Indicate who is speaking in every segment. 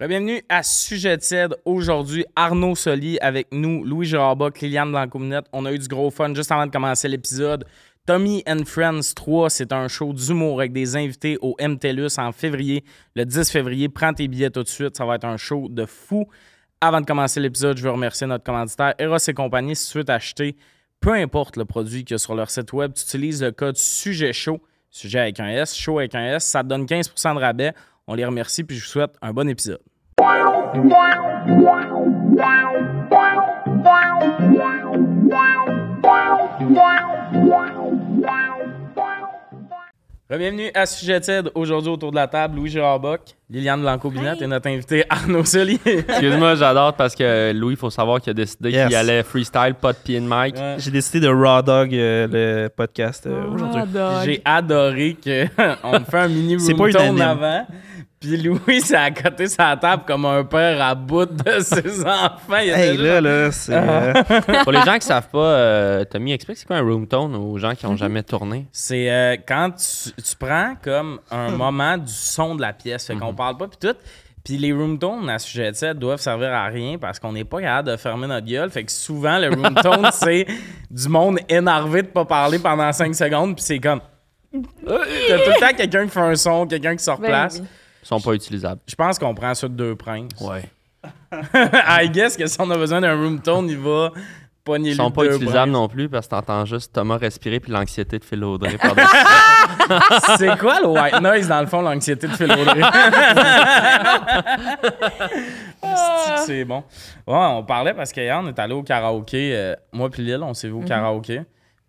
Speaker 1: Bienvenue à Sujet de cèdre. Aujourd'hui, Arnaud Soli avec nous, Louis Girard-Bas, Liliane Blanco-Minette. On a eu du gros fun juste avant de commencer l'épisode. Tommy and Friends 3, c'est un show d'humour avec des invités au MTLUS en février, le 10 février. Prends tes billets tout de suite, ça va être un show de fou. Avant de commencer l'épisode, je veux remercier notre commanditaire Eros et compagnie. Si tu veux t'acheter, peu importe le produit qu'il y a sur leur site web, tu utilises le code sujet chaud, sujet avec un S, chaud avec un S, ça te donne 15% de rabais. On les remercie puis je vous souhaite un bon épisode. Bienvenue à Sujet TED. Aujourd'hui, autour de la table, Louis Gérard Bock, Liliane Blanco-Binette
Speaker 2: Hi.
Speaker 1: et notre invité Arnaud Soli.
Speaker 3: Excuse-moi, j'adore parce que Louis, il faut savoir qu'il a décidé
Speaker 4: Yes.
Speaker 3: qu'il allait freestyle, pas de pied de mic.
Speaker 1: Ouais.
Speaker 4: J'ai décidé de Raw Dog euh, le podcast
Speaker 2: Ah,
Speaker 4: euh, aujourd'hui.
Speaker 2: J'ai
Speaker 1: J'ai adoré qu'on fait un mini
Speaker 4: C'est
Speaker 1: room
Speaker 4: pas
Speaker 1: tour en
Speaker 4: unanime.
Speaker 1: avant. Puis Louis s'est à côté sa table comme un père à bout de ses enfants. Il était
Speaker 4: Hey,
Speaker 1: juste-
Speaker 4: là, là, c'est. euh,
Speaker 3: Pour les gens qui savent pas, euh, Tommy, explique c'est quoi un room tone aux gens
Speaker 1: Mhm.
Speaker 3: qui ont jamais tourné.
Speaker 1: C'est euh, quand tu, tu prends comme un moment du son de la pièce. Fait
Speaker 3: Mhm.
Speaker 1: qu'on parle pas, puis tout. Puis les room tones à sujet de ça doivent servir à rien parce qu'on n'est pas capable de fermer notre gueule. Fait que souvent, le room tone, c'est du monde énervé de pas parler pendant 5 secondes, puis c'est comme. Euh, T'as tout le temps quelqu'un qui fait un son, quelqu'un
Speaker 3: Ben
Speaker 1: qui se replace.
Speaker 2: oui.
Speaker 3: Ils sont pas utilisables.
Speaker 1: Je pense qu'on prend ça de deux princes.
Speaker 3: Ouais.
Speaker 1: I guess que si on a besoin d'un room tone, il va pogner
Speaker 3: Ils
Speaker 1: le
Speaker 3: sont pas
Speaker 1: deux
Speaker 3: utilisables
Speaker 1: bras.
Speaker 3: non plus parce que t'entends juste Thomas respirer puis l'anxiété de Phil Audrey. par-dessus.
Speaker 1: C'est quoi le white noise dans le fond, l'anxiété de Phil Audrey? Esti que C'est bon. Ouais, on parlait parce qu'hier, on est allé au karaoké. euh, moi puis Lille, on s'est
Speaker 2: Mhm.
Speaker 1: vu au karaoké.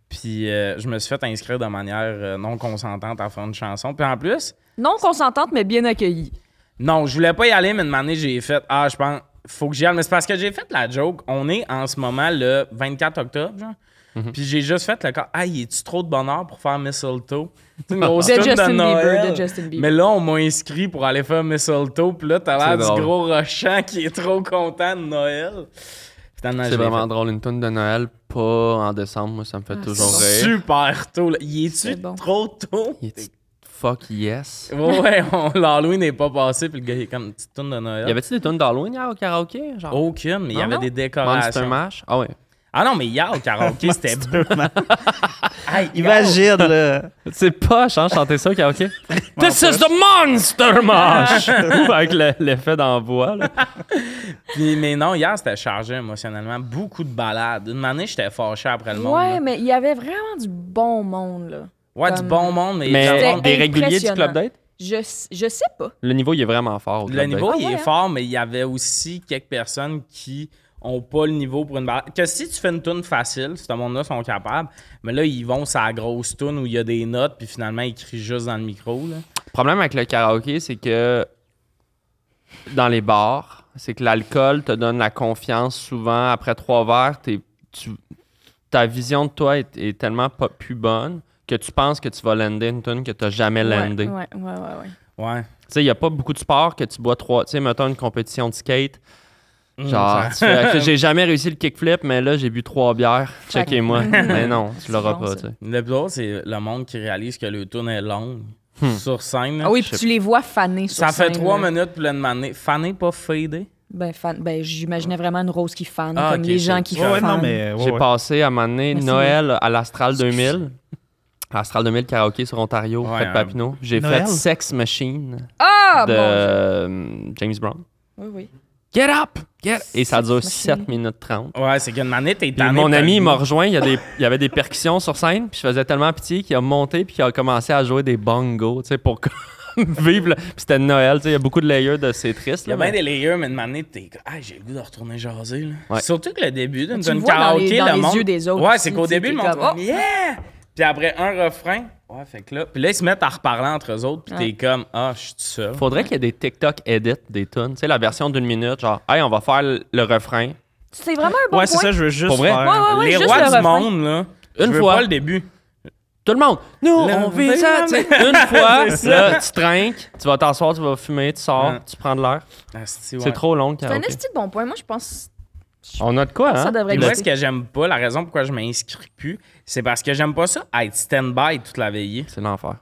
Speaker 1: Puis euh, je me suis fait inscrire de manière euh, non consentante à faire une chanson. Puis en plus,
Speaker 2: Non consentante, mais bien accueillie.
Speaker 1: Non, je voulais pas y aller, mais de manière, j'ai fait. Ah, je pense, faut que j'y aille. Mais c'est parce que j'ai fait la joke. On est en ce moment le 24 octobre, genre.
Speaker 2: Mhm.
Speaker 1: Puis j'ai juste fait le cas. Ah, y est-tu trop de bonheur pour faire Mistletoe? C'est une grosse
Speaker 2: De
Speaker 1: tune
Speaker 2: Justin
Speaker 1: Noël.
Speaker 2: Bieber, de Justin Bieber.
Speaker 1: Mais là, on m'a inscrit pour aller faire Mistletoe. Puis là, t'as l'air
Speaker 3: C'est
Speaker 1: du
Speaker 3: drôle.
Speaker 1: gros rochant qui est trop content de Noël. Finalement, je
Speaker 3: c'est
Speaker 1: l'ai
Speaker 3: vraiment drôle. Une tune de Noël, pas en décembre, moi, ça me fait
Speaker 1: Ah,
Speaker 3: toujours
Speaker 1: fait
Speaker 3: rire.
Speaker 1: Super tôt. là. Y
Speaker 2: C'est
Speaker 1: est-tu
Speaker 2: bon.
Speaker 1: trop tôt?
Speaker 3: Il est- Fuck yes.
Speaker 1: Ouais, ouais, on- l'Halloween n'est pas passé. Puis le gars, il est comme une petite tune de Noël.
Speaker 3: Y avait-tu des tunes d'Halloween hier au karaoké? Genre
Speaker 1: Aucune, mais il y
Speaker 3: Non,
Speaker 1: avait
Speaker 3: non.
Speaker 1: des
Speaker 3: Monster
Speaker 1: décorations.
Speaker 3: Mash? Ah ouais.
Speaker 1: Ah non, mais hier au karaoké, c'était beau. Hey,
Speaker 4: Imagine, là.
Speaker 3: C'est poche, hein, chanter ça au karaoké. This is the Monster Mash! Avec le- l'effet d'envoi, là.
Speaker 1: Puis- mais non, hier, c'était chargé émotionnellement. Beaucoup de balades. Une année, j'étais fâché après le monde.
Speaker 2: ouais,
Speaker 1: là.
Speaker 2: mais il y avait vraiment du bon monde, là.
Speaker 1: Ouais, du
Speaker 2: comme-
Speaker 1: bon monde, mais,
Speaker 3: Mais
Speaker 2: C'était
Speaker 3: des réguliers du
Speaker 2: impressionnant.
Speaker 3: Club Date?
Speaker 2: Je, s- je sais pas.
Speaker 3: Le niveau, il est vraiment fort. au
Speaker 1: le
Speaker 3: Club
Speaker 1: niveau,
Speaker 3: Date.
Speaker 1: il
Speaker 2: Ah
Speaker 1: est
Speaker 2: ouais, hein?
Speaker 1: fort, mais il y avait aussi quelques personnes qui ont pas le niveau pour une balade. Que si tu fais une tune facile, ce monde-là sont capables, mais là, ils vont sur la grosse tune où il y a des notes, puis finalement, ils crient juste dans le micro. Là.
Speaker 3: Le problème avec le karaoké, c'est que dans les bars, c'est que l'alcool te donne la confiance souvent. Après trois verres, t'es- tu- ta vision de toi est, est tellement pas plus bonne que tu penses que tu vas lander une tune que tu n'as jamais landé.
Speaker 2: Ouais, ouais, ouais, ouais, ouais.
Speaker 1: Ouais.
Speaker 3: Tu sais, il n'y a pas beaucoup de sports que tu bois trois. Tu sais, mettons une compétition de skate. Genre,
Speaker 1: Mm, Mmh, ça-
Speaker 3: tu fais, Ok, j'ai jamais réussi le kickflip, mais là, j'ai bu trois bières.
Speaker 2: Fait que-
Speaker 3: Checkez-moi. mais non, tu
Speaker 2: C'est
Speaker 3: l'auras
Speaker 2: bon,
Speaker 3: pas,
Speaker 2: ça.
Speaker 3: tu sais.
Speaker 1: Le plus drôle, c'est le monde qui réalise que le tune est long
Speaker 3: Hmm.
Speaker 1: sur scène. là.
Speaker 2: Ah oui, puis tu les vois faner sur
Speaker 1: Ça fait
Speaker 2: scène,
Speaker 1: trois
Speaker 2: là.
Speaker 1: minutes plein de manée. Fané pas fadé.
Speaker 2: Ben, fan, ben j'imaginais vraiment une rose qui fane,
Speaker 1: Ah,
Speaker 2: comme
Speaker 1: ok,
Speaker 2: les
Speaker 1: c'est-
Speaker 2: gens qui
Speaker 4: Ouais, ouais,
Speaker 2: fanent.
Speaker 4: non, mais. ouais,
Speaker 3: J'ai
Speaker 4: ouais.
Speaker 3: passé à un moment donné
Speaker 2: Merci.
Speaker 3: Noël à l'Astral 2000. Astral 2000 karaoké sur Ontario,
Speaker 1: Ouais, hein.
Speaker 3: Fred
Speaker 1: un-
Speaker 3: Papineau. J'ai fait
Speaker 4: Noël?
Speaker 3: Sex Machine
Speaker 2: Ah,
Speaker 3: de
Speaker 2: bon Dieu.
Speaker 3: euh, James Brown.
Speaker 2: Oui, oui.
Speaker 3: Get up! Get... Et ça dure
Speaker 2: Machine.
Speaker 3: 7 minutes 30.
Speaker 1: Ouais, c'est qu'une manée, t'es
Speaker 3: Puis
Speaker 1: tanné,
Speaker 3: mon
Speaker 1: t'as
Speaker 3: ami
Speaker 1: le
Speaker 3: il
Speaker 1: goût.
Speaker 3: m'a rejoint, il y, a des- il y avait des percussions sur scène, puis je faisais tellement pitié qu'il a monté puis il a commencé à jouer des bongos, tu sais, pour vivre. le- Puis c'était Noël, tu sais, il y a beaucoup de layers de c'est triste.
Speaker 1: Il y
Speaker 3: Là,
Speaker 1: a bien
Speaker 3: mais-
Speaker 1: des layers, mais une manée, t'es. Ah, j'ai le goût de retourner jaser, là.
Speaker 3: Ouais.
Speaker 1: Surtout que le début d'une
Speaker 2: Tu le
Speaker 1: tune
Speaker 2: vois dans les-
Speaker 1: karaoké,
Speaker 2: dans
Speaker 1: le
Speaker 2: les
Speaker 1: monde.
Speaker 2: yeux des autres
Speaker 1: Ouais,
Speaker 2: aussi,
Speaker 1: c'est qu'au
Speaker 2: tu sais,
Speaker 1: début, le
Speaker 2: t'es
Speaker 1: monde.
Speaker 2: comme,
Speaker 1: fait,
Speaker 2: oh!
Speaker 1: Yeah! Puis après un refrain. Ouais, fait que là. Puis là, ils se mettent à reparler entre eux autres, puis
Speaker 2: Ouais.
Speaker 1: t'es comme, ah, je suis tout seul.
Speaker 3: Faudrait qu'il y ait des TikTok edits des tunes, tu sais, la version d'une minute, genre, hey, on va faire le le refrain,
Speaker 2: C'est vraiment un bon
Speaker 4: Ouais, c'est
Speaker 2: point.
Speaker 4: ça, je veux juste.
Speaker 3: Pour vrai?
Speaker 4: faire-
Speaker 2: Ouais, Ah ouais, ouais,
Speaker 1: Les
Speaker 2: juste
Speaker 1: rois
Speaker 2: le
Speaker 1: du
Speaker 2: refrain.
Speaker 1: monde, là.
Speaker 3: Une
Speaker 1: je veux
Speaker 3: fois.
Speaker 1: pas le début.
Speaker 3: Tout le monde. Nous,
Speaker 1: Le
Speaker 3: on vit
Speaker 1: vin.
Speaker 3: ça. tu sais. Une fois,
Speaker 1: C'est ça.
Speaker 3: là, tu trinques, tu vas t'asseoir, tu vas fumer, tu sors,
Speaker 1: Ouais.
Speaker 3: tu prends de l'air.
Speaker 1: Asti, ouais.
Speaker 3: C'est trop long, le
Speaker 1: Ah,
Speaker 2: C'est un
Speaker 3: karaoké.
Speaker 2: esti de bon point. Moi, je pense.
Speaker 3: On a de quoi, hein?
Speaker 2: Ça devrait
Speaker 1: Puis
Speaker 3: Le-
Speaker 1: Moi,
Speaker 2: exister.
Speaker 1: ce que j'aime pas, la raison pourquoi je m'inscris plus, c'est parce que j'aime pas ça, être stand-by toute la veillée.
Speaker 3: C'est l'enfer.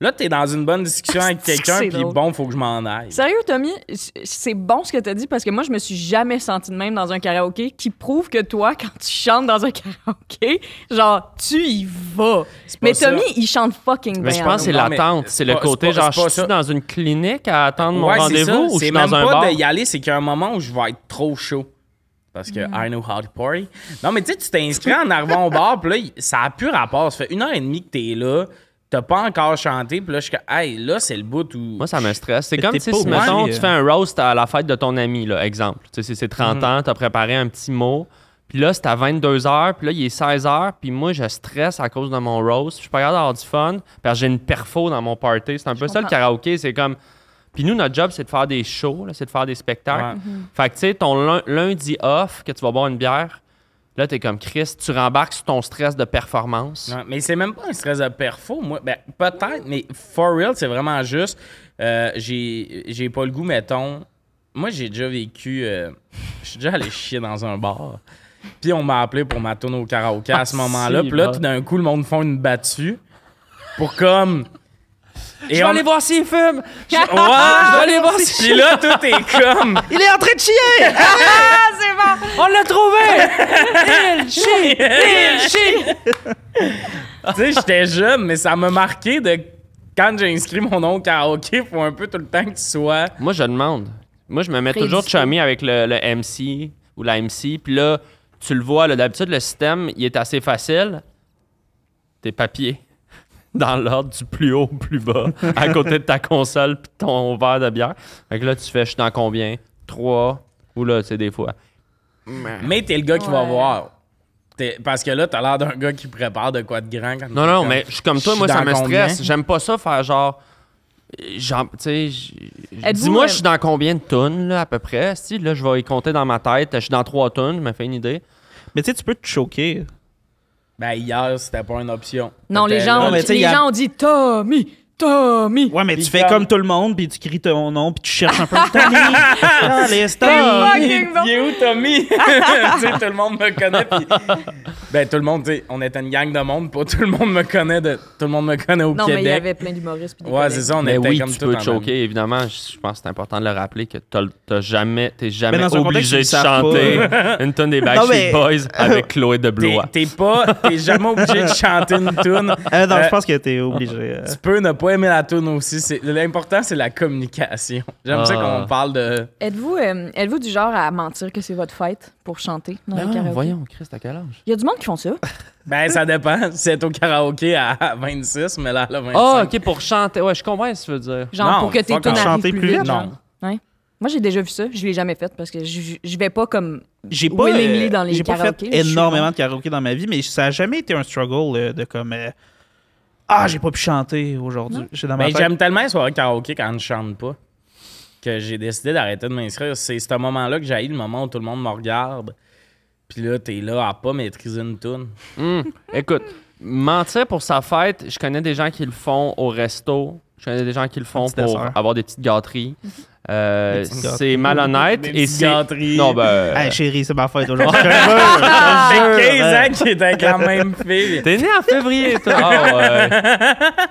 Speaker 1: Là, t'es dans une bonne discussion avec
Speaker 2: Ah, C'est que
Speaker 1: quelqu'un,
Speaker 2: c'est
Speaker 1: puis
Speaker 2: drôle.
Speaker 1: bon, faut que je m'en aille.
Speaker 2: Sérieux, Tommy, c- c'est bon ce que t'as dit parce que moi, je me suis jamais senti de même dans un karaoké qui prouve que toi, quand tu chantes dans un karaoké, genre, tu y vas.
Speaker 1: C'est pas
Speaker 2: Mais
Speaker 1: ça.
Speaker 2: Tommy, il chante fucking bien.
Speaker 3: Mais je pense que c'est
Speaker 1: Non, mais
Speaker 3: l'attente. C'est
Speaker 1: c'est
Speaker 3: le
Speaker 1: pas-
Speaker 3: côté
Speaker 1: c'est pas-
Speaker 3: genre,
Speaker 1: c'est pas
Speaker 3: je suis
Speaker 1: ça.
Speaker 3: dans une clinique à attendre mon
Speaker 1: Ouais, c'est
Speaker 3: rendez-vous
Speaker 1: ça.
Speaker 3: ou je
Speaker 1: C'est
Speaker 3: suis
Speaker 1: même
Speaker 3: dans un
Speaker 1: pas
Speaker 3: bar.
Speaker 1: d'y aller, c'est qu'il y a un moment où je vais être trop chaud. Parce que
Speaker 3: Hmm.
Speaker 1: I know how to party. Non, mais tu sais, tu t'es inscrit en arrivant au bar, puis là, il- ça a plus rapport. Ça fait une heure et demie que t'es là, t'as pas encore chanté, puis là, je suis comme, hey, là, c'est le bout où.
Speaker 3: Moi, ça me stresse. C'est
Speaker 4: Mais
Speaker 3: comme
Speaker 4: t'es
Speaker 3: tu sais,
Speaker 4: pas
Speaker 3: si,
Speaker 4: obligé,
Speaker 3: mettons,
Speaker 4: euh.
Speaker 3: tu fais un roast à la fête de ton ami, là, exemple. Tu sais, c'est- c'est 30
Speaker 4: Mm-hmm.
Speaker 3: ans, t'as préparé un petit mot. Puis là, c'est à 22 heures, puis là, il est 16 heures, puis moi, je stresse à cause de mon roast. Je suis pas capable d'avoir du fun, parce que j'ai une perfo dans mon party. C'est un peu ça le
Speaker 2: comprends.
Speaker 3: karaoké, c'est comme... Puis nous, notre job, c'est de faire des shows, là, c'est de faire des spectacles.
Speaker 1: Ouais.
Speaker 3: Fait que, tu sais, ton lun- lundi off, que tu vas boire une bière, là, t'es comme Chris, tu rembarques sur ton stress de performance.
Speaker 1: Ouais, mais c'est même pas un stress de perfo, moi. Ben, peut-être, mais for real, c'est vraiment juste. euh, j'ai j'ai pas le goût, mettons. Moi, j'ai déjà vécu. euh, Je suis déjà allé chier dans un bar. Puis on m'a appelé pour ma tourne au karaoké à ce
Speaker 3: Ah,
Speaker 1: moment-là.
Speaker 3: si,
Speaker 1: Puis là,
Speaker 3: bon.
Speaker 1: tout d'un coup, le monde font une battue. Pour comme. Et
Speaker 3: Je vais
Speaker 1: on-
Speaker 3: aller voir s'il fume! Je-
Speaker 1: Ouais!
Speaker 2: Ah,
Speaker 1: Puis là, tout est comme.
Speaker 4: Il est en train de chier!
Speaker 2: Ah, c'est bon!
Speaker 3: On l'a trouvé! Il chie! Il chie!
Speaker 1: tu sais, j'étais jeune, mais ça m'a marqué de. Quand j'ai inscrit mon nom au karaoké, faut un peu tout le temps que tu sois.
Speaker 3: Moi, je demande. Moi, je me mets toujours
Speaker 2: Prédispo.
Speaker 3: chummy avec le, le MC ou la MC. Puis là, tu le vois, là, d'habitude, le système, il est assez facile. Tes papiers. Dans l'ordre du plus haut au plus bas, à côté de ta console puis ton verre de bière. Fait que là, tu fais, je suis dans combien? Trois. Ou là, tu sais, des fois.
Speaker 1: Mais t'es le gars qui va
Speaker 2: Ouais.
Speaker 1: voir. T'es- Parce que là, t'as l'air d'un gars qui prépare de quoi de grand. quand
Speaker 3: Non,
Speaker 1: t'es
Speaker 3: non,
Speaker 1: comme-
Speaker 3: mais je suis comme toi,
Speaker 1: Je
Speaker 3: moi,
Speaker 1: suis
Speaker 3: ça
Speaker 1: dans
Speaker 3: me
Speaker 1: combien?
Speaker 3: stresse. J'aime pas ça faire genre. euh, genre, tu sais, j- j-
Speaker 2: Êtes-vous,
Speaker 3: dis-moi,
Speaker 2: euh,
Speaker 3: je suis dans combien de tonnes, là, à peu près? Si, là, je vais y compter dans ma tête. Je suis dans trois tonnes, je me fais une idée.
Speaker 4: Mais tu sais, tu peux te choquer.
Speaker 1: Ben, hier, c'était pas une option.
Speaker 2: Non, les
Speaker 1: C'était
Speaker 2: gens,
Speaker 1: là.
Speaker 4: Non,
Speaker 2: ont
Speaker 4: mais
Speaker 2: dit-
Speaker 4: tu sais,
Speaker 2: les
Speaker 4: y a-
Speaker 2: gens ont dit Tommy, Tommy.
Speaker 4: Ouais, mais
Speaker 1: Puis
Speaker 4: tu fais
Speaker 1: comme-
Speaker 4: comme tout le monde, puis tu cries ton nom, puis tu cherches un peu. Tommy! Allez, stop!
Speaker 1: Il est-
Speaker 2: Fucking bon.
Speaker 1: il est où, Tommy? tu sais, tout le monde me connaît. puis- Ben, tout le monde, tu sais, on était une gang de monde. Pas tout le monde me connaît. De... Tout le monde me connaît au
Speaker 2: Non, mais
Speaker 1: Québec.
Speaker 2: il y avait plein d'humoristes. puis des
Speaker 1: Ouais,
Speaker 2: collègues.
Speaker 1: c'est ça, on
Speaker 3: Mais
Speaker 1: était
Speaker 3: oui,
Speaker 1: comme
Speaker 3: tu
Speaker 1: tout
Speaker 3: peux
Speaker 1: en
Speaker 3: te
Speaker 1: même.
Speaker 3: choquer, évidemment. Je je pense que c'est important de le rappeler que t'as- t'as jamais, t'es jamais
Speaker 4: dans un contexte,
Speaker 3: obligé
Speaker 4: ils
Speaker 3: de
Speaker 4: le savent
Speaker 3: chanter une tonne des Backstreet
Speaker 4: mais- euh,
Speaker 3: Boys avec Chloé de
Speaker 1: T'es-
Speaker 3: Blois.
Speaker 1: T'es pas, t'es jamais obligé de chanter une tune.
Speaker 3: Hein,
Speaker 4: Euh, non,
Speaker 1: Euh,
Speaker 4: je pense que t'es obligé. euh.
Speaker 1: Tu peux ne pas aimer la tune aussi. c'est- L'important, c'est la communication. J'aime ça
Speaker 3: Ah.
Speaker 1: qu'on parle de.
Speaker 2: Êtes-vous euh, êtes-vous du genre à mentir que c'est votre fête pour chanter dans
Speaker 3: Ben Non,
Speaker 2: le karaoké?
Speaker 3: Ah, voyons, Chris, t'as quel âge?
Speaker 2: Il y a du monde qui font ça.
Speaker 1: Ben, ça dépend. C'est au karaoké à 26, mais là, là, 25.
Speaker 3: Ah, OK, pour chanter. Ouais, je comprends ce que tu veux dire.
Speaker 2: Genre
Speaker 1: Non,
Speaker 2: pour que tes
Speaker 1: fuck
Speaker 2: tunes
Speaker 1: off.
Speaker 2: arrivent
Speaker 4: Chanter
Speaker 2: plus
Speaker 4: plus
Speaker 2: vite.
Speaker 4: vite,
Speaker 2: genre.
Speaker 1: non. Ben,
Speaker 2: Ouais. Moi, j'ai déjà vu ça. Je l'ai jamais fait parce que je je vais pas comme
Speaker 4: J'ai pas,
Speaker 2: willingly
Speaker 4: euh,
Speaker 2: dans les
Speaker 4: j'ai pas fait
Speaker 2: karaokés, je suis
Speaker 4: énormément
Speaker 2: bon.
Speaker 4: de karaoké dans ma vie, mais ça a jamais été un struggle euh, de comme euh, ah j'ai pas pu chanter aujourd'hui. J'ai dans ma
Speaker 1: Ben,
Speaker 4: tête-
Speaker 1: j'aime tellement les soirées karaoké quand je chante pas que j'ai décidé d'arrêter de m'inscrire. C'est ce moment-là que j'ai le moment où tout le monde me regarde. Puis là, t'es là à pas maîtriser une toune.
Speaker 3: Hmm. Écoute, mentir pour sa fête, je connais des gens qui le font au resto. Je connais des gens qui le font
Speaker 4: petit
Speaker 3: pour
Speaker 4: dessert.
Speaker 3: avoir des petites gâteries. Euh,
Speaker 4: Des petites
Speaker 3: c'est
Speaker 4: gâteries.
Speaker 3: malhonnête
Speaker 1: Des
Speaker 3: et
Speaker 1: petites
Speaker 3: c'est.
Speaker 1: gâteries.
Speaker 3: Non, ben.
Speaker 4: euh, Hey, chérie, c'est ma fête aujourd'hui.
Speaker 2: Ah,
Speaker 1: J'ai 15 ans qui était avec la même fille.
Speaker 3: T'es né en février, toi! Ah ouais!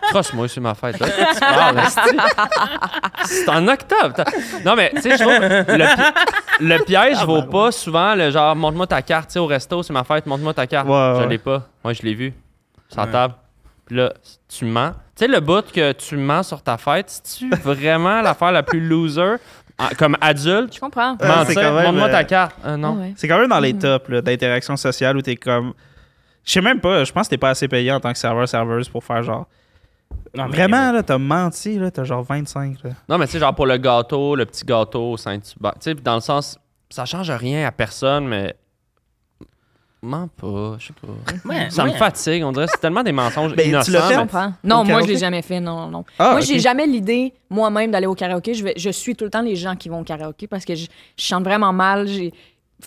Speaker 3: Crosse-moi, c'est ma fête. là. Tu parles, esti. C'est en octobre! t'as- Non, mais, tu sais, je trouve. Le, pi- le piège vaut pas souvent le genre, montre-moi ta carte, tu sais, au resto, c'est ma fête, montre-moi ta carte.
Speaker 4: Ouais, ouais,
Speaker 3: je
Speaker 4: ouais.
Speaker 3: l'ai pas. Moi, je l'ai vu. Sur la table. Puis là, tu mens. Tu sais, le bout que tu mens sur ta fête, c'est-tu vraiment l'affaire la plus loser, en- comme adulte?
Speaker 2: Je comprends.
Speaker 4: Euh, c'est
Speaker 3: Mentir,
Speaker 4: quand même,
Speaker 3: montre-moi
Speaker 4: euh,
Speaker 3: ta carte. Euh, non.
Speaker 2: Ouais.
Speaker 4: c'est quand même dans
Speaker 1: Mm.
Speaker 4: les tops là, d'interaction sociale où t'es comme je sais même pas. Je pense que t'es pas assez payé en tant que serveur serveuse pour faire genre
Speaker 3: Ah,
Speaker 1: Non, mais-
Speaker 4: vraiment là t'as menti là t'as genre 25 là.
Speaker 3: Non, mais tu sais, genre pour le gâteau, le petit gâteau au Saint-Hubert. Tu sais, dans le sens, ça change rien à personne, mais. Mens pas, je sais pas.
Speaker 1: Ouais,
Speaker 3: Ça me
Speaker 1: ouais.
Speaker 3: fatigue, on dirait. C'est tellement des mensonges
Speaker 4: Ben, tu
Speaker 3: innocents.
Speaker 4: l'as fait.
Speaker 2: Je
Speaker 3: mais-
Speaker 2: comprends. Non,
Speaker 4: Au
Speaker 2: moi, je
Speaker 4: karaoké?
Speaker 2: l'ai jamais fait. Non, non.
Speaker 4: Ah,
Speaker 2: moi,
Speaker 4: ok.
Speaker 2: j'ai jamais l'idée moi-même d'aller au karaoké. Je, vais, je suis tout le temps les gens qui vont au karaoké parce que je, je chante vraiment mal. J'ai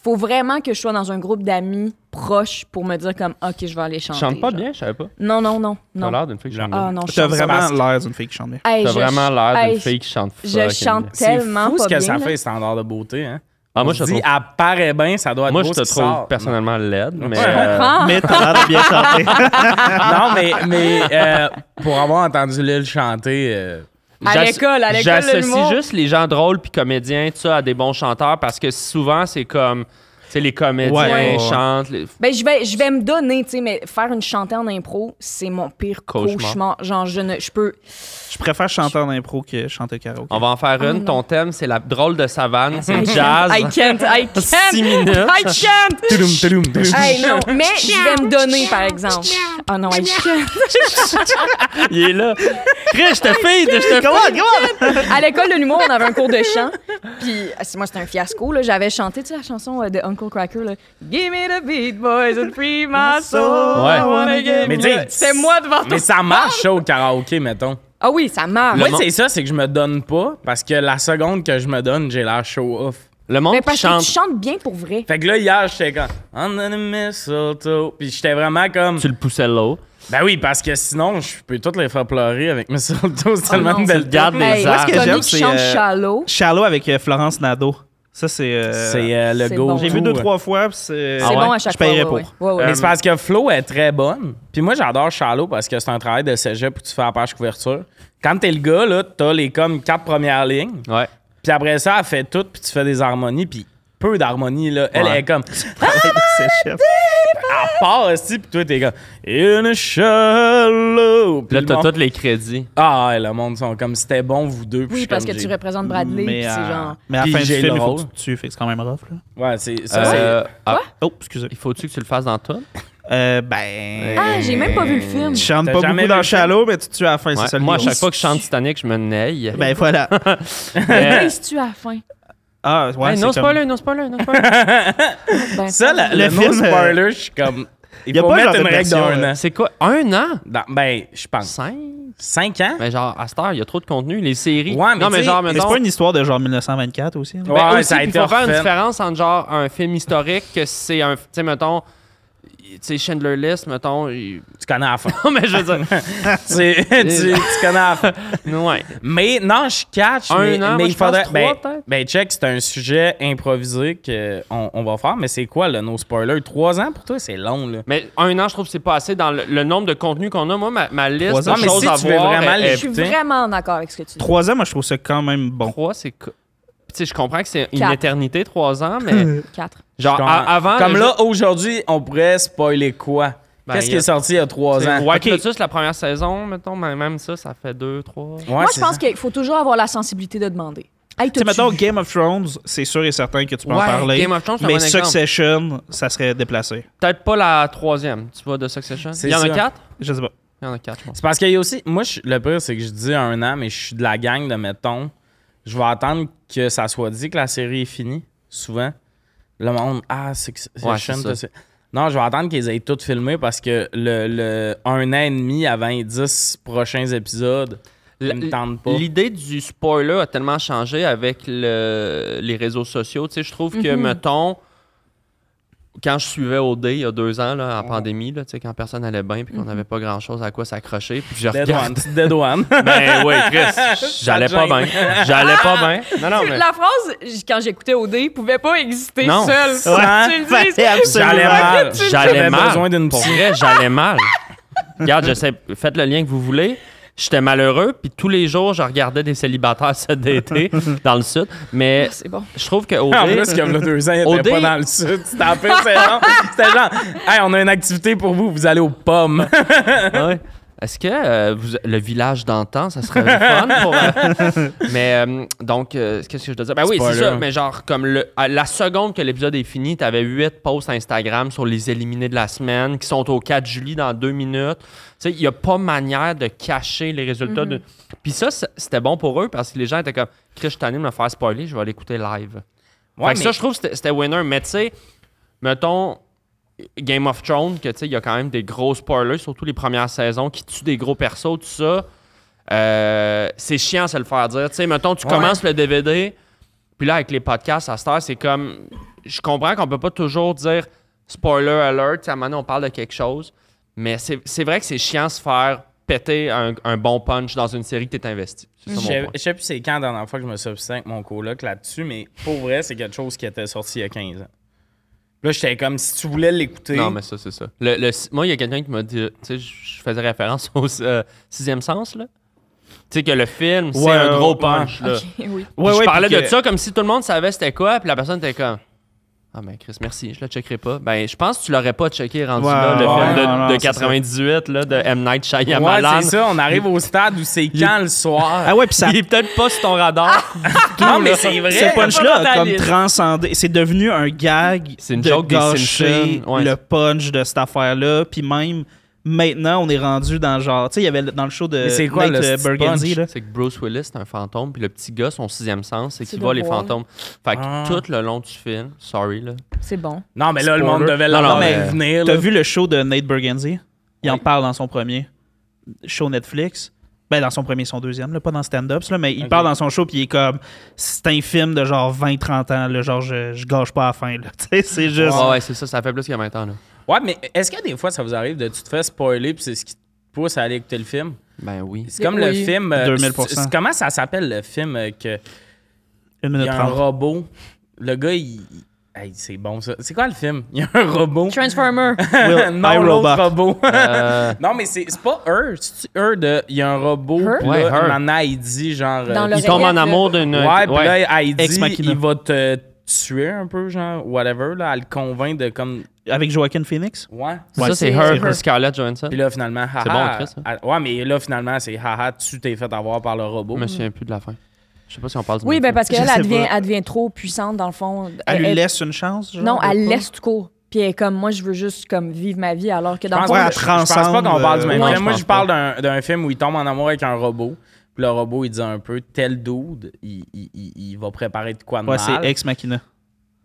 Speaker 2: faut vraiment que je sois dans un groupe d'amis proches pour me dire comme OK, je vais aller
Speaker 3: Je
Speaker 2: chanter.
Speaker 3: chante pas
Speaker 2: genre.
Speaker 3: bien, je savais pas.
Speaker 2: Non, non, non,
Speaker 3: T'as
Speaker 2: non.
Speaker 3: l'air d'une fille qui chante bien.
Speaker 2: Ah non, je
Speaker 4: T'as
Speaker 2: chante
Speaker 4: vraiment
Speaker 1: parce que-
Speaker 4: l'air d'une fille qui chante bien.
Speaker 2: Hey,
Speaker 3: T'as
Speaker 2: je-
Speaker 3: vraiment l'air
Speaker 2: hey,
Speaker 3: d'une fille qui chante
Speaker 2: Je
Speaker 3: fucking
Speaker 2: chante
Speaker 3: bien.
Speaker 1: C'est
Speaker 2: tellement
Speaker 1: fou
Speaker 2: pas
Speaker 1: ce que
Speaker 2: bien,
Speaker 1: ça
Speaker 2: là.
Speaker 1: fait, standard de beauté. Hein?
Speaker 3: Ah, moi,
Speaker 1: je
Speaker 3: je te
Speaker 1: dis,
Speaker 3: trouve,
Speaker 1: elle paraît bien, ça doit être
Speaker 3: moi, je
Speaker 1: beau
Speaker 3: te
Speaker 1: ce qui
Speaker 3: trouve
Speaker 1: sort.
Speaker 3: personnellement laide, mais.
Speaker 2: Je
Speaker 3: euh,
Speaker 1: Ah!
Speaker 2: comprends.
Speaker 4: Mais t'as l'air de bien chanter.
Speaker 1: Non, mais, mais euh, pour avoir entendu Lil chanter, euh,
Speaker 2: À
Speaker 3: j'as-
Speaker 2: l'école, à l'école de l'humour.
Speaker 3: J'associe juste les gens drôles puis comédiens, tout ça, à des bons chanteurs parce que souvent, c'est comme. Tu sais, les comédiens
Speaker 4: Ouais, ouais.
Speaker 3: chantent. les-
Speaker 2: Ben, je vais, je vais me donner, tu sais, mais faire une chantée en impro, c'est mon pire cauchemar.
Speaker 3: Cauchemar.
Speaker 2: Genre, je ne, je peux.
Speaker 4: Je préfère chanter en impro que chanter karaoke.
Speaker 3: On va en faire une. Ton thème, c'est la drôle de savane. C'est jazz.
Speaker 2: I can't, I can't.
Speaker 3: Six minutes.
Speaker 2: I can't.
Speaker 1: toudoum, toudoum, toudoum.
Speaker 2: Hey, non, mais je vais me donner, par exemple. Oh non, I can't.
Speaker 3: Il est là. Chris, je te fille, je te
Speaker 4: Come on, come on!
Speaker 2: À l'école de l'humour, on avait un cours de chant. Puis, ah, c'est- moi, c'était un fiasco, là. J'avais chanté, tu sais, la chanson euh, de Uncle Cracker, là. Give me the beat, boys, and free my soul.
Speaker 3: Ouais.
Speaker 2: I wanna get
Speaker 1: Mais
Speaker 2: me-
Speaker 1: t'sais,
Speaker 2: C'est moi devant toi.
Speaker 1: mais ça marche ça au karaoké, mettons.
Speaker 2: Ah oui, ça marche.
Speaker 3: Le
Speaker 1: Moi,
Speaker 3: mon-
Speaker 1: c'est ça, c'est que je me donne pas parce que la seconde que je me donne, j'ai l'air show off.
Speaker 3: Le monde
Speaker 2: Mais
Speaker 3: qui
Speaker 2: parce
Speaker 3: chante.
Speaker 2: que tu chantes bien pour vrai.
Speaker 1: Fait que là, hier, j'étais comme Under the mistletoe. Puis j'étais vraiment comme.
Speaker 3: Tu le poussais là-haut.
Speaker 1: Ben oui, parce que sinon, je peux toutes les faire pleurer avec mistletoe. C'est tellement
Speaker 2: Ah Oh non.
Speaker 1: une belle
Speaker 3: Regarde les
Speaker 2: Hey,
Speaker 3: arbres.
Speaker 4: ce que
Speaker 2: Tommy
Speaker 4: j'aime,
Speaker 2: qui
Speaker 4: c'est,
Speaker 2: chante
Speaker 4: euh,
Speaker 2: Shallow.
Speaker 4: Shallow avec euh, Florence Nadeau. Ça, c'est. euh,
Speaker 1: C'est euh, Ah le
Speaker 2: C'est
Speaker 1: go.
Speaker 2: bon.
Speaker 4: J'ai vu deux, trois fois. puis C'est
Speaker 2: C'est
Speaker 3: ouais?
Speaker 2: bon à chaque
Speaker 4: Je
Speaker 2: fois.
Speaker 4: paierais
Speaker 2: ouais,
Speaker 4: pour.
Speaker 2: ouais. Ouais, ouais.
Speaker 1: Mais c'est parce que Flo est très bonne. Puis moi, j'adore Shallow parce que c'est un travail de cégep où tu fais la page couverture. Quand t'es le gars, là, t'as les comme quatre premières lignes.
Speaker 3: Ouais.
Speaker 1: Puis après ça, elle fait tout, puis tu fais des harmonies, puis peu d'harmonies, là. Elle
Speaker 3: Ouais.
Speaker 1: est comme... Ah,
Speaker 4: C'est chef.
Speaker 1: Elle part, aussi, puis toi, t'es comme... In a shallow... Puis
Speaker 3: Là,
Speaker 1: le
Speaker 3: t'as
Speaker 1: monde-
Speaker 3: tous les crédits.
Speaker 1: Ah, ouais, le monde sont comme... C'était bon, vous deux. puis Euh, je
Speaker 2: Oui,
Speaker 1: suis
Speaker 2: parce que
Speaker 1: comme, j'ai-
Speaker 2: tu représentes Bradley, puis
Speaker 4: Mais,
Speaker 2: c'est
Speaker 4: euh,
Speaker 2: genre...
Speaker 4: mais à la
Speaker 1: Puis
Speaker 4: fin du
Speaker 1: j'ai
Speaker 4: film,
Speaker 1: le
Speaker 4: il faut
Speaker 1: rôle.
Speaker 4: que tu te tues. Fait que c'est quand même rough. Là.
Speaker 1: Ouais, c'est... Ça,
Speaker 3: Euh, ah,
Speaker 4: Oh, excusez.
Speaker 3: il faut-tu que tu le fasses dans tout?
Speaker 4: Euh, ben.
Speaker 2: Ah, j'ai même pas vu le film.
Speaker 4: Tu chantes
Speaker 1: T'as
Speaker 4: pas
Speaker 1: jamais
Speaker 4: beaucoup
Speaker 1: vu
Speaker 4: dans
Speaker 1: le film?
Speaker 4: Shallow, mais tu tues à la fin.
Speaker 3: Ouais.
Speaker 4: C'est ça le
Speaker 3: Moi, à
Speaker 4: deal.
Speaker 3: chaque fois que je chante Titanic, je me naille.
Speaker 4: Ben voilà.
Speaker 3: Mais-
Speaker 2: Qu'est-ce que tu as faim?
Speaker 4: Ah, ouais,
Speaker 3: Hey,
Speaker 4: c'est
Speaker 3: non,
Speaker 4: comme-
Speaker 3: spoiler, non, spoiler, non, spoiler.
Speaker 1: c'est-
Speaker 2: Ben,
Speaker 1: ça, la- le,
Speaker 4: Le
Speaker 1: no
Speaker 4: film, euh,
Speaker 1: spoiler, je suis comme... Il
Speaker 4: y a
Speaker 1: faut
Speaker 4: pas
Speaker 1: mettre
Speaker 4: genre de
Speaker 1: une règle
Speaker 4: version,
Speaker 1: d'un
Speaker 4: euh,
Speaker 1: an.
Speaker 3: C'est quoi? Un an?
Speaker 1: Dans- ben, je pense.
Speaker 3: Cinq?
Speaker 1: Cinq ans?
Speaker 3: Mais genre, à cette heure, il y a trop de contenu. Les séries.
Speaker 1: Ouais, mais
Speaker 3: non,
Speaker 1: tu
Speaker 3: mais
Speaker 1: sais,
Speaker 3: genre,
Speaker 4: Mais c'est
Speaker 3: mettons...
Speaker 4: pas une histoire de genre 1924 aussi. hein? là?
Speaker 1: Ouais,
Speaker 3: Ben, aussi,
Speaker 1: ça a
Speaker 3: puis
Speaker 1: été
Speaker 3: faut faire une
Speaker 1: refait.
Speaker 3: différence entre genre un film historique que c'est un... Tu sais, mettons... Tu sais, Chandler List, mettons... il-
Speaker 1: Tu connais la fin.
Speaker 3: Non, mais je veux dire...
Speaker 1: tu, tu, tu connais la fin.
Speaker 3: ouais.
Speaker 1: Mais non, je catch.
Speaker 3: Un
Speaker 1: mais,
Speaker 3: an, moi,
Speaker 1: mais
Speaker 3: je
Speaker 1: il faudrait.
Speaker 3: pense
Speaker 1: ben,
Speaker 3: trois, peut-être.
Speaker 1: ben, check, c'est un sujet improvisé qu'on on va faire. Mais c'est quoi le no spoiler? Trois ans pour toi, c'est long, là.
Speaker 3: Mais un an, je trouve que c'est pas assez dans le, le nombre de contenus qu'on a. Moi, ma, ma liste
Speaker 4: Trois ans,
Speaker 3: de
Speaker 4: mais
Speaker 3: choses
Speaker 1: si
Speaker 3: à
Speaker 1: tu veux
Speaker 3: voir...
Speaker 1: vraiment
Speaker 3: est-
Speaker 1: les-
Speaker 3: est-
Speaker 2: Je suis
Speaker 1: putain.
Speaker 2: vraiment d'accord avec ce que tu dis.
Speaker 4: Trois ans, moi, je trouve ça quand même bon.
Speaker 3: Trois, c'est... co- Puis Tu sais, je comprends que c'est une
Speaker 2: Quatre.
Speaker 3: éternité, trois ans, mais...
Speaker 2: Quatre.
Speaker 3: genre,
Speaker 1: Comme-
Speaker 3: a- avant...
Speaker 1: Comme
Speaker 3: le-
Speaker 1: là, aujourd'hui, on pourrait spoiler quoi?
Speaker 3: Ben,
Speaker 1: Qu'est-ce
Speaker 3: y
Speaker 1: qui
Speaker 3: a-
Speaker 1: est sorti il y a trois ans?
Speaker 3: White
Speaker 4: Ok.
Speaker 3: Lotus, la première saison, mettons, mais même ça, ça fait deux, trois.
Speaker 1: Ouais,
Speaker 2: Moi,
Speaker 1: c'est
Speaker 2: je pense
Speaker 1: ça.
Speaker 2: qu'il faut toujours avoir la sensibilité de demander. Hey,
Speaker 4: Tu sais,
Speaker 2: t'as-tu
Speaker 4: mettons,
Speaker 2: vu?
Speaker 4: Game of Thrones, c'est sûr et certain que tu peux en
Speaker 3: Ouais,
Speaker 4: parler.
Speaker 3: Game of Thrones, c'est un
Speaker 4: mais
Speaker 3: bon exemple.
Speaker 4: Succession, ça serait déplacé.
Speaker 3: Peut-être pas la troisième, tu vois, de Succession.
Speaker 1: C'est
Speaker 3: Il y en
Speaker 1: ça.
Speaker 3: a quatre?
Speaker 4: Je sais pas.
Speaker 3: Il y en a quatre, je pense.
Speaker 1: C'est parce qu'il y a aussi. Moi, je- le pire, c'est que je dis un an, mais je suis de la gang de mettons. Je vais attendre que ça soit dit que la série est finie, souvent. Le monde, ah, c'est que c'est
Speaker 3: Ouais,
Speaker 1: c'est
Speaker 3: c'est
Speaker 1: chaîne,
Speaker 3: ça.
Speaker 1: t'as- c'est- Non, je vais attendre qu'ils aient tout filmé parce que le, le un an et demi avant les 10 prochains épisodes, ils me tentent pas.
Speaker 3: L'idée du spoiler a tellement changé avec le- les réseaux sociaux. Tu sais, je trouve que, mettons, quand je suivais OD il y a deux ans, là, en pandémie, là, tu sais, quand personne allait bien puis qu'on n'avait pas grand-chose à quoi s'accrocher, puis je
Speaker 1: Dead One,
Speaker 3: regarde.
Speaker 1: petite Dead One.
Speaker 3: ben oui, Chris, j'allais
Speaker 1: Ça
Speaker 3: pas
Speaker 1: te gêne.
Speaker 3: bien. J'allais pas bien. Non, non, mais...
Speaker 2: La phrase, j- quand j'écoutais OD, pouvait pas exister
Speaker 3: euh, Non.
Speaker 2: seule. Faut que Tu le dises.
Speaker 4: Fallait absolument.
Speaker 1: J'allais mal.
Speaker 3: J'allais
Speaker 1: J'avais
Speaker 3: mal.
Speaker 1: besoin d'une
Speaker 3: Pour
Speaker 1: psy.
Speaker 3: vrai, j'allais mal. Regarde, je sais, faites le lien que vous voulez. J'étais malheureux, puis tous les jours, je regardais des célibataires se dater dans le sud. Mais
Speaker 2: Ah, C'est bon.
Speaker 3: je trouve que
Speaker 1: Ah, En
Speaker 3: OD,
Speaker 1: plus, comme là, deux ans, il
Speaker 3: OD.
Speaker 1: était pas dans le sud. C'était en pleine saison. C'était genre, hey, on a une activité pour vous, vous allez aux pommes.
Speaker 3: Ouais. Est-ce que euh, vous- le village d'antan, ça serait le fun pour. euh, mais euh, donc, euh, qu'est-ce que je dois dire? Ben oui, c'est
Speaker 1: Spoiler.
Speaker 3: ça. Mais genre, comme le, à la seconde que l'épisode est fini, t'avais huit posts Instagram sur les éliminés de la semaine qui sont au 4 juillet dans deux minutes. Tu sais, il n'y a pas manière de cacher les résultats. de... Puis ça, c- c'était bon pour eux parce que les gens étaient comme, Chris, je suis tanné de me faire spoiler, je vais aller écouter live.
Speaker 1: Ouais,
Speaker 3: Fait que
Speaker 1: mais-
Speaker 3: ça, je trouve que c'était- c'était winner. Mais tu sais, mettons Game of Thrones, que tu sais, il y a quand même des gros spoilers, surtout les premières saisons, qui tuent des gros persos, tout ça. Euh, c'est chiant se le faire dire. Tu sais, mettons, tu
Speaker 1: Ouais.
Speaker 3: commences le DVD, puis là, avec les podcasts à cette heure, c'est comme. Je comprends qu'on peut pas toujours dire spoiler alert. Tu sais, à un moment donné, on parle de quelque chose. Mais c'est c'est vrai que c'est chiant se faire péter un, un bon punch dans une série que t'es investi. C'est ça
Speaker 1: Je
Speaker 3: mon
Speaker 1: sais-
Speaker 3: point.
Speaker 1: je sais plus c'est quand la dernière fois que je me suis obstiné avec mon coloc là-dessus, mais pour vrai, c'est quelque chose qui était sorti il y a 15 ans. Là, j'étais comme si tu voulais l'écouter.
Speaker 3: Non, mais ça, c'est ça. Le- le- moi, il y a quelqu'un qui m'a dit, tu sais, je je faisais référence au euh, sixième sens, là. Tu sais, que le film, c'est
Speaker 4: Ouais,
Speaker 3: un
Speaker 4: ouais,
Speaker 3: gros
Speaker 4: ouais.
Speaker 3: punch, là.
Speaker 2: Ok, oui.
Speaker 3: Puis je parlais
Speaker 4: puis
Speaker 3: de
Speaker 4: que-
Speaker 3: ça comme si tout le monde savait c'était quoi, puis la personne était comme. Ah, ben Chris, merci, je le checkerai pas. Ben, je pense que tu l'aurais pas checké rendu
Speaker 4: Ouais,
Speaker 3: là, le
Speaker 4: ouais,
Speaker 3: film de,
Speaker 4: non, non,
Speaker 3: de
Speaker 4: c'est ça.
Speaker 3: 98, là, de M. Night
Speaker 1: ouais,
Speaker 3: Shyamalan.
Speaker 1: c'est ça, on arrive au stade où c'est quand le soir.
Speaker 4: Ah ouais, puis ça
Speaker 3: Il est peut-être pas sur ton radar.
Speaker 1: non, mais c'est vrai.
Speaker 4: ce
Speaker 3: pas
Speaker 4: punch-là
Speaker 3: dans
Speaker 4: a
Speaker 3: ta
Speaker 4: comme
Speaker 3: liste.
Speaker 4: transcendé. C'est devenu un gag
Speaker 3: C'est une
Speaker 4: de
Speaker 3: joke des
Speaker 4: gâcher
Speaker 3: Simpsons, ouais.
Speaker 4: le punch de cette affaire-là. Puis même maintenant, on est rendu dans genre. Tu sais, il y avait le- dans le show de
Speaker 1: Mais c'est quoi,
Speaker 4: Nate
Speaker 1: le
Speaker 4: euh,
Speaker 1: petit
Speaker 4: Burgundy.
Speaker 1: punch?
Speaker 4: Là.
Speaker 3: C'est que Bruce Willis, c'est un fantôme, puis le petit gars, son sixième sens, c'est
Speaker 2: C'est
Speaker 3: qu'il
Speaker 2: de
Speaker 3: voit les
Speaker 2: voir.
Speaker 3: fantômes. Fait que
Speaker 1: Ah.
Speaker 3: tout le long du film, sorry, là.
Speaker 2: C'est bon.
Speaker 1: Non, mais là, le
Speaker 4: Spoiler.
Speaker 1: monde devait
Speaker 3: Non,
Speaker 1: l'avoir
Speaker 3: non, mais-
Speaker 1: mais venir.
Speaker 4: T'as
Speaker 1: là.
Speaker 4: vu le show de Nate Burgundy? Il en
Speaker 3: Oui.
Speaker 4: parle dans son premier show Netflix. Ben, dans son premier, son deuxième, là, pas dans stand-ups, là, mais il
Speaker 1: Ok.
Speaker 4: parle dans son show, puis il est comme. C'est un film de genre 20-30 ans, là, genre je, je gâche pas à la fin, là. Tu sais, c'est juste.
Speaker 3: Ouais, ouais, c'est ça, ça fait plus qu'il y a 20 ans, là.
Speaker 1: Ouais, mais est-ce que des fois, ça vous arrive de tu te fais spoiler puis c'est ce qui te pousse à aller écouter le film?
Speaker 3: Ben oui.
Speaker 1: C'est comme
Speaker 2: Oui.
Speaker 1: le film. euh,
Speaker 4: 2000%.
Speaker 1: c'est- c'est- Comment ça s'appelle le film euh, que il
Speaker 4: Une minute
Speaker 1: y a un
Speaker 4: trente.
Speaker 1: robot? Le gars, il. il- Hey, c'est bon ça. C'est quoi le film? Il y a un robot.
Speaker 2: Transformer.
Speaker 4: Will-
Speaker 1: non,
Speaker 4: iRobot.
Speaker 1: l'autre robot.
Speaker 3: Euh,
Speaker 1: non, mais c'est c'est pas eux. C'est eux de. Il y a un robot.
Speaker 2: Her?
Speaker 1: Puis
Speaker 3: Ouais,
Speaker 1: là,
Speaker 3: her.
Speaker 1: maintenant, il dit genre.
Speaker 2: Dans
Speaker 1: euh,
Speaker 2: le
Speaker 3: il tombe en
Speaker 2: là.
Speaker 3: amour d'une.
Speaker 1: Ouais, puis là, elle
Speaker 4: Ex
Speaker 1: dit,
Speaker 4: Machina.
Speaker 1: il va te tuer un peu, genre, whatever, là. Elle le convainc de comme.
Speaker 4: Avec Joaquin
Speaker 2: Euh,
Speaker 4: Phoenix?
Speaker 1: Ouais.
Speaker 3: Ça,
Speaker 4: Ouais,
Speaker 3: c'est
Speaker 2: c'est
Speaker 3: Her,
Speaker 2: Her.
Speaker 3: de Scarlett Johansson.
Speaker 1: Puis là, finalement, haha.
Speaker 3: C'est bon, Chris, hein?
Speaker 1: elle- Ouais, mais là, finalement, c'est haha, tu t'es fait avoir par le robot.
Speaker 3: Je me souviens plus de la fin. Je sais pas si on parle du
Speaker 2: Oui,
Speaker 3: même
Speaker 2: ben
Speaker 3: film.
Speaker 2: parce
Speaker 4: Je
Speaker 2: qu'elle,
Speaker 4: sais
Speaker 2: elle devient,
Speaker 4: pas.
Speaker 2: elle devient trop puissante, dans le fond.
Speaker 4: Elle lui
Speaker 2: Elle-
Speaker 4: laisse une chance? genre,
Speaker 2: Non,
Speaker 4: de
Speaker 2: elle
Speaker 4: pas?
Speaker 2: laisse tout court. Puis elle est comme, moi, je veux juste comme vivre ma vie, alors que
Speaker 1: Je
Speaker 2: dans le
Speaker 1: pense,
Speaker 2: fond,
Speaker 4: Ouais,
Speaker 1: pas-
Speaker 4: elle
Speaker 1: je- je pense pas
Speaker 4: transcende,
Speaker 1: qu'on parle du
Speaker 4: euh,
Speaker 1: même
Speaker 3: ouais,
Speaker 1: film.
Speaker 3: je
Speaker 1: Moi,
Speaker 3: pense
Speaker 1: je parle d'un- d'un film où il tombe en amour avec un robot. Puis le robot, il dit un peu, tel dude, il, il- il- il va préparer de quoi de
Speaker 4: Ouais,
Speaker 1: mal.
Speaker 4: c'est Ex Machina.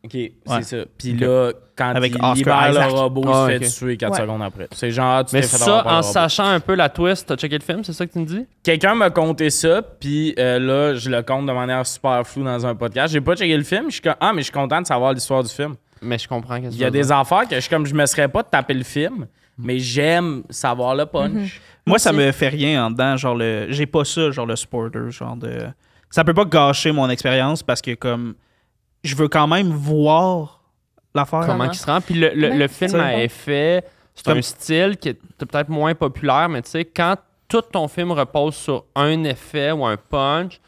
Speaker 1: OK,
Speaker 4: Ouais.
Speaker 1: c'est ça. Puis là, quand
Speaker 4: Avec
Speaker 1: il
Speaker 4: Oscar
Speaker 1: libère
Speaker 4: Isaac.
Speaker 1: le robot,
Speaker 3: Ah,
Speaker 1: il se
Speaker 3: ok.
Speaker 1: fait tuer 4
Speaker 2: Ouais.
Speaker 1: secondes après. C'est genre, ah, tu
Speaker 3: Mais
Speaker 1: t'es fait avoir par
Speaker 3: ça,
Speaker 1: le
Speaker 3: en
Speaker 1: robot.
Speaker 3: sachant un peu la twist, t'as checké le film, c'est ça que tu me dis?
Speaker 1: Quelqu'un m'a conté ça, puis euh, là, je le compte de manière super floue dans un podcast. J'ai pas checké le film, je suis comme, ah, mais je suis content de savoir l'histoire du film.
Speaker 3: Mais je comprends qu'est-ce que
Speaker 1: Il y a
Speaker 3: tu veux
Speaker 1: des affaires que je suis comme, je me serais pas de taper le film, mais j'aime savoir le punch.
Speaker 2: Mhm.
Speaker 4: Moi, ça
Speaker 2: Aussi.
Speaker 4: me fait rien en dedans. Genre, le... j'ai pas ça, genre le spoiler. Genre de... Ça peut pas gâcher mon expérience parce que, comme, je veux quand même voir l'affaire.
Speaker 3: dire. Comment
Speaker 2: Comment?
Speaker 3: il se rend? hein. Puis le, le-
Speaker 2: Ouais,
Speaker 3: le
Speaker 2: c'est
Speaker 3: film
Speaker 4: bon.
Speaker 3: a fait. C'est
Speaker 4: Comme-
Speaker 3: un style qui est peut-être moins populaire, mais tu sais, quand tout ton film repose sur un effet ou un punch,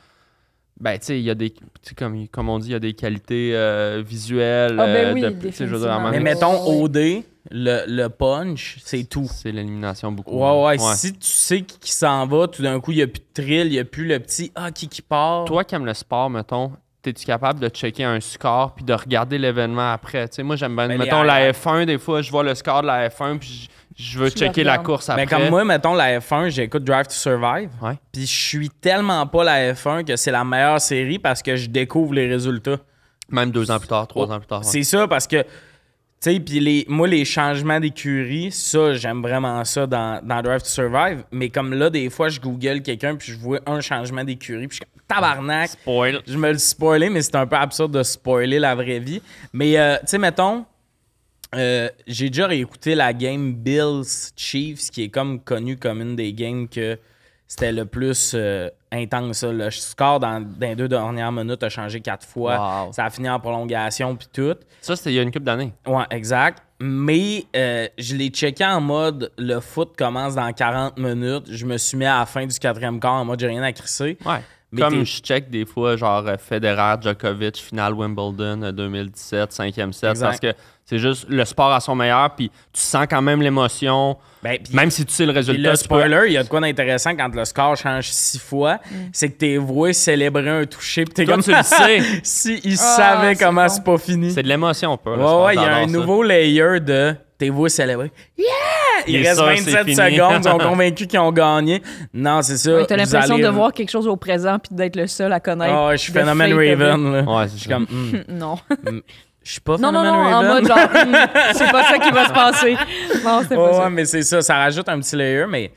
Speaker 3: ben tu sais, il y a des. tu sais, Comme, comme on dit, il y a des qualités euh, visuelles.
Speaker 2: Ah, ben
Speaker 3: euh,
Speaker 2: oui,
Speaker 3: de- tu sais, je veux dire, à un moment
Speaker 1: Mais
Speaker 3: donné,
Speaker 1: mettons,
Speaker 2: Oui.
Speaker 1: OD, le, le punch, c'est tout.
Speaker 3: C'est l'élimination beaucoup.
Speaker 1: Ouais, ouais,
Speaker 3: Ouais.
Speaker 1: Si tu sais qu'il s'en va, tout d'un coup, il n'y a plus de thrill, il n'y a plus le petit ah qui qui part.
Speaker 3: Toi qui aimes le sport, mettons, es-tu capable de checker un score puis de regarder l'événement après? Tu sais, moi, j'aime bien.
Speaker 1: Ben, les
Speaker 3: mettons, la
Speaker 1: highlights.
Speaker 3: F1, des fois, je vois le score de la F1 puis je, je veux
Speaker 2: Tu le
Speaker 3: checker la
Speaker 2: regardes.
Speaker 3: course
Speaker 1: Mais
Speaker 3: après.
Speaker 1: Ben, comme moi, mettons, la F1, j'écoute Drive to Survive.
Speaker 3: Ouais.
Speaker 1: Puis je suis tellement pas la F1 que c'est la meilleure série parce que je découvre les résultats.
Speaker 3: Même deux ans plus tard, trois ans plus tard. Ah ouais.
Speaker 1: Oh, C'est ça parce que, tu sais, puis les, moi, les changements d'écurie, ça, j'aime vraiment ça dans, dans Drive to Survive. Mais comme là, des fois, je google quelqu'un puis je vois un changement d'écurie puis je suis comme tabarnak.
Speaker 3: Spoil.
Speaker 1: Je me le spoilais, mais c'est un peu absurde de spoiler la vraie vie. Mais, euh, tu sais, mettons, euh, j'ai déjà réécouté la game Bills Chiefs, qui est comme connue comme une des games que c'était le plus euh, intense. ça. Le score dans, dans les deux dernières minutes a changé quatre fois.
Speaker 3: Wow.
Speaker 1: Ça a fini en prolongation, puis tout.
Speaker 3: Ça, c'était il y a une couple d'années.
Speaker 1: Ouais, exact. Mais euh, je l'ai checké en mode le foot commence dans 40 minutes. Je me suis mis à la fin du quatrième quart en mode j'ai rien à crisser.
Speaker 3: Ouais.
Speaker 1: Mais
Speaker 3: Comme
Speaker 1: t'es-
Speaker 3: je check des fois, genre euh, Federer, Djokovic, finale Wimbledon euh, 2017, cinquième set,
Speaker 1: Exact.
Speaker 3: parce que c'est juste le sport à son meilleur, puis tu sens quand même l'émotion,
Speaker 1: Ben, puis-
Speaker 3: même si tu sais le
Speaker 1: Puis
Speaker 3: résultat.
Speaker 1: le
Speaker 3: tu peux-
Speaker 1: spoiler, il y a de quoi d'intéressant quand le score change six fois,
Speaker 2: Mm.
Speaker 1: c'est que t'es voué célébrer un touché, puis t'es
Speaker 3: Toi,
Speaker 1: comme
Speaker 3: tu le sais.
Speaker 1: si il
Speaker 2: Ah,
Speaker 1: savait
Speaker 2: c'est
Speaker 1: comment
Speaker 2: bon.
Speaker 1: c'est pas fini.
Speaker 3: C'est de l'émotion, peu. le
Speaker 1: Ouais,
Speaker 3: sport,
Speaker 1: ouais, il y a
Speaker 3: j'adore
Speaker 1: un
Speaker 3: ça.
Speaker 1: nouveau layer de t'es voué célébrer. Yeah! Il,
Speaker 3: Il est
Speaker 1: reste
Speaker 3: sûr,
Speaker 1: 27
Speaker 3: c'est fini.
Speaker 1: secondes, ils sont convaincus qu'ils ont gagné. Non, c'est ça.
Speaker 2: Ouais, t'as
Speaker 1: vous
Speaker 2: l'impression
Speaker 1: allez-
Speaker 2: de voir quelque chose au présent puis d'être le seul à connaître.
Speaker 1: Ah, ouais, je suis
Speaker 2: de
Speaker 1: phénomène
Speaker 2: fait, t'as
Speaker 1: Raven, là.
Speaker 3: Ouais,
Speaker 1: Je
Speaker 3: c'est
Speaker 1: suis
Speaker 3: comme.
Speaker 1: comme, hmm,
Speaker 2: vu. Non.
Speaker 1: je suis pas
Speaker 2: Non, non,
Speaker 1: phénomène
Speaker 2: non, en
Speaker 1: Raven.
Speaker 2: mode genre, hmm, c'est pas ça qui va se passer. Non, c'est pas
Speaker 1: Ouais,
Speaker 2: ça.
Speaker 1: ouais, mais c'est ça, ça rajoute un petit layer, mais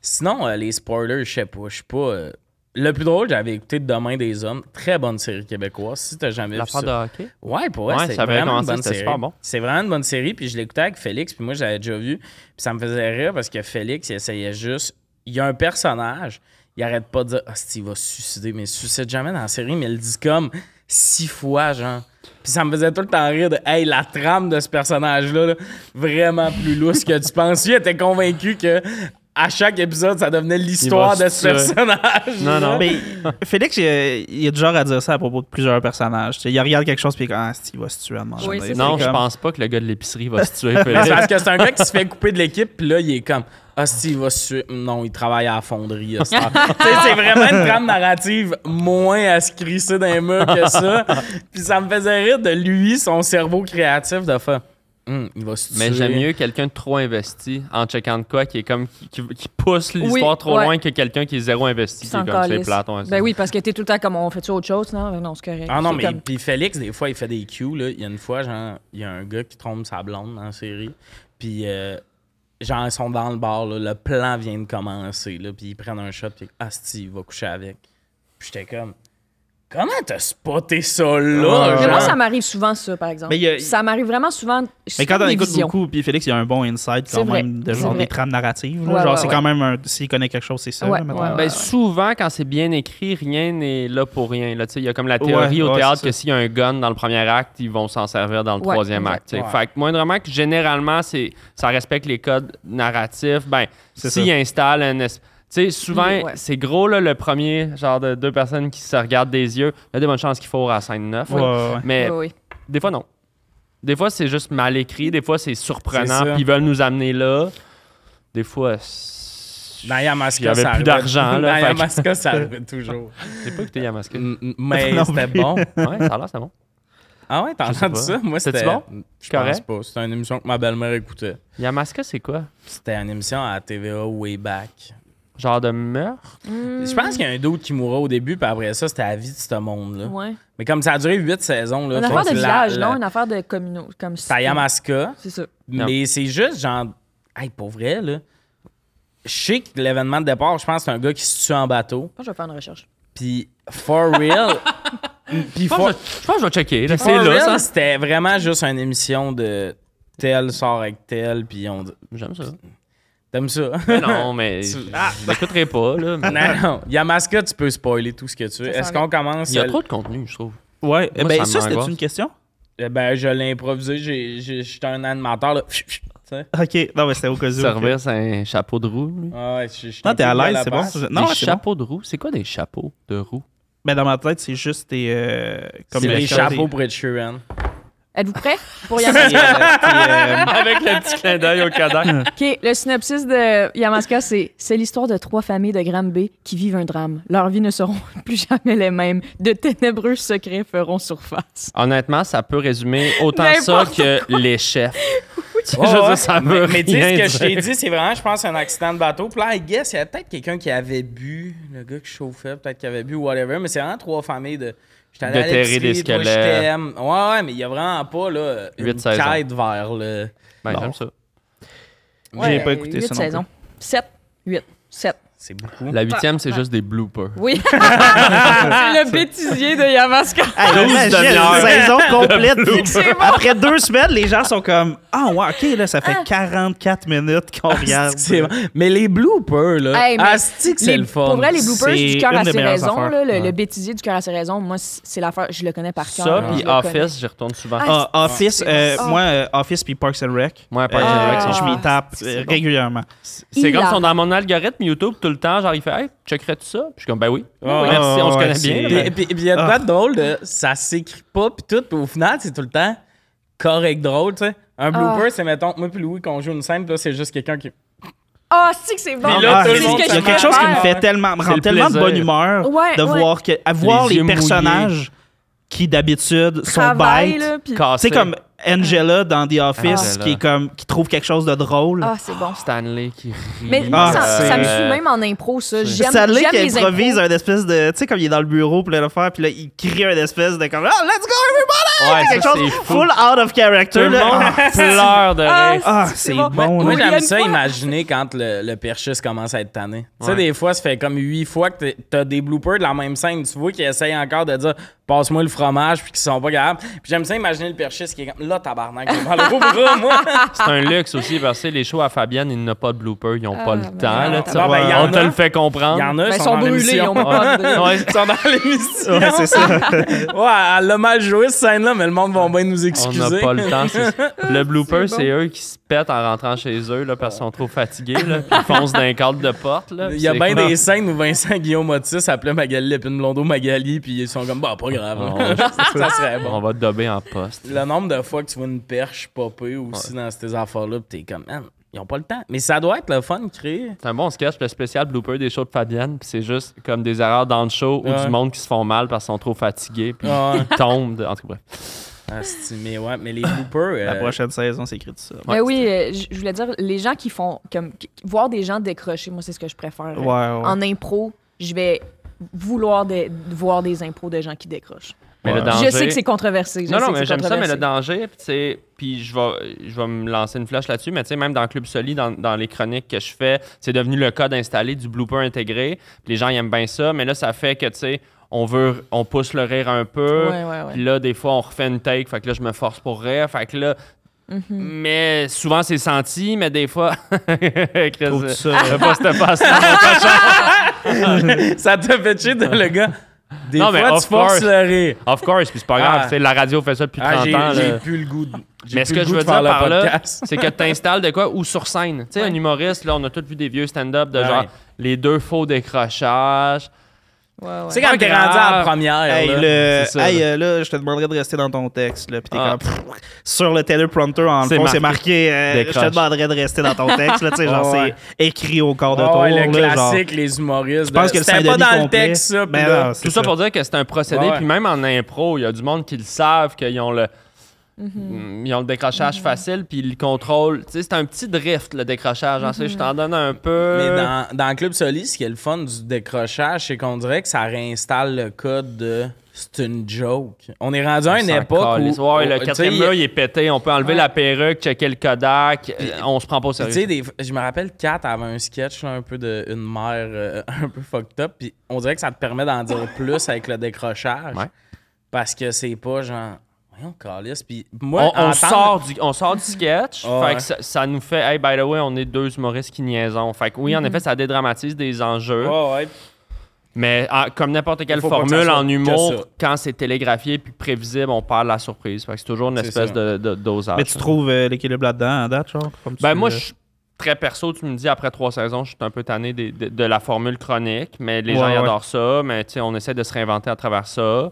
Speaker 1: sinon, euh, les spoilers, je sais pas, je suis pas... euh, Le plus drôle, j'avais écouté Demain des hommes, très bonne série québécoise, si t'as jamais vu
Speaker 3: L'affaire
Speaker 1: ça.
Speaker 3: de hockey.
Speaker 1: Ouais, pour vrai,
Speaker 3: Ouais,
Speaker 1: c'est
Speaker 3: ça avait
Speaker 1: vraiment une
Speaker 3: commencé,
Speaker 1: bonne
Speaker 3: c'était
Speaker 1: série.
Speaker 3: super bon.
Speaker 1: C'est vraiment une bonne série, puis je l'écoutais avec Félix, puis moi, j'avais déjà vu, puis ça me faisait rire parce que Félix, il essayait juste... il- il y a un personnage, il arrête pas de dire Ah, c'est, il va se suicider, mais il se suicide jamais dans la série, mais il le dit comme six fois, genre. Puis ça me faisait tout le temps rire de Hey, la trame de ce personnage-là, là, vraiment plus lousse que tu penses. Lui était convaincu que à chaque épisode, ça devenait l'histoire
Speaker 3: Il va
Speaker 1: de ce
Speaker 3: se tuer.
Speaker 1: personnage.
Speaker 3: Non, non.
Speaker 4: Mais Félix, il, est- il est du genre à dire ça à propos de plusieurs personnages. Tu sais, il regarde quelque chose puis il est comme, ah, c'est- il va se tuer à manger.
Speaker 2: Oui, c'est
Speaker 3: Non,
Speaker 4: comme-
Speaker 3: je pense pas que le gars de l'épicerie va se tuer.
Speaker 1: Mais
Speaker 3: Félix.
Speaker 1: C'est parce que c'est un gars qui se fait couper de l'équipe, puis là, il est comme Ah, si, il va se suer- Non, il travaille à la fonderie. à cette heure. Tu sais, c'est vraiment une trame narrative moins à se crisser dans les murs que ça. Puis ça me faisait rire de lui, son cerveau créatif, de faire Hum, il va se tuer.
Speaker 3: Mais j'aime mieux quelqu'un de trop investi en checkant de quoi qui est comme qui, qui- qui pousse l'histoire
Speaker 2: Oui,
Speaker 3: trop
Speaker 2: ouais.
Speaker 3: loin que quelqu'un qui est zéro investi.
Speaker 2: C'est
Speaker 3: qui est
Speaker 2: encore
Speaker 3: comme c'est
Speaker 2: lisse.
Speaker 3: plate. ouais, c'est-
Speaker 2: Ben oui, parce que t'es tout le temps comme on fait autre chose, non? Ben non, c'est correct.
Speaker 1: Ah non,
Speaker 2: C'est
Speaker 1: mais
Speaker 2: comme-
Speaker 1: puis Félix, des fois, il fait des cues. Là. Il y a une fois, genre, il y a un gars qui trompe sa blonde en série. Puis, euh, genre, ils sont dans le bar. Là, le plan vient de commencer. Là, puis ils prennent un shot. Puis, Asti, il va coucher avec. Puis j'étais comme, comment t'as spoté ça là?
Speaker 2: Mais
Speaker 1: genre?
Speaker 2: moi, ça m'arrive souvent, ça, par exemple.
Speaker 4: Mais il y a-
Speaker 2: Ça m'arrive vraiment souvent.
Speaker 4: Mais quand on écoute beaucoup, puis Félix, il y a un bon insight
Speaker 2: C'est
Speaker 4: quand
Speaker 2: vrai,
Speaker 4: même de
Speaker 2: c'est
Speaker 4: genre
Speaker 2: vrai.
Speaker 4: des trames narratives. là.
Speaker 2: Ouais,
Speaker 4: genre,
Speaker 2: ouais,
Speaker 4: c'est
Speaker 2: ouais.
Speaker 4: quand même un. S'il connaît quelque chose, c'est ça.
Speaker 2: Ouais,
Speaker 4: là, mettons.
Speaker 2: Ah, ouais, ouais.
Speaker 3: Ben, souvent, quand c'est bien écrit, rien n'est là pour rien. là. Tu sais, Il y a comme la théorie
Speaker 4: Ouais,
Speaker 3: au
Speaker 4: ouais,
Speaker 3: théâtre
Speaker 4: c'est
Speaker 3: que s'il y a un gun dans le premier acte, ils vont s'en servir dans le
Speaker 2: Ouais,
Speaker 3: troisième
Speaker 2: exact.
Speaker 3: acte. tu sais.
Speaker 1: Ouais.
Speaker 3: Fait que moindrement que généralement, c'est, ça respecte les codes narratifs. Ben,
Speaker 4: C'est
Speaker 3: s'il
Speaker 4: ça.
Speaker 3: installe un... es- Tu sais, souvent,
Speaker 2: Oui, ouais.
Speaker 3: c'est gros là, le premier, genre de deux personnes qui se regardent des yeux. Il y a des bonnes chances qu'il faut à la scène 9.
Speaker 4: Ouais, ouais, ouais.
Speaker 3: Mais
Speaker 2: Oui, oui.
Speaker 3: des fois, non. Des fois, c'est juste mal écrit. Des fois, c'est
Speaker 1: C'est
Speaker 3: surprenant.
Speaker 1: ça.
Speaker 3: puis ils veulent nous amener là. Des fois, c'est-
Speaker 4: Ben,
Speaker 1: Dans
Speaker 3: il y
Speaker 1: Yamaska,
Speaker 3: avait
Speaker 1: ça
Speaker 3: plus
Speaker 1: arrivait.
Speaker 3: d'argent.
Speaker 1: Dans
Speaker 3: là. Fait que-
Speaker 1: Yamaska, ça arrivait toujours.
Speaker 3: J'ai pas écouté Yamaska.
Speaker 1: M- m- Mais
Speaker 4: Non,
Speaker 1: c'était
Speaker 4: mais-
Speaker 1: bon.
Speaker 3: Ouais, ça a l'air, c'est bon.
Speaker 1: Ah ouais, t'as
Speaker 3: Je sais
Speaker 1: entendu
Speaker 3: pas.
Speaker 1: ça? Moi,
Speaker 3: C'était-tu
Speaker 1: c'était
Speaker 3: bon?
Speaker 1: Je pense
Speaker 3: Correct?
Speaker 1: pas. C'était une émission que ma belle-mère écoutait.
Speaker 3: Yamaska, c'est quoi?
Speaker 1: C'était une émission à TVA way back.
Speaker 3: Genre de meurtre?
Speaker 1: Je pense qu'il y a un doute qui mourra au début, puis après ça, c'était la vie de ce monde-là.
Speaker 2: Ouais.
Speaker 1: Mais comme ça a duré huit saisons, là.
Speaker 2: Une
Speaker 1: je
Speaker 2: affaire
Speaker 1: pense
Speaker 2: de
Speaker 1: que la-
Speaker 2: village,
Speaker 1: la-
Speaker 2: non? Une affaire de communaux. Comme
Speaker 1: C'est à Yamaska,
Speaker 2: C'est ça.
Speaker 3: Non.
Speaker 1: mais c'est juste genre. Hey, pour vrai, là. Je sais que l'événement de départ, je pense que c'est un gars qui se tue en bateau.
Speaker 2: Moi, je vais faire une recherche.
Speaker 1: Puis, for real. puis,
Speaker 3: Je pense
Speaker 1: for,
Speaker 3: que je- je pense que je vais checker. là.
Speaker 1: for
Speaker 3: C'est là,
Speaker 1: real,
Speaker 3: ça.
Speaker 1: c'était vraiment juste une émission de tel sort avec tel, puis on. dit-
Speaker 3: J'aime ça.
Speaker 1: T'aimes ça?
Speaker 3: Mais non, mais je je l'écouterai pas. Là, mais-
Speaker 1: non, non. Yamaska, tu peux spoiler tout ce que tu veux.
Speaker 2: Ça
Speaker 1: Est-ce
Speaker 2: s'en
Speaker 1: qu'on commence?
Speaker 3: Il y a
Speaker 1: euh,
Speaker 3: trop de contenu, je trouve.
Speaker 4: Ouais,
Speaker 3: Moi,
Speaker 4: ben,
Speaker 3: ça
Speaker 4: ça,
Speaker 3: me
Speaker 4: c'était
Speaker 3: m'angoisse.
Speaker 4: une question?
Speaker 1: Eh Ben, je l'ai improvisé. j'ai- j'ai- J'étais un animateur, là. Tu sais?
Speaker 4: Ok, non, mais c'était au cas où. ok.
Speaker 3: Servir, c'est un chapeau de roue. lui.
Speaker 1: Ah ouais, je- je-
Speaker 4: Non, t'es à l'aise, c'est bon.
Speaker 1: Des
Speaker 4: Non,
Speaker 3: des
Speaker 4: c'est bon.
Speaker 3: chapeaux de roue. C'est quoi des chapeaux de roue?
Speaker 4: Ben, dans ma tête, c'est juste des. euh, comme
Speaker 1: C'est
Speaker 4: des
Speaker 1: les
Speaker 4: choses,
Speaker 1: chapeaux
Speaker 4: des-
Speaker 1: pour être Sheeran.
Speaker 3: hein.
Speaker 2: Êtes-vous prêts pour
Speaker 4: des,
Speaker 2: Yamaska?
Speaker 4: euh, des, euh,
Speaker 3: Avec le petit clin d'œil au cadavre.
Speaker 2: OK, le synopsis de Yamaska, c'est C'est l'histoire de trois familles de Granby qui vivent un drame. Leurs vies ne seront plus jamais les mêmes. De ténébreux secrets feront surface.
Speaker 3: Honnêtement, ça peut résumer autant ça
Speaker 2: N'importe
Speaker 3: que les chefs. Je
Speaker 1: Ouais,
Speaker 3: veux
Speaker 1: ouais.
Speaker 3: dire, ça veut
Speaker 1: mais, mais tu sais,
Speaker 3: rien
Speaker 1: ce que je t'ai
Speaker 3: dire.
Speaker 1: dit, c'est vraiment, je pense, un accident de bateau. Puis là, I guess, il y a peut-être quelqu'un qui avait bu, le gars qui chauffait, peut-être qui avait bu, whatever. Mais c'est vraiment trois familles de. J'étais allé à
Speaker 3: Déterrer des
Speaker 1: l'épicerie, toi, je
Speaker 3: squelettes.
Speaker 1: t'aime. Ouais, ouais, mais il y a vraiment pas, là, une
Speaker 3: Huit saisons.
Speaker 1: quête vers le.
Speaker 3: Ben,
Speaker 4: Non.
Speaker 3: j'aime ça.
Speaker 4: J'ai pas écouté
Speaker 2: huit
Speaker 4: ça non plus.
Speaker 2: saisons. 7, 8, 7.
Speaker 1: C'est beaucoup.
Speaker 3: La huitième, c'est juste des bloopers.
Speaker 2: Oui. C'est le bêtisier de Yamaska.
Speaker 4: Hey,
Speaker 3: Douze
Speaker 4: imagine,
Speaker 3: demi-heures.
Speaker 4: une saison complète.
Speaker 2: C'est bon.
Speaker 4: Après deux semaines, les gens sont comme Ah, ouais, ok, là, ça fait 44 minutes qu'on
Speaker 3: Ah,
Speaker 4: regarde.
Speaker 1: C'est- Mais les bloopers, là.
Speaker 2: Hey, mais
Speaker 1: asti que c'est
Speaker 2: les-
Speaker 1: le fun.
Speaker 2: Pour vrai, les bloopers
Speaker 4: C'est
Speaker 2: du cœur
Speaker 4: une
Speaker 2: à
Speaker 4: des
Speaker 2: ses
Speaker 4: meilleures
Speaker 2: raisons,
Speaker 4: affaires.
Speaker 2: là, le,
Speaker 4: Ouais.
Speaker 2: le bêtisier du cœur à ses raisons, moi, c- c'est l'affaire, je le connais par cœur.
Speaker 3: Ça,
Speaker 2: là,
Speaker 3: puis
Speaker 2: je le connais.
Speaker 3: Office, j'y retourne souvent.
Speaker 4: Ah, Office, euh,
Speaker 2: Ah.
Speaker 4: moi, euh, Office puis Parks and Rec.
Speaker 3: Ouais, Parks and
Speaker 4: Euh,
Speaker 3: Rec, c'est
Speaker 4: Je m'y
Speaker 2: bon.
Speaker 4: tape
Speaker 2: Ah, C'est
Speaker 4: euh,
Speaker 2: bon.
Speaker 4: régulièrement.
Speaker 3: C'est comme
Speaker 2: Hilar.
Speaker 3: ils sont dans mon algorithme YouTube tout le temps. Genre, il fait Hey, checkerais-tu ça? Puis je suis comme, ben oui.
Speaker 1: Ah, ouais.
Speaker 3: Merci,
Speaker 4: Ah,
Speaker 3: on se
Speaker 4: ouais,
Speaker 3: connaît
Speaker 4: c'est-
Speaker 3: bien.
Speaker 1: Puis
Speaker 3: là,
Speaker 1: puis- puis il y a de
Speaker 3: Ah.
Speaker 1: quoi de drôle, de, ça s'écrit pas, puis tout, puis au final, c'est tout le temps correct drôle, tu sais. Un blooper, c'est mettons, moi puis Louis, qu'on joue une scène, puis là, c'est juste quelqu'un qui.
Speaker 2: Ah, c'est que c'est bon.
Speaker 1: Puis là,
Speaker 4: Ah,
Speaker 1: tout le
Speaker 4: c'est-
Speaker 2: C'est ce
Speaker 1: monde
Speaker 2: que
Speaker 4: il y a
Speaker 2: je
Speaker 1: s'amuse.
Speaker 4: quelque chose qui me
Speaker 2: préfère.
Speaker 4: fait tellement, me
Speaker 3: C'est
Speaker 4: rend
Speaker 3: le
Speaker 4: tellement de
Speaker 3: plaisir.
Speaker 4: bonne humeur
Speaker 2: Ouais,
Speaker 4: de
Speaker 2: ouais.
Speaker 4: voir que, à voir
Speaker 3: Les
Speaker 4: les,
Speaker 3: yeux
Speaker 4: personnages qui d'habitude sont
Speaker 2: Travail,
Speaker 4: bêtes.
Speaker 2: là, puis-
Speaker 3: Cassé.
Speaker 4: C'est comme Angela dans The Office
Speaker 3: Ah, Angela.
Speaker 4: qui est comme qui trouve quelque chose de drôle.
Speaker 2: Ah, c'est bon.
Speaker 3: Stanley qui rit.
Speaker 2: Mais
Speaker 4: Ah,
Speaker 2: ça,
Speaker 4: c'est-
Speaker 2: ça me suit même en impro, ça. J'aime
Speaker 4: Ça là
Speaker 2: j'aime
Speaker 4: qui
Speaker 2: les
Speaker 4: improvise
Speaker 2: impros.
Speaker 4: un espèce de. Tu sais, comme il est dans le bureau pour le faire, puis là, il crie un espèce de comme Ah, let's go, everybody!
Speaker 3: Ouais,
Speaker 4: quelque
Speaker 3: ça,
Speaker 4: chose
Speaker 3: c'est fou.
Speaker 4: full out of
Speaker 3: Tout
Speaker 4: character.
Speaker 3: le
Speaker 4: là.
Speaker 3: monde
Speaker 4: Ah,
Speaker 3: pleure de
Speaker 2: Ah,
Speaker 3: rire.
Speaker 4: Ah,
Speaker 2: c'est-
Speaker 4: c'est
Speaker 2: c'est bon.
Speaker 4: bon.
Speaker 1: Moi,
Speaker 2: Oui, il y a
Speaker 1: j'aime
Speaker 2: une
Speaker 1: ça
Speaker 2: fois-
Speaker 1: imaginer quand le, le perchiste commence à être tanné. Tu sais,
Speaker 3: Ouais.
Speaker 1: des fois, ça fait comme huit fois que t'es- t'as des bloopers de la même scène. Tu vois qu'ils essayent encore de dire passe-moi le fromage, puis qu'ils sont pas capables. Puis j'aime ça imaginer le perchiste qui est comme là, tabarnak, j'ai mal au bras, moi.
Speaker 3: C'est un luxe aussi parce que tu sais, les shows à Fabienne, ils n'ont pas de blooper, ils n'ont pas le
Speaker 2: ben
Speaker 3: temps.
Speaker 2: non.
Speaker 3: là, tu sais,
Speaker 1: Ah, ben, y en
Speaker 3: on te
Speaker 1: a.
Speaker 3: le fait
Speaker 1: Il y
Speaker 3: comprendre.
Speaker 1: en a,
Speaker 2: Ben,
Speaker 1: ils
Speaker 2: ils
Speaker 1: sont,
Speaker 2: sont
Speaker 1: dans
Speaker 2: brûlés, ils
Speaker 1: l'émission.
Speaker 2: ont pas de
Speaker 1: Ouais, ils sont dans l'émission.
Speaker 4: Ouais, c'est ça.
Speaker 3: Euh,
Speaker 1: Ouais, elle a mal joué, cette scène-là, mais le monde va bien nous
Speaker 3: On
Speaker 1: excuser.
Speaker 3: n'a pas le temps. c'est ça. Le blooper,
Speaker 2: C'est
Speaker 3: c'est
Speaker 2: bon.
Speaker 3: eux qui se pètent en rentrant chez eux là, parce qu'ils sont trop fatigués. Là, puis ils foncent d'un cadre de porte. Là,
Speaker 1: Il y a
Speaker 3: puis
Speaker 1: bien
Speaker 3: c'est
Speaker 1: des scènes où Vincent Guillaume Otis appelait Magali Lépine Blondeau Magali, puis ils sont comme, bah, pas grave.
Speaker 3: Ouais.
Speaker 1: ça serait
Speaker 3: comme,
Speaker 1: bon.
Speaker 3: ah, On va te dober en poste.
Speaker 1: Le nombre de fois que tu vois une perche popper aussi dans ces affaires-là, pis t'es comme, man, ils ont pas le temps. Mais ça doit être le fun de créer.
Speaker 3: C'est un bon sketch, le spécial blooper des shows de Fabienne. Puis c'est juste comme des erreurs dans le show ou
Speaker 1: Ouais. Ah,
Speaker 3: du monde qui se font mal parce qu'ils sont trop fatigués. Puis
Speaker 1: Ouais.
Speaker 3: ils tombent. de- En tout cas, bref.
Speaker 1: Asti, mais ouais, mais les bloopers.
Speaker 4: La
Speaker 1: euh,
Speaker 4: prochaine saison, c'est écrit de ça.
Speaker 2: Ben oui, euh, j- je voulais dire, les gens qui font, comme, qui- voir des gens décrocher, moi, c'est ce que je préfère.
Speaker 4: Ouais, ouais.
Speaker 2: En impro, je vais vouloir de, de voir des impros de gens qui décrochent.
Speaker 3: Mais le
Speaker 4: Ouais.
Speaker 3: danger-
Speaker 2: Je sais que c'est controversé. je
Speaker 3: non, non,
Speaker 2: sais que
Speaker 3: mais
Speaker 2: c'est
Speaker 3: j'aime ça, mais le
Speaker 2: controversé.
Speaker 3: danger, puis tu sais, puis je vais, je vais me lancer une flèche là-dessus, mais tu sais, même dans Club Soli, dans, dans les chroniques que je fais, c'est devenu le code installé du blooper intégré. Puis les gens, ils aiment bien ça, mais là, ça fait que, tu sais, on veut, on pousse le rire un peu.
Speaker 2: Ouais, ouais, ouais.
Speaker 3: Puis là, des fois, on refait une take, fait que là, je me force pour rire, fait que là,
Speaker 2: Mhm.
Speaker 3: mais souvent, c'est senti, mais des fois, Chris,
Speaker 4: Trouve-tu
Speaker 3: euh,
Speaker 4: ça-
Speaker 3: le poste passe.
Speaker 1: ça te fait chier de le gars. Des
Speaker 3: Non, mais
Speaker 1: fois,
Speaker 3: of
Speaker 1: tu forces
Speaker 3: course.
Speaker 1: le rire.
Speaker 3: Of course, puis c'est pas
Speaker 1: Ah.
Speaker 3: grave, tu sais, la radio fait ça depuis
Speaker 1: Ah,
Speaker 3: 30
Speaker 1: j'ai,
Speaker 3: ans.
Speaker 1: j'ai
Speaker 3: là.
Speaker 1: plus le goût de. j'ai
Speaker 3: Mais ce
Speaker 1: plus
Speaker 3: que
Speaker 1: le
Speaker 3: je
Speaker 1: goût
Speaker 3: veux
Speaker 1: de faire
Speaker 3: dire
Speaker 1: le
Speaker 3: par là,
Speaker 1: podcast.
Speaker 3: c'est que t'installes de quoi ou sur scène. Tu sais, un
Speaker 2: Ouais.
Speaker 3: humoriste, là, on a tous vu des vieux stand-up de
Speaker 1: Ouais.
Speaker 3: genre les deux faux décrochages.
Speaker 2: Ouais, ouais.
Speaker 1: Tu sais, quand
Speaker 3: Pas
Speaker 1: t'es rendu à la
Speaker 3: grave.
Speaker 1: première.
Speaker 4: Hey,
Speaker 1: là,
Speaker 4: le-
Speaker 1: c'est ça,
Speaker 4: hey,
Speaker 1: là.
Speaker 4: euh, là, je te demanderais de rester dans ton texte. Là, puis t'es
Speaker 3: Ah.
Speaker 4: comme, pff, sur le teleprompter, en
Speaker 3: C'est
Speaker 4: fond, c'est
Speaker 3: marqué.
Speaker 4: marqué. euh, je te
Speaker 3: Décroche.
Speaker 4: demanderais de rester dans ton texte. Là, tu sais, genre,
Speaker 1: Ouais.
Speaker 4: c'est écrit au corps de
Speaker 1: Ah
Speaker 4: tour.
Speaker 1: ouais, le
Speaker 4: là, genre.
Speaker 1: classique, les humoristes.
Speaker 4: Je pense que le
Speaker 1: C'était pas
Speaker 4: Saint-Denis
Speaker 1: dans le
Speaker 4: complet.
Speaker 1: texte, ça. puis
Speaker 4: Ben
Speaker 1: là,
Speaker 4: non, c'est
Speaker 3: Tout ça pour dire que c'est un procédé.
Speaker 1: Ouais.
Speaker 3: Puis même en impro, il y a du monde qui le savent, qu'ils ont le. Mm, Ils ont le décrochage facile, puis ils le contrôlent. Tu sais, c'est un petit drift, le décrochage. Ensuite, je t'en donne un peu.
Speaker 1: Mais dans, dans Club Soli, ce qui est le fun du décrochage, c'est qu'on dirait que ça réinstalle le code de c'est une joke. On est rendu à une époque où.
Speaker 3: Ah, Ouais, le
Speaker 1: où- tu sais,
Speaker 3: quatrième mur, il est pété. On peut enlever la perruque, checker le Kodak. euh, on se prend pas au
Speaker 1: Puis, tu sais,
Speaker 3: sérieux.
Speaker 1: des- je me rappelle, Kat avait un sketch là, un peu de une mère euh, un peu fucked up. Puis on dirait que ça te permet d'en dire plus avec le décrochage.
Speaker 3: Ouais.
Speaker 1: Parce que c'est pas genre. Voyons, calisse. Puis
Speaker 3: On,
Speaker 1: moi,
Speaker 3: on
Speaker 1: entendre-
Speaker 3: sort du, on sort du sketch.
Speaker 1: Ah
Speaker 3: fait
Speaker 1: ouais.
Speaker 3: que ça, ça nous fait, hey, by the way, on est deux humoristes qui niaisons. Fait que oui, en effet, ça dédramatise des enjeux.
Speaker 1: Ouais, ouais.
Speaker 3: Mais ah, comme n'importe quelle
Speaker 1: Faut pas que ça
Speaker 3: formule
Speaker 1: soit
Speaker 3: en
Speaker 1: que
Speaker 3: humour,
Speaker 1: ça.
Speaker 3: quand c'est télégraphié puis prévisible, on perd la surprise. Fait que c'est toujours une
Speaker 1: C'est
Speaker 3: espèce
Speaker 1: ça.
Speaker 3: de, de dosage.
Speaker 4: Mais tu trouves euh, l'équilibre là-dedans, à date, genre? comme tu
Speaker 3: Ben moi,
Speaker 4: le-
Speaker 3: je suis très perso, tu me dis après trois saisons, je suis un peu tanné des- de, de la formule chronique, mais les gens
Speaker 4: Ouais,
Speaker 3: ils
Speaker 4: ouais.
Speaker 3: adorent ça, mais tu sais, on essaie de se réinventer à travers ça.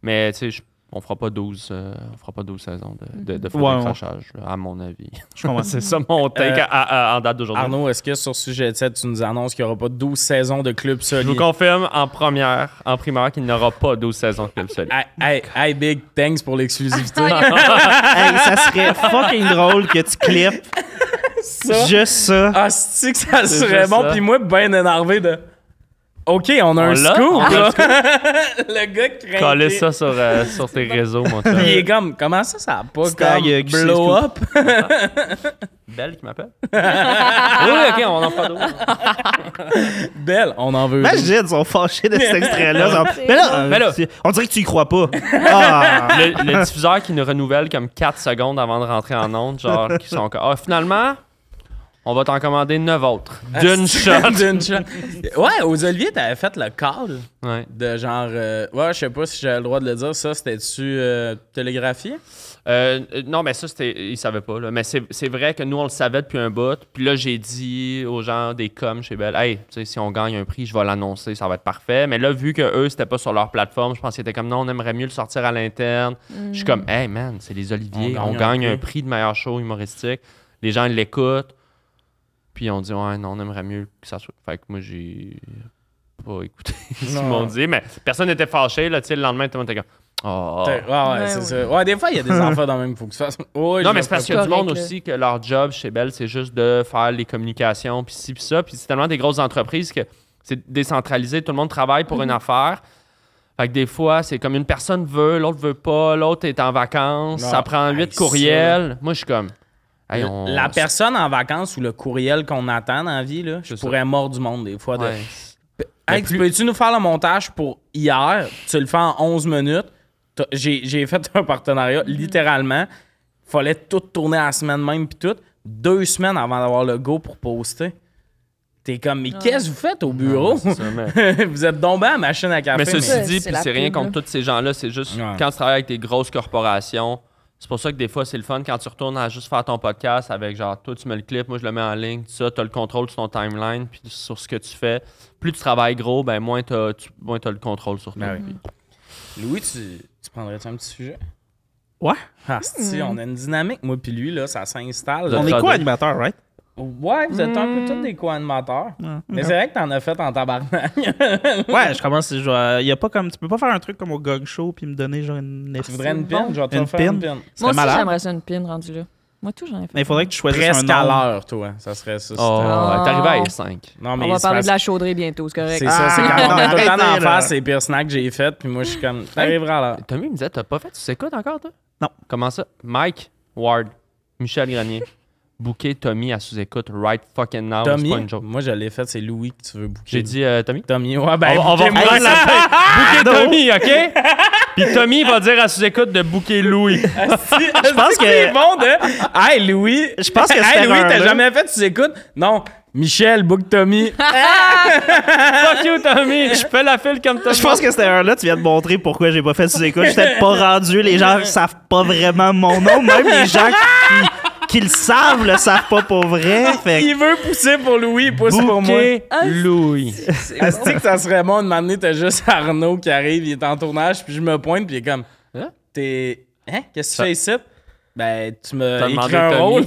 Speaker 3: Mais tu sais, je- on fera pas 12 euh, on fera pas 12 saisons de, de, de faux
Speaker 4: Ouais, ouais.
Speaker 3: décrochage, à mon avis.
Speaker 4: je comprends.
Speaker 3: C'est ça mon take
Speaker 1: Euh,
Speaker 3: à- à- en date d'aujourd'hui.
Speaker 1: Arnaud, est-ce que sur Sujet 7, tu nous annonces qu'il n'y aura pas 12 saisons de Club
Speaker 3: Je vous
Speaker 1: Soli?
Speaker 3: confirme en première, en primaire, qu'il n'aura pas 12 saisons de Club Soli.
Speaker 1: Hey, hey, hey, big thanks pour l'exclusivité.
Speaker 4: Hey, ça serait fucking drôle que tu clips
Speaker 1: Ça-
Speaker 4: juste ça.
Speaker 1: Ah, c'est que ça
Speaker 3: C'est
Speaker 1: serait
Speaker 3: juste
Speaker 1: bon.
Speaker 3: ça.
Speaker 1: Puis moi, ben énervé de. OK, on a
Speaker 3: On
Speaker 1: un
Speaker 3: l'a, Ah,
Speaker 1: scoop.
Speaker 3: on a
Speaker 1: là.
Speaker 3: un
Speaker 1: le gars craint.
Speaker 3: Collez ça sur, euh, sur tes réseaux, mon
Speaker 1: Il est
Speaker 3: chum.
Speaker 1: comme, comment ça, ça a pas
Speaker 4: Stag, euh,
Speaker 1: comme
Speaker 4: QC
Speaker 1: blow
Speaker 4: scoop.
Speaker 1: up?
Speaker 3: Belle qui m'appelle. oui, ok, on en fera d'autres.
Speaker 1: Belle, on en veut.
Speaker 4: Imagine, ils sont fâchés de cet extrait-là. genre,
Speaker 2: C'est
Speaker 4: Mais là,
Speaker 3: Mais là-
Speaker 4: tu- on dirait que tu y crois pas. Ah.
Speaker 3: le, le diffuseur qui nous renouvelle comme 4 secondes avant de rentrer en onde, genre, qui sont encore. Ah, finalement, on va t'en commander 9 autres. D'une shot.
Speaker 1: Ah, D'une shot. Ouais, aux Olivier, t'avais fait le call
Speaker 3: Ouais.
Speaker 1: de genre. euh, ouais, je sais pas si j'avais le droit de le dire. Ça, c'était-tu euh, télégraphié?
Speaker 3: Euh, euh, non, mais ça, c'était. Ils savaient pas, là. Mais c'est c'est vrai que nous, on le savait depuis un bout. Puis là, j'ai dit aux gens des coms chez Bell, hey, tu sais, si on gagne un prix, je vais l'annoncer, ça va être parfait. Mais là, vu que eux, c'était pas sur leur plateforme, je pense qu'ils étaient comme, non, on aimerait mieux le sortir à l'interne. Je suis comme, hey, man, c'est les Oliviers,
Speaker 1: On
Speaker 3: on,
Speaker 1: gagne
Speaker 3: gagne
Speaker 1: un
Speaker 3: un prix de meilleur show humoristique. Les gens ils l'écoutent. Puis on dit, ouais, non, on aimerait mieux que ça soit. Fait que moi, j'ai pas écouté ce qu'ils
Speaker 1: Non.
Speaker 3: m'ont dit. Mais personne n'était fâché, là, tu sais, le lendemain, tout le monde était comme, oh.
Speaker 1: Ouais, ouais,
Speaker 2: Ouais,
Speaker 1: c'est
Speaker 2: oui.
Speaker 1: ça. Ouais, des fois, il y a des enfants dans le même. Faut que tu fasses. Ouais, je
Speaker 3: Non, mais
Speaker 1: le
Speaker 3: c'est
Speaker 1: ferai
Speaker 3: parce qu'il y a du
Speaker 2: correct,
Speaker 3: monde
Speaker 2: là.
Speaker 3: aussi que leur job chez Bell, c'est juste de faire les communications, puis ci, puis ça. Puis c'est tellement des grosses entreprises que c'est décentralisé. Tout le monde travaille pour
Speaker 2: Mhm.
Speaker 3: une affaire. Fait que des fois, c'est comme une personne veut, l'autre veut pas, l'autre est en vacances,
Speaker 1: Non,
Speaker 3: ça prend
Speaker 1: hey,
Speaker 3: huit
Speaker 1: Ah, ça.
Speaker 3: courriels. Moi, je suis comme. hey, on-
Speaker 1: La personne en vacances ou le courriel qu'on attend dans la vie, là, je
Speaker 3: C'est ça.
Speaker 1: pourrais mordre du monde des fois. de-
Speaker 3: Ouais.
Speaker 1: Hey,
Speaker 3: Mais
Speaker 1: tu
Speaker 3: plus-
Speaker 1: peux-tu nous faire le montage pour hier? Tu le fais en 11 minutes. T'as- J'ai j'ai fait un partenariat, littéralement. Fallait tout tourner à la semaine même, puis tout. Deux semaines avant d'avoir le go pour poster. T'es comme, mais qu'est-ce que vous faites au bureau?
Speaker 3: c'est ça, mais-
Speaker 1: vous êtes tombé à la machine à café.
Speaker 3: Mais
Speaker 1: mais-
Speaker 3: ceci
Speaker 2: C'est-
Speaker 3: dit,
Speaker 2: c'est
Speaker 3: puis
Speaker 2: la
Speaker 3: c'est rien
Speaker 2: pub,
Speaker 3: contre
Speaker 2: là.
Speaker 3: tous ces gens-là, c'est juste
Speaker 1: Ouais.
Speaker 3: quand tu travailles avec des grosses corporations, c'est pour ça que des fois c'est le fun quand tu retournes à juste faire ton podcast avec genre toi tu me le clips, moi je le mets en ligne, tout ça, tu as le contrôle sur ton timeline puis sur ce que tu fais. Plus tu travailles gros, ben moins t'as- tu moins as le contrôle sur toi.
Speaker 1: Ben oui. Louis, tu, tu prendrais-tu un petit sujet?
Speaker 4: Ouais.
Speaker 1: Ah, si, on a une dynamique, moi puis lui, là, ça s'installe.
Speaker 3: Vous
Speaker 4: On
Speaker 3: êtes
Speaker 4: est
Speaker 3: rodés.
Speaker 4: co-animateurs, right?
Speaker 1: Ouais, vous êtes un peu tous des co-animateurs.
Speaker 4: Mm.
Speaker 1: Mais c'est vrai que t'en as fait en tabarnak.
Speaker 4: Ouais, je commence. je vais- y a pas comme, tu peux pas faire un truc comme au Gog Show puis me donner genre une.
Speaker 1: tu voudrais une pin? Je vais te
Speaker 4: Une
Speaker 1: faire
Speaker 4: pin?
Speaker 1: une pin.
Speaker 4: C'est
Speaker 2: Moi aussi,
Speaker 4: malade.
Speaker 2: j'aimerais ça une pin rendue là. Moi, tout, j'en ai fait.
Speaker 4: Mais il faudrait que tu choisisses un
Speaker 1: Presque à
Speaker 4: nom.
Speaker 1: l'heure, toi. Ça serait ça.
Speaker 3: Oh,
Speaker 1: c'était-
Speaker 3: ouais,
Speaker 2: Ah.
Speaker 3: t'es arrivé à R5.
Speaker 1: Non,
Speaker 2: On va
Speaker 1: c'est
Speaker 2: parler de
Speaker 1: parce-
Speaker 2: la chauderie bientôt, c'est correct.
Speaker 1: C'est ça, c'est
Speaker 4: Ah,
Speaker 1: quand on a tout le temps d'en
Speaker 4: arrêtez, là.
Speaker 1: faire ces pires snacks que j'ai fait, puis moi, je suis comme, t'arriveras à l'heure.
Speaker 3: Tommy me disait, t'as pas fait, tu s'écoutes encore toi?
Speaker 4: Non.
Speaker 3: Comment ça? Mike Ward, Michel Grenier, booker Tommy à sous-écoute right fucking now. c'est
Speaker 1: Tommy,
Speaker 3: pas une joke.
Speaker 1: moi, je l'ai fait, c'est Louis que tu veux bouquer.
Speaker 3: J'ai dit euh, Tommy?
Speaker 1: Tommy, ouais, ben,
Speaker 3: on, va- on va
Speaker 1: bouquez-moi
Speaker 3: reprendre
Speaker 1: ça.
Speaker 3: la Ah, fin. Booker Tommy, OK? Puis Tommy va dire à sous-écoute de booker Louis.
Speaker 1: je
Speaker 4: pense que-
Speaker 1: c'est bon de Hey Louis,
Speaker 4: Je pense que cette
Speaker 1: Hey Louis, t'as
Speaker 4: erreur-là-
Speaker 1: jamais fait tu écoutes Non, Michel book Tommy.
Speaker 3: Fuck you, Tommy. Je fais la file comme Tommy.
Speaker 4: Je pense que cette erreur-là, tu viens de montrer pourquoi j'ai pas fait ces écoutes. Je suis peut-être pas rendu. Les gens savent pas vraiment mon nom. Même les gens qui, qui le savent le savent pas pour vrai. Fait que-
Speaker 1: Il veut pousser pour Louis, il pousse pour moi.
Speaker 3: Booker Louis.
Speaker 1: Est-ce que ça serait bon de m'amener t'as juste Arnaud qui arrive, il est en tournage, puis je me pointe, puis il est comme
Speaker 3: Hein?
Speaker 1: T'es. Hein? Qu'est-ce que
Speaker 3: Ça-
Speaker 1: tu fais ici? Ben, tu
Speaker 3: T'as
Speaker 1: me
Speaker 3: demandé
Speaker 1: écris un
Speaker 3: Tommy.
Speaker 1: rôle.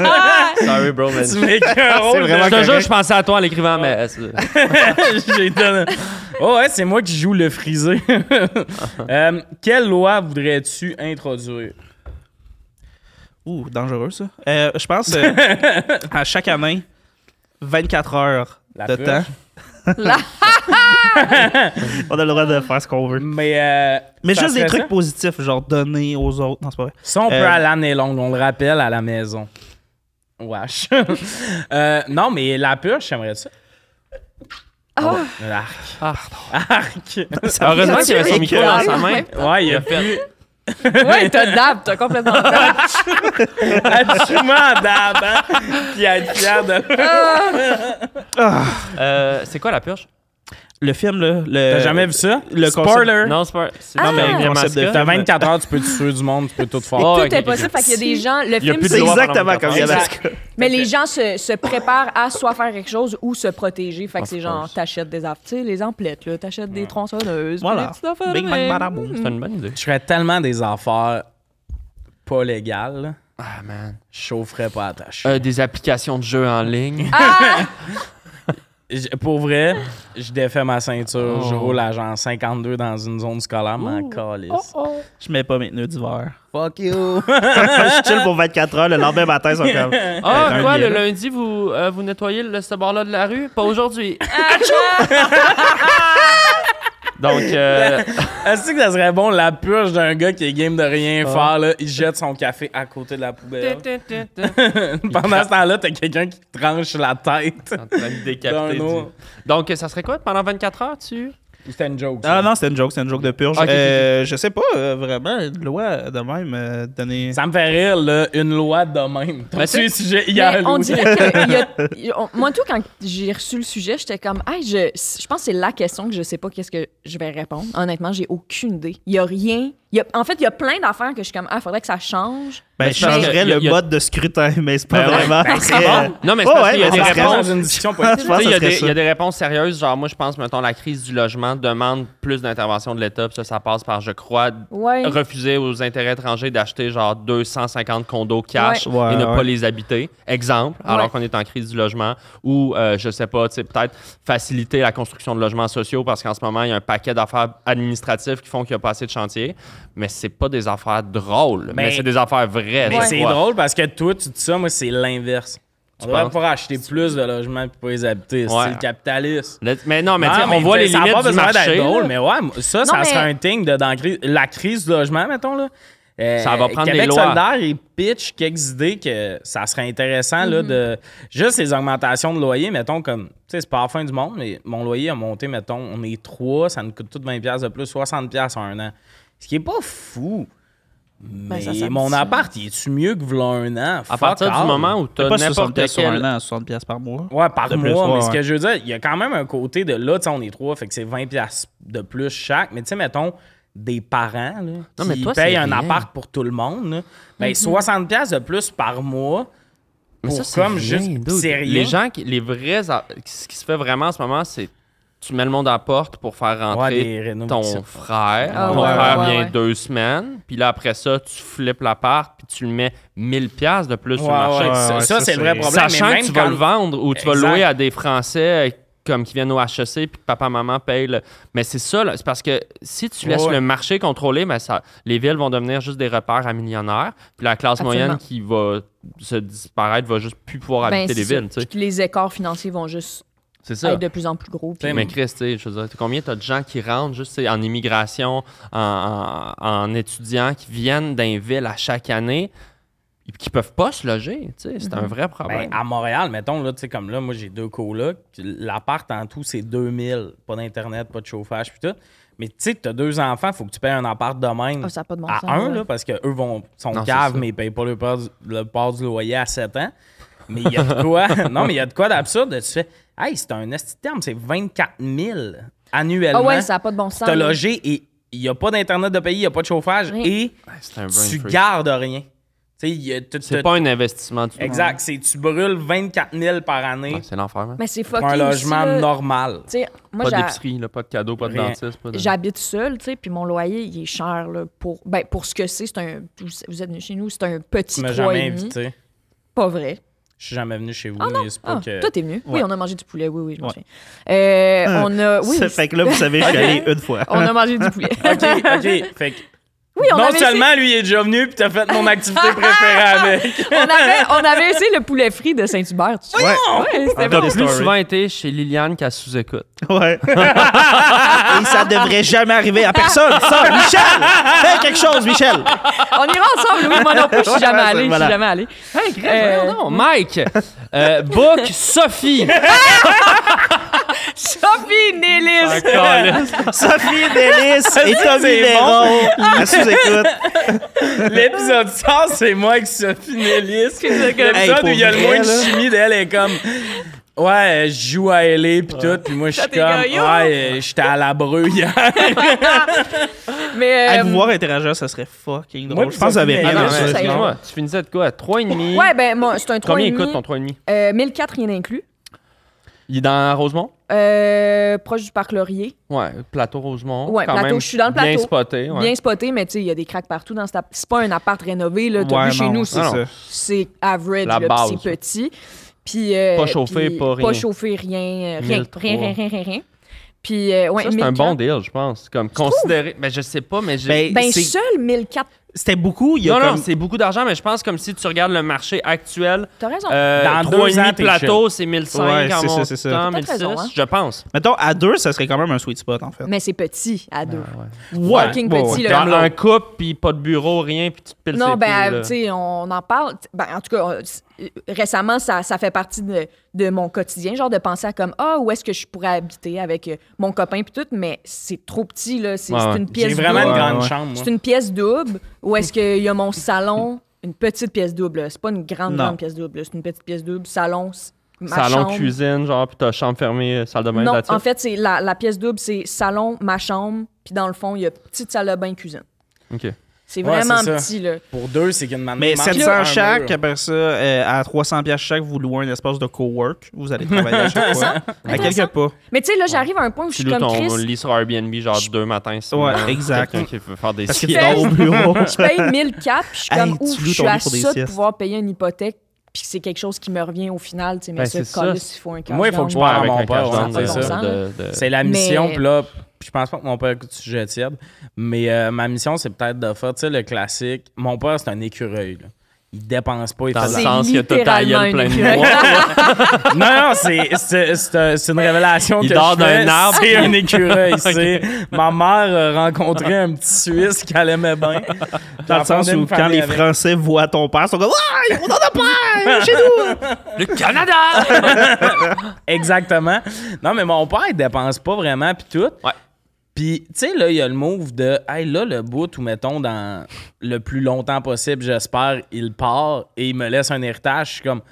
Speaker 1: hein?
Speaker 3: Sorry, bro, man.
Speaker 1: tu m'écris un rôle. de-
Speaker 3: Je te jure,
Speaker 4: correct.
Speaker 3: je pensais à toi en l'écrivant, mais euh, c'est-
Speaker 1: J'ai donné- Oh ouais, c'est moi qui joue le frisé. Euh, quelle loi voudrais-tu introduire?
Speaker 4: Ouh, dangereux ça. Euh, je pense euh, à chaque année, 24 heures
Speaker 1: La
Speaker 4: de
Speaker 1: purge.
Speaker 4: temps. On a le droit de faire ce qu'on veut.
Speaker 1: Mais, euh,
Speaker 4: Mais
Speaker 1: ça
Speaker 4: juste des
Speaker 1: serait
Speaker 4: trucs
Speaker 1: ça?
Speaker 4: positifs, genre donner aux autres. Non, c'est pas vrai.
Speaker 1: Ça, on peut
Speaker 4: Euh,
Speaker 1: à l'année longue, on le rappelle à la maison. Wesh. Euh, non, mais la purge, j'aimerais ça.
Speaker 2: Ah.
Speaker 1: L'arc.
Speaker 3: Ah,
Speaker 1: Arc.
Speaker 3: Heureusement qu'il y avait son
Speaker 4: C'est
Speaker 3: micro dans sa main.
Speaker 1: Ouais, il y a plus.
Speaker 2: Ouais, t'as dab, t'as complètement dab.
Speaker 1: Absolument d'ab, hein? Puis être fier de.
Speaker 3: Euh, c'est quoi la purge?
Speaker 4: Le film, là.
Speaker 1: T'as jamais vu ça?
Speaker 4: le
Speaker 1: Spoiler!
Speaker 3: Non, c'est pas. C'est
Speaker 2: Ah.
Speaker 3: pas
Speaker 2: mais
Speaker 4: le concept de
Speaker 1: T'as 24 heures, tu peux te tuer du monde, tu peux tout faire.
Speaker 3: Oh,
Speaker 2: tout
Speaker 3: ok,
Speaker 2: est
Speaker 3: ok,
Speaker 2: possible,
Speaker 3: ok.
Speaker 2: fait qu'il y a des gens. Le
Speaker 3: y a
Speaker 2: film,
Speaker 3: plus de
Speaker 2: c'est-
Speaker 4: C'est
Speaker 3: loi pendant
Speaker 4: exactement
Speaker 3: 24
Speaker 4: comme il y a dans
Speaker 1: heures.
Speaker 4: ce cas.
Speaker 2: Mais les gens se, se préparent à soit faire quelque chose ou se protéger. Fait que
Speaker 3: Of
Speaker 2: c'est genre,
Speaker 3: course.
Speaker 2: t'achètes des affaires, tu sais, les emplettes, là, t'achètes des tronçonneuses.
Speaker 4: Voilà.
Speaker 2: des petites affaires de
Speaker 4: Big Mac
Speaker 2: même.
Speaker 4: Badaboum.
Speaker 3: C'est une bonne idée.
Speaker 1: Je ferais tellement des affaires pas légales, là,
Speaker 3: Ah, man.
Speaker 1: je chaufferais pas la tâche.
Speaker 3: Euh, des applications de jeux en ligne.
Speaker 1: J- Pour vrai, je défais ma ceinture, je
Speaker 3: Oh.
Speaker 1: roule à genre 52 dans une zone scolaire, m'en calisse.
Speaker 4: Je mets pas mes pneus d'hiver.
Speaker 1: Fuck you!
Speaker 4: je chill pour 24 heures, le lendemain matin, ils sont comme.
Speaker 3: Ah,
Speaker 4: un
Speaker 3: quoi,
Speaker 4: lien,
Speaker 3: le
Speaker 4: là.
Speaker 3: lundi, vous, euh, vous nettoyez le, ce bord-là de la rue? Pas aujourd'hui.
Speaker 2: Ah,
Speaker 3: Donc, euh,
Speaker 1: Est-ce que ça serait bon la purge d'un gars qui est game de rien faire, là, il jette son café à côté de la poubelle. Pendant ce temps-là, t'as quelqu'un qui te tranche la tête.
Speaker 3: en train de
Speaker 1: Dans
Speaker 3: décapiter.
Speaker 1: un autre.
Speaker 3: du- Donc, euh, ça serait quoi pendant 24 heures, tu?
Speaker 1: C'était une joke. ça.
Speaker 4: Ah non, c'était une joke, c'était une joke de purge.
Speaker 3: Ok, ok,
Speaker 4: Euh, Je sais pas euh, vraiment une loi de même euh, donner.
Speaker 1: Ça me fait rire, là, une loi de même. T'as
Speaker 3: Mais
Speaker 1: tué le sujet hier,
Speaker 2: Mais on
Speaker 1: Louis.
Speaker 2: dirait que il y a- on- moi tout quand j'ai reçu le sujet, j'étais comme hey, je je pense que c'est la question que je sais pas qu'est-ce que je vais répondre. Honnêtement, j'ai aucune idée. Il y a rien. Il y a- en fait, il y a plein d'affaires que je suis comme ah, faudrait que ça change.
Speaker 4: Ben,
Speaker 3: Mais
Speaker 4: je
Speaker 3: c'est parce
Speaker 4: changerais
Speaker 3: que y a-
Speaker 4: le
Speaker 3: y a-
Speaker 4: mode de scrutin, mais c'est pas
Speaker 3: Ben ouais,
Speaker 4: vraiment. très-
Speaker 3: Non, mais c'est
Speaker 4: Ouais,
Speaker 3: parce qu'il y a
Speaker 4: ouais,
Speaker 3: des
Speaker 4: ça serait-
Speaker 1: dans
Speaker 3: réponses.
Speaker 1: une discussion
Speaker 4: Je
Speaker 1: politique.
Speaker 4: pense
Speaker 3: Tu sais,
Speaker 4: que
Speaker 3: Il y,
Speaker 4: ça
Speaker 3: a
Speaker 4: serait
Speaker 3: des- il y
Speaker 4: ça.
Speaker 3: a des réponses sérieuses. Genre, moi, je pense, mettons, la crise du logement demande plus d'intervention de l'État. puis Ça, ça passe par, je crois,
Speaker 2: Ouais.
Speaker 3: refuser aux intérêts étrangers d'acheter genre 250 condos cash
Speaker 4: Ouais. Ouais,
Speaker 3: et ne
Speaker 4: ouais.
Speaker 3: pas les habiter. Exemple, alors
Speaker 2: Ouais.
Speaker 3: qu'on est en crise du logement. Ou, euh, je sais pas, tu sais, peut-être faciliter la construction de logements sociaux parce qu'en ce moment, il y a un paquet d'affaires administratives qui font qu'il n'y a pas assez de chantiers. Mais c'est pas des affaires drôles. Mais,
Speaker 1: Mais-
Speaker 3: c'est des affaires vraies.
Speaker 1: Mais
Speaker 3: je
Speaker 1: c'est
Speaker 3: crois.
Speaker 1: drôle parce que toi, tu dis ça, moi, c'est l'inverse. On devrait
Speaker 3: penses?
Speaker 1: pouvoir acheter plus de logements et pas les habiter.
Speaker 3: Ouais.
Speaker 1: C'est le capitaliste.
Speaker 3: Le- Mais non, mais, tu sais,
Speaker 1: Non,
Speaker 3: on voit les
Speaker 1: ça a
Speaker 3: limites
Speaker 1: pas
Speaker 3: du
Speaker 1: besoin d'être
Speaker 3: marché.
Speaker 1: drôle,
Speaker 3: là.
Speaker 1: mais ouais, moi, ça, ça
Speaker 2: mais-
Speaker 1: serait un thing de dans la crise- la crise du logement, mettons. Là. Euh,
Speaker 3: Ça va prendre
Speaker 1: Québec
Speaker 3: des lois.
Speaker 1: solidaire, il pitch quelques idées que ça serait intéressant là,
Speaker 2: Mm-hmm.
Speaker 1: de. Juste les augmentations de loyer, mettons, comme. Tu sais, c'est pas la fin du monde, mais mon loyer a monté, mettons, on est trois, ça nous coûte tout 20$ de plus, 60$ en un an. Ce qui est pas fou. Mais
Speaker 2: Ben, ça, ça me
Speaker 1: mon
Speaker 2: dit-
Speaker 1: appart, il est-tu mieux que v'là un an?
Speaker 3: À partir du moment où tu
Speaker 4: T'as
Speaker 3: as
Speaker 4: pas 60
Speaker 3: n'importe
Speaker 4: pièces sur
Speaker 3: quel
Speaker 4: un an, 60 pièces par mois.
Speaker 1: Ouais, par
Speaker 4: De
Speaker 1: mois,
Speaker 4: plus, ouais,
Speaker 1: mais ce que
Speaker 4: ouais.
Speaker 1: je veux dire, il y a quand même un côté de là, tu sais, on est trois, fait que c'est 20$ piastres de plus chaque. Mais tu sais, mettons, des parents là, qui
Speaker 3: mais toi, c'est
Speaker 1: payent un
Speaker 3: rien. Mm-hmm.
Speaker 1: appart pour tout le monde, là, ben 60$ piastres de plus par mois.
Speaker 3: Mais
Speaker 1: pour
Speaker 3: ça, c'est
Speaker 1: comme
Speaker 3: rien,
Speaker 1: juste-
Speaker 3: dude.
Speaker 1: c'est rien.
Speaker 3: Les gens, qui, les vrais. a- Ce qui se fait vraiment en ce moment, c'est tu mets le monde à la porte pour faire
Speaker 1: Ouais,
Speaker 3: rentrer
Speaker 1: des rénovations.
Speaker 3: ton frère.
Speaker 2: Ah,
Speaker 3: ton
Speaker 4: ouais,
Speaker 3: frère
Speaker 2: ouais,
Speaker 3: vient
Speaker 2: ouais.
Speaker 3: deux semaines. Puis là, après ça, tu flippes l'appart. Puis tu le mets 1000$ piastres de plus sur
Speaker 1: Ouais,
Speaker 3: le marché.
Speaker 1: ouais,
Speaker 4: Ouais,
Speaker 1: ça,
Speaker 4: ouais,
Speaker 1: ça,
Speaker 4: ça,
Speaker 1: c'est le
Speaker 4: c'est-
Speaker 1: vrai problème. mais
Speaker 3: Sachant
Speaker 1: même
Speaker 3: que tu vas
Speaker 1: quand-
Speaker 3: le vendre ou tu vas
Speaker 1: Exact.
Speaker 3: le louer à des Français euh, comme qui viennent au HEC puis que papa maman paye le- mais c'est ça là, c'est parce que si tu laisses
Speaker 1: Ouais.
Speaker 3: le marché contrôler ben ça les villes vont devenir juste des repères à millionnaires puis la classe moyenne qui va se disparaître va juste plus pouvoir
Speaker 2: Ben,
Speaker 3: habiter
Speaker 2: c'est
Speaker 3: les
Speaker 2: ça.
Speaker 3: villes tu sais
Speaker 2: Puis que les écarts financiers vont juste
Speaker 3: c'est ça
Speaker 2: être de plus en plus gros. puis-
Speaker 3: mais Chris, tu sais, je veux dire, combien t'as de gens qui rentrent juste tu sais, en immigration, en, en- en étudiants, qui viennent d'un ville à chaque année, et qui peuvent pas se loger, tu sais, c'est
Speaker 2: Mm-hmm.
Speaker 3: un vrai
Speaker 1: Ben,
Speaker 3: problème.
Speaker 1: à Montréal, mettons, là, tu sais, comme là, moi, j'ai deux colocs. puis L'appart, en tout, c'est 2000. Pas d'Internet, pas de chauffage, puis tout. Mais tu sais, t'as deux enfants, faut que tu payes un appart de même.
Speaker 2: Ah, ça a pas de bon
Speaker 1: à
Speaker 2: sens,
Speaker 1: un,
Speaker 2: ouais.
Speaker 1: là, parce qu'eux vont, sont
Speaker 3: Non, c'est
Speaker 1: caves,
Speaker 3: ça.
Speaker 1: mais ils payent pas le part, du- le part du loyer à 7 ans. Mais il y a de quoi. non, mais il y a de quoi d'absurde. Tu fais, hey, c'est un esti de terme, c'est 24 000 annuellement.
Speaker 2: Ah ouais, ça a pas de bon
Speaker 1: Tu
Speaker 2: sens.
Speaker 1: t'as
Speaker 2: là.
Speaker 1: logé et il n'y a pas d'Internet de pays, il n'y a pas de chauffage
Speaker 2: Rien.
Speaker 1: et
Speaker 3: C'est un brain
Speaker 1: Ben, tu
Speaker 3: freeze.
Speaker 1: gardes rien. Tu sais, il y a- tu-
Speaker 3: C'est
Speaker 1: tu-
Speaker 3: pas un investissement du tout.
Speaker 1: Exact, c'est tu brûles 24 000 par année
Speaker 3: Ouais, c'est l'enfer, man.
Speaker 2: Mais c'est fucking.
Speaker 1: pour un logement
Speaker 2: aussi, là.
Speaker 1: normal.
Speaker 2: Tu sais, moi,
Speaker 3: Pas
Speaker 2: j'a-
Speaker 3: d'épicerie, là, pas de cadeau, pas de
Speaker 1: Rien.
Speaker 3: dentiste. Pas de...
Speaker 2: j'habite seule, tu sais, puis mon loyer, il est cher, là, pour, ben, pour ce que c'est. C'est un, vous vous êtes venu chez nous, c'est un
Speaker 1: Tu
Speaker 2: petit
Speaker 1: m'as
Speaker 2: 3,5.
Speaker 1: jamais invité.
Speaker 2: Pas vrai.
Speaker 1: Je suis jamais venu chez vous. mais c'est pas
Speaker 2: Ah,
Speaker 1: que...
Speaker 2: toi, t'es venu. Oui,
Speaker 4: Ouais.
Speaker 2: on a mangé du poulet. Oui, oui, je m'en
Speaker 4: Ouais.
Speaker 2: souviens. Euh, on a. Oui,
Speaker 4: Hum. Ça fait que là, vous savez, je suis allé une fois.
Speaker 2: on a mangé du poulet.
Speaker 1: OK, OK. Fait que
Speaker 2: Oui, on
Speaker 1: non
Speaker 2: avait
Speaker 1: seulement lui est déjà venu, puis t'as fait mon activité préférée avec.
Speaker 2: essayé, on, avait, on avait essayé le poulet frit de Saint-Hubert. tu sais.
Speaker 4: Ouais.
Speaker 2: Ouais, c'était
Speaker 3: T'as
Speaker 2: bon.
Speaker 4: Des
Speaker 3: plus
Speaker 4: stories.
Speaker 3: souvent été chez Liliane qu'à sous-écoute.
Speaker 4: Ouais. Et ça devrait jamais arriver à personne. Ça, Michel, fais quelque chose, Michel.
Speaker 2: On ira ensemble, oui. Moi non plus, je suis jamais
Speaker 4: Voilà.
Speaker 2: allée. Je suis jamais allée. Euh,
Speaker 3: Euh, non, Mike! euh, book Sophie!
Speaker 2: Sophie Nélis.
Speaker 4: Sophie Delis et Tommy
Speaker 1: c'est bon.
Speaker 4: Néron à sous-écoute.
Speaker 1: L'épisode 100, c'est moi avec Sophie Nélis.
Speaker 4: Hey,
Speaker 1: L'épisode
Speaker 4: pour
Speaker 1: où il y a le moins
Speaker 4: vrai, là.
Speaker 1: de chimie d'elle est comme. Ouais, euh, je joue à LA puis tout, puis moi je suis
Speaker 2: t'es
Speaker 1: comme
Speaker 2: gaillot.
Speaker 1: ouais, euh, j'étais à la breu hier.
Speaker 2: Mais.
Speaker 4: À
Speaker 2: euh,
Speaker 4: vous voir interagir, ça serait fucking drôle.
Speaker 1: Moi,
Speaker 4: je pense que vous avez
Speaker 1: puis
Speaker 3: Ah
Speaker 4: rien
Speaker 3: non,
Speaker 2: mais
Speaker 4: de
Speaker 2: ça,
Speaker 4: ça.
Speaker 3: mais
Speaker 2: ça
Speaker 3: excuse-moi, tu finissais de quoi? 3,5?
Speaker 2: Ouais, ben, moi, c'est un 3,5.
Speaker 3: Combien il coûte ton 3,5?
Speaker 2: Euh, 1004, rien inclus.
Speaker 3: Il est dans Rosemont?
Speaker 2: Euh, proche du parc Laurier.
Speaker 3: Ouais, plateau Rosemont.
Speaker 2: Ouais,
Speaker 3: quand
Speaker 2: plateau,
Speaker 3: même
Speaker 2: je suis dans le
Speaker 3: Bien
Speaker 2: plateau.
Speaker 3: spoté, ouais.
Speaker 2: Bien spoté, mais tu sais, il y a des cracks partout dans cet appart. C'est pas un appart rénové, là. T'as
Speaker 4: Ouais,
Speaker 2: vu chez
Speaker 4: non,
Speaker 2: nous,
Speaker 4: c'est
Speaker 2: c'est
Speaker 3: Ah non.
Speaker 4: ça.
Speaker 2: c'est average,
Speaker 3: La
Speaker 2: là,
Speaker 3: base,
Speaker 2: puis
Speaker 3: ça.
Speaker 2: c'est petit. Puis, euh,
Speaker 3: Pas chauffé,
Speaker 2: puis
Speaker 3: pas rien.
Speaker 2: Pas chauffé, rien, euh, rien,
Speaker 3: 1003.
Speaker 2: rien, rien, rien, rien, rien. Puis, euh, ouais,
Speaker 3: Ça, c'est un
Speaker 2: 1004.
Speaker 3: bon deal, je pense. Comme considérer. Ben, je sais pas, mais j'ai.
Speaker 4: Ben,
Speaker 2: Ben,
Speaker 4: C'est-
Speaker 2: seul 1004.
Speaker 4: C'était beaucoup. Il y a
Speaker 3: non, non,
Speaker 4: comme-
Speaker 3: c'est beaucoup d'argent, mais je pense comme si tu regardes le marché actuel,
Speaker 2: T'as raison.
Speaker 3: Euh,
Speaker 1: Dans
Speaker 3: trois
Speaker 1: deux
Speaker 3: et demi
Speaker 1: ans, t'es
Speaker 3: plateau, c'est 1005
Speaker 4: Ouais,
Speaker 3: en
Speaker 4: c'est ça,
Speaker 3: montant,
Speaker 4: c'est ça.
Speaker 2: T'as peut-être
Speaker 3: 1006,
Speaker 2: raison, hein.
Speaker 3: je pense.
Speaker 4: Mettons, à deux, ça serait quand même un sweet spot, en fait.
Speaker 2: mais c'est petit,
Speaker 3: ben,
Speaker 2: à deux.
Speaker 4: Ouais,
Speaker 2: Fucking
Speaker 4: ouais,
Speaker 2: petit,
Speaker 4: ouais.
Speaker 2: là.
Speaker 3: Dans un couple, puis pas de bureau, rien, puis tu te piles
Speaker 2: Non,
Speaker 3: ses poules,
Speaker 2: ben,
Speaker 3: là.
Speaker 2: tu sais, on en parle. T- Ben, en tout cas, on- s- euh, récemment, ça, ça fait partie de, de mon quotidien, genre de penser à comme, ah, où est-ce que je pourrais habiter avec euh, mon copain puis tout, mais c'est trop petit, là. C'est
Speaker 3: Ouais,
Speaker 2: c'est
Speaker 3: ouais.
Speaker 2: une
Speaker 1: J'ai
Speaker 2: pièce
Speaker 1: vraiment
Speaker 4: Ouais,
Speaker 1: une
Speaker 2: double.
Speaker 1: grande
Speaker 4: ouais.
Speaker 1: chambre. moi.
Speaker 2: C'est une pièce double, où est-ce qu'il y a mon salon, une petite pièce double, là. C'est pas une grande,
Speaker 4: Non.
Speaker 2: grande pièce double, là. c'est une petite pièce double, salon, s- ma
Speaker 3: Salon,
Speaker 2: chambre.
Speaker 3: cuisine, genre, puis t'as chambre fermée, euh, salle de bain,
Speaker 2: Non,
Speaker 3: that's it.
Speaker 2: en fait, c'est la, la pièce double, c'est salon, ma chambre, puis dans le fond, il y a petite salle de bain, cuisine.
Speaker 3: OK.
Speaker 2: C'est
Speaker 1: Ouais,
Speaker 2: vraiment
Speaker 1: c'est ça.
Speaker 2: petit, là.
Speaker 1: Pour deux, c'est qu'une maman.
Speaker 4: Mais
Speaker 1: marche
Speaker 4: 700
Speaker 1: sur un mur.
Speaker 4: chaque, après ça, euh, à 300 pièces chaque, vous louez un espace de cowork. Vous allez travailler à chaque fois. À
Speaker 2: Intéressant.
Speaker 4: quelques pas.
Speaker 2: Mais tu sais, là, j'arrive à un point où je
Speaker 3: Tu
Speaker 2: suis
Speaker 3: loues
Speaker 2: comme
Speaker 3: ton
Speaker 2: Chris.
Speaker 3: lit sur Airbnb, genre, deux matins. si
Speaker 4: Ouais,
Speaker 3: vraiment
Speaker 4: exact.
Speaker 3: Quelqu'un qui veut faire des
Speaker 4: Parce que tu
Speaker 3: siestes.
Speaker 4: dors au bureau.
Speaker 2: Je paye 1004, puis je suis
Speaker 4: Hey,
Speaker 2: comme
Speaker 4: tu
Speaker 2: ouf,
Speaker 4: loues
Speaker 2: je suis
Speaker 4: ton
Speaker 2: à
Speaker 4: lit pour des
Speaker 2: ça de
Speaker 4: siestes.
Speaker 2: pouvoir payer une hypothèque, puis c'est quelque chose qui me revient au final, tu sais, mais
Speaker 3: Ben,
Speaker 2: ça,
Speaker 3: c'est ça.
Speaker 2: câlisse, il faut un cash
Speaker 1: Moi, il faut que
Speaker 2: down.
Speaker 1: je
Speaker 3: Ouais,
Speaker 1: parle à
Speaker 3: avec
Speaker 1: mon
Speaker 3: un
Speaker 1: père,
Speaker 3: cash
Speaker 1: ouais,
Speaker 3: down
Speaker 2: c'est
Speaker 3: de-
Speaker 2: ça.
Speaker 3: de- de-
Speaker 1: C'est la mission,
Speaker 2: Mais-
Speaker 1: puis là, je pense pas que mon père écoute ce sujet tiède, mais euh, ma mission, c'est peut-être de faire, tu sais, le classique. Mon père, c'est un écureuil, là. Il dépense pas, il
Speaker 3: Dans
Speaker 1: fait
Speaker 3: le
Speaker 1: de
Speaker 2: C'est
Speaker 3: sens que t'as ta gueule
Speaker 2: littéralement
Speaker 3: plein
Speaker 2: une
Speaker 3: de mois.
Speaker 1: Non, non, c'est- c'est c'est- c'est une révélation
Speaker 3: Il
Speaker 1: que
Speaker 3: dort
Speaker 1: je fais.
Speaker 3: d'un arbre,
Speaker 1: C'est
Speaker 3: puis-
Speaker 1: un écureuil. c'est- Ma mère a rencontré un petit Suisse qu'elle aimait bien.
Speaker 4: Dans le sens où quand les Français voient ton père, ils sont comme Ah, ils ont notre père chez nous!
Speaker 3: Le Canada!
Speaker 1: Exactement. Non, mais mon père, il dépense pas vraiment, puis tout.
Speaker 3: Ouais.
Speaker 1: Puis, tu sais, là, il y a le move de, hey, là, le bout où, mettons, dans le plus longtemps possible, j'espère, il part et il me laisse un héritage. Je suis comme,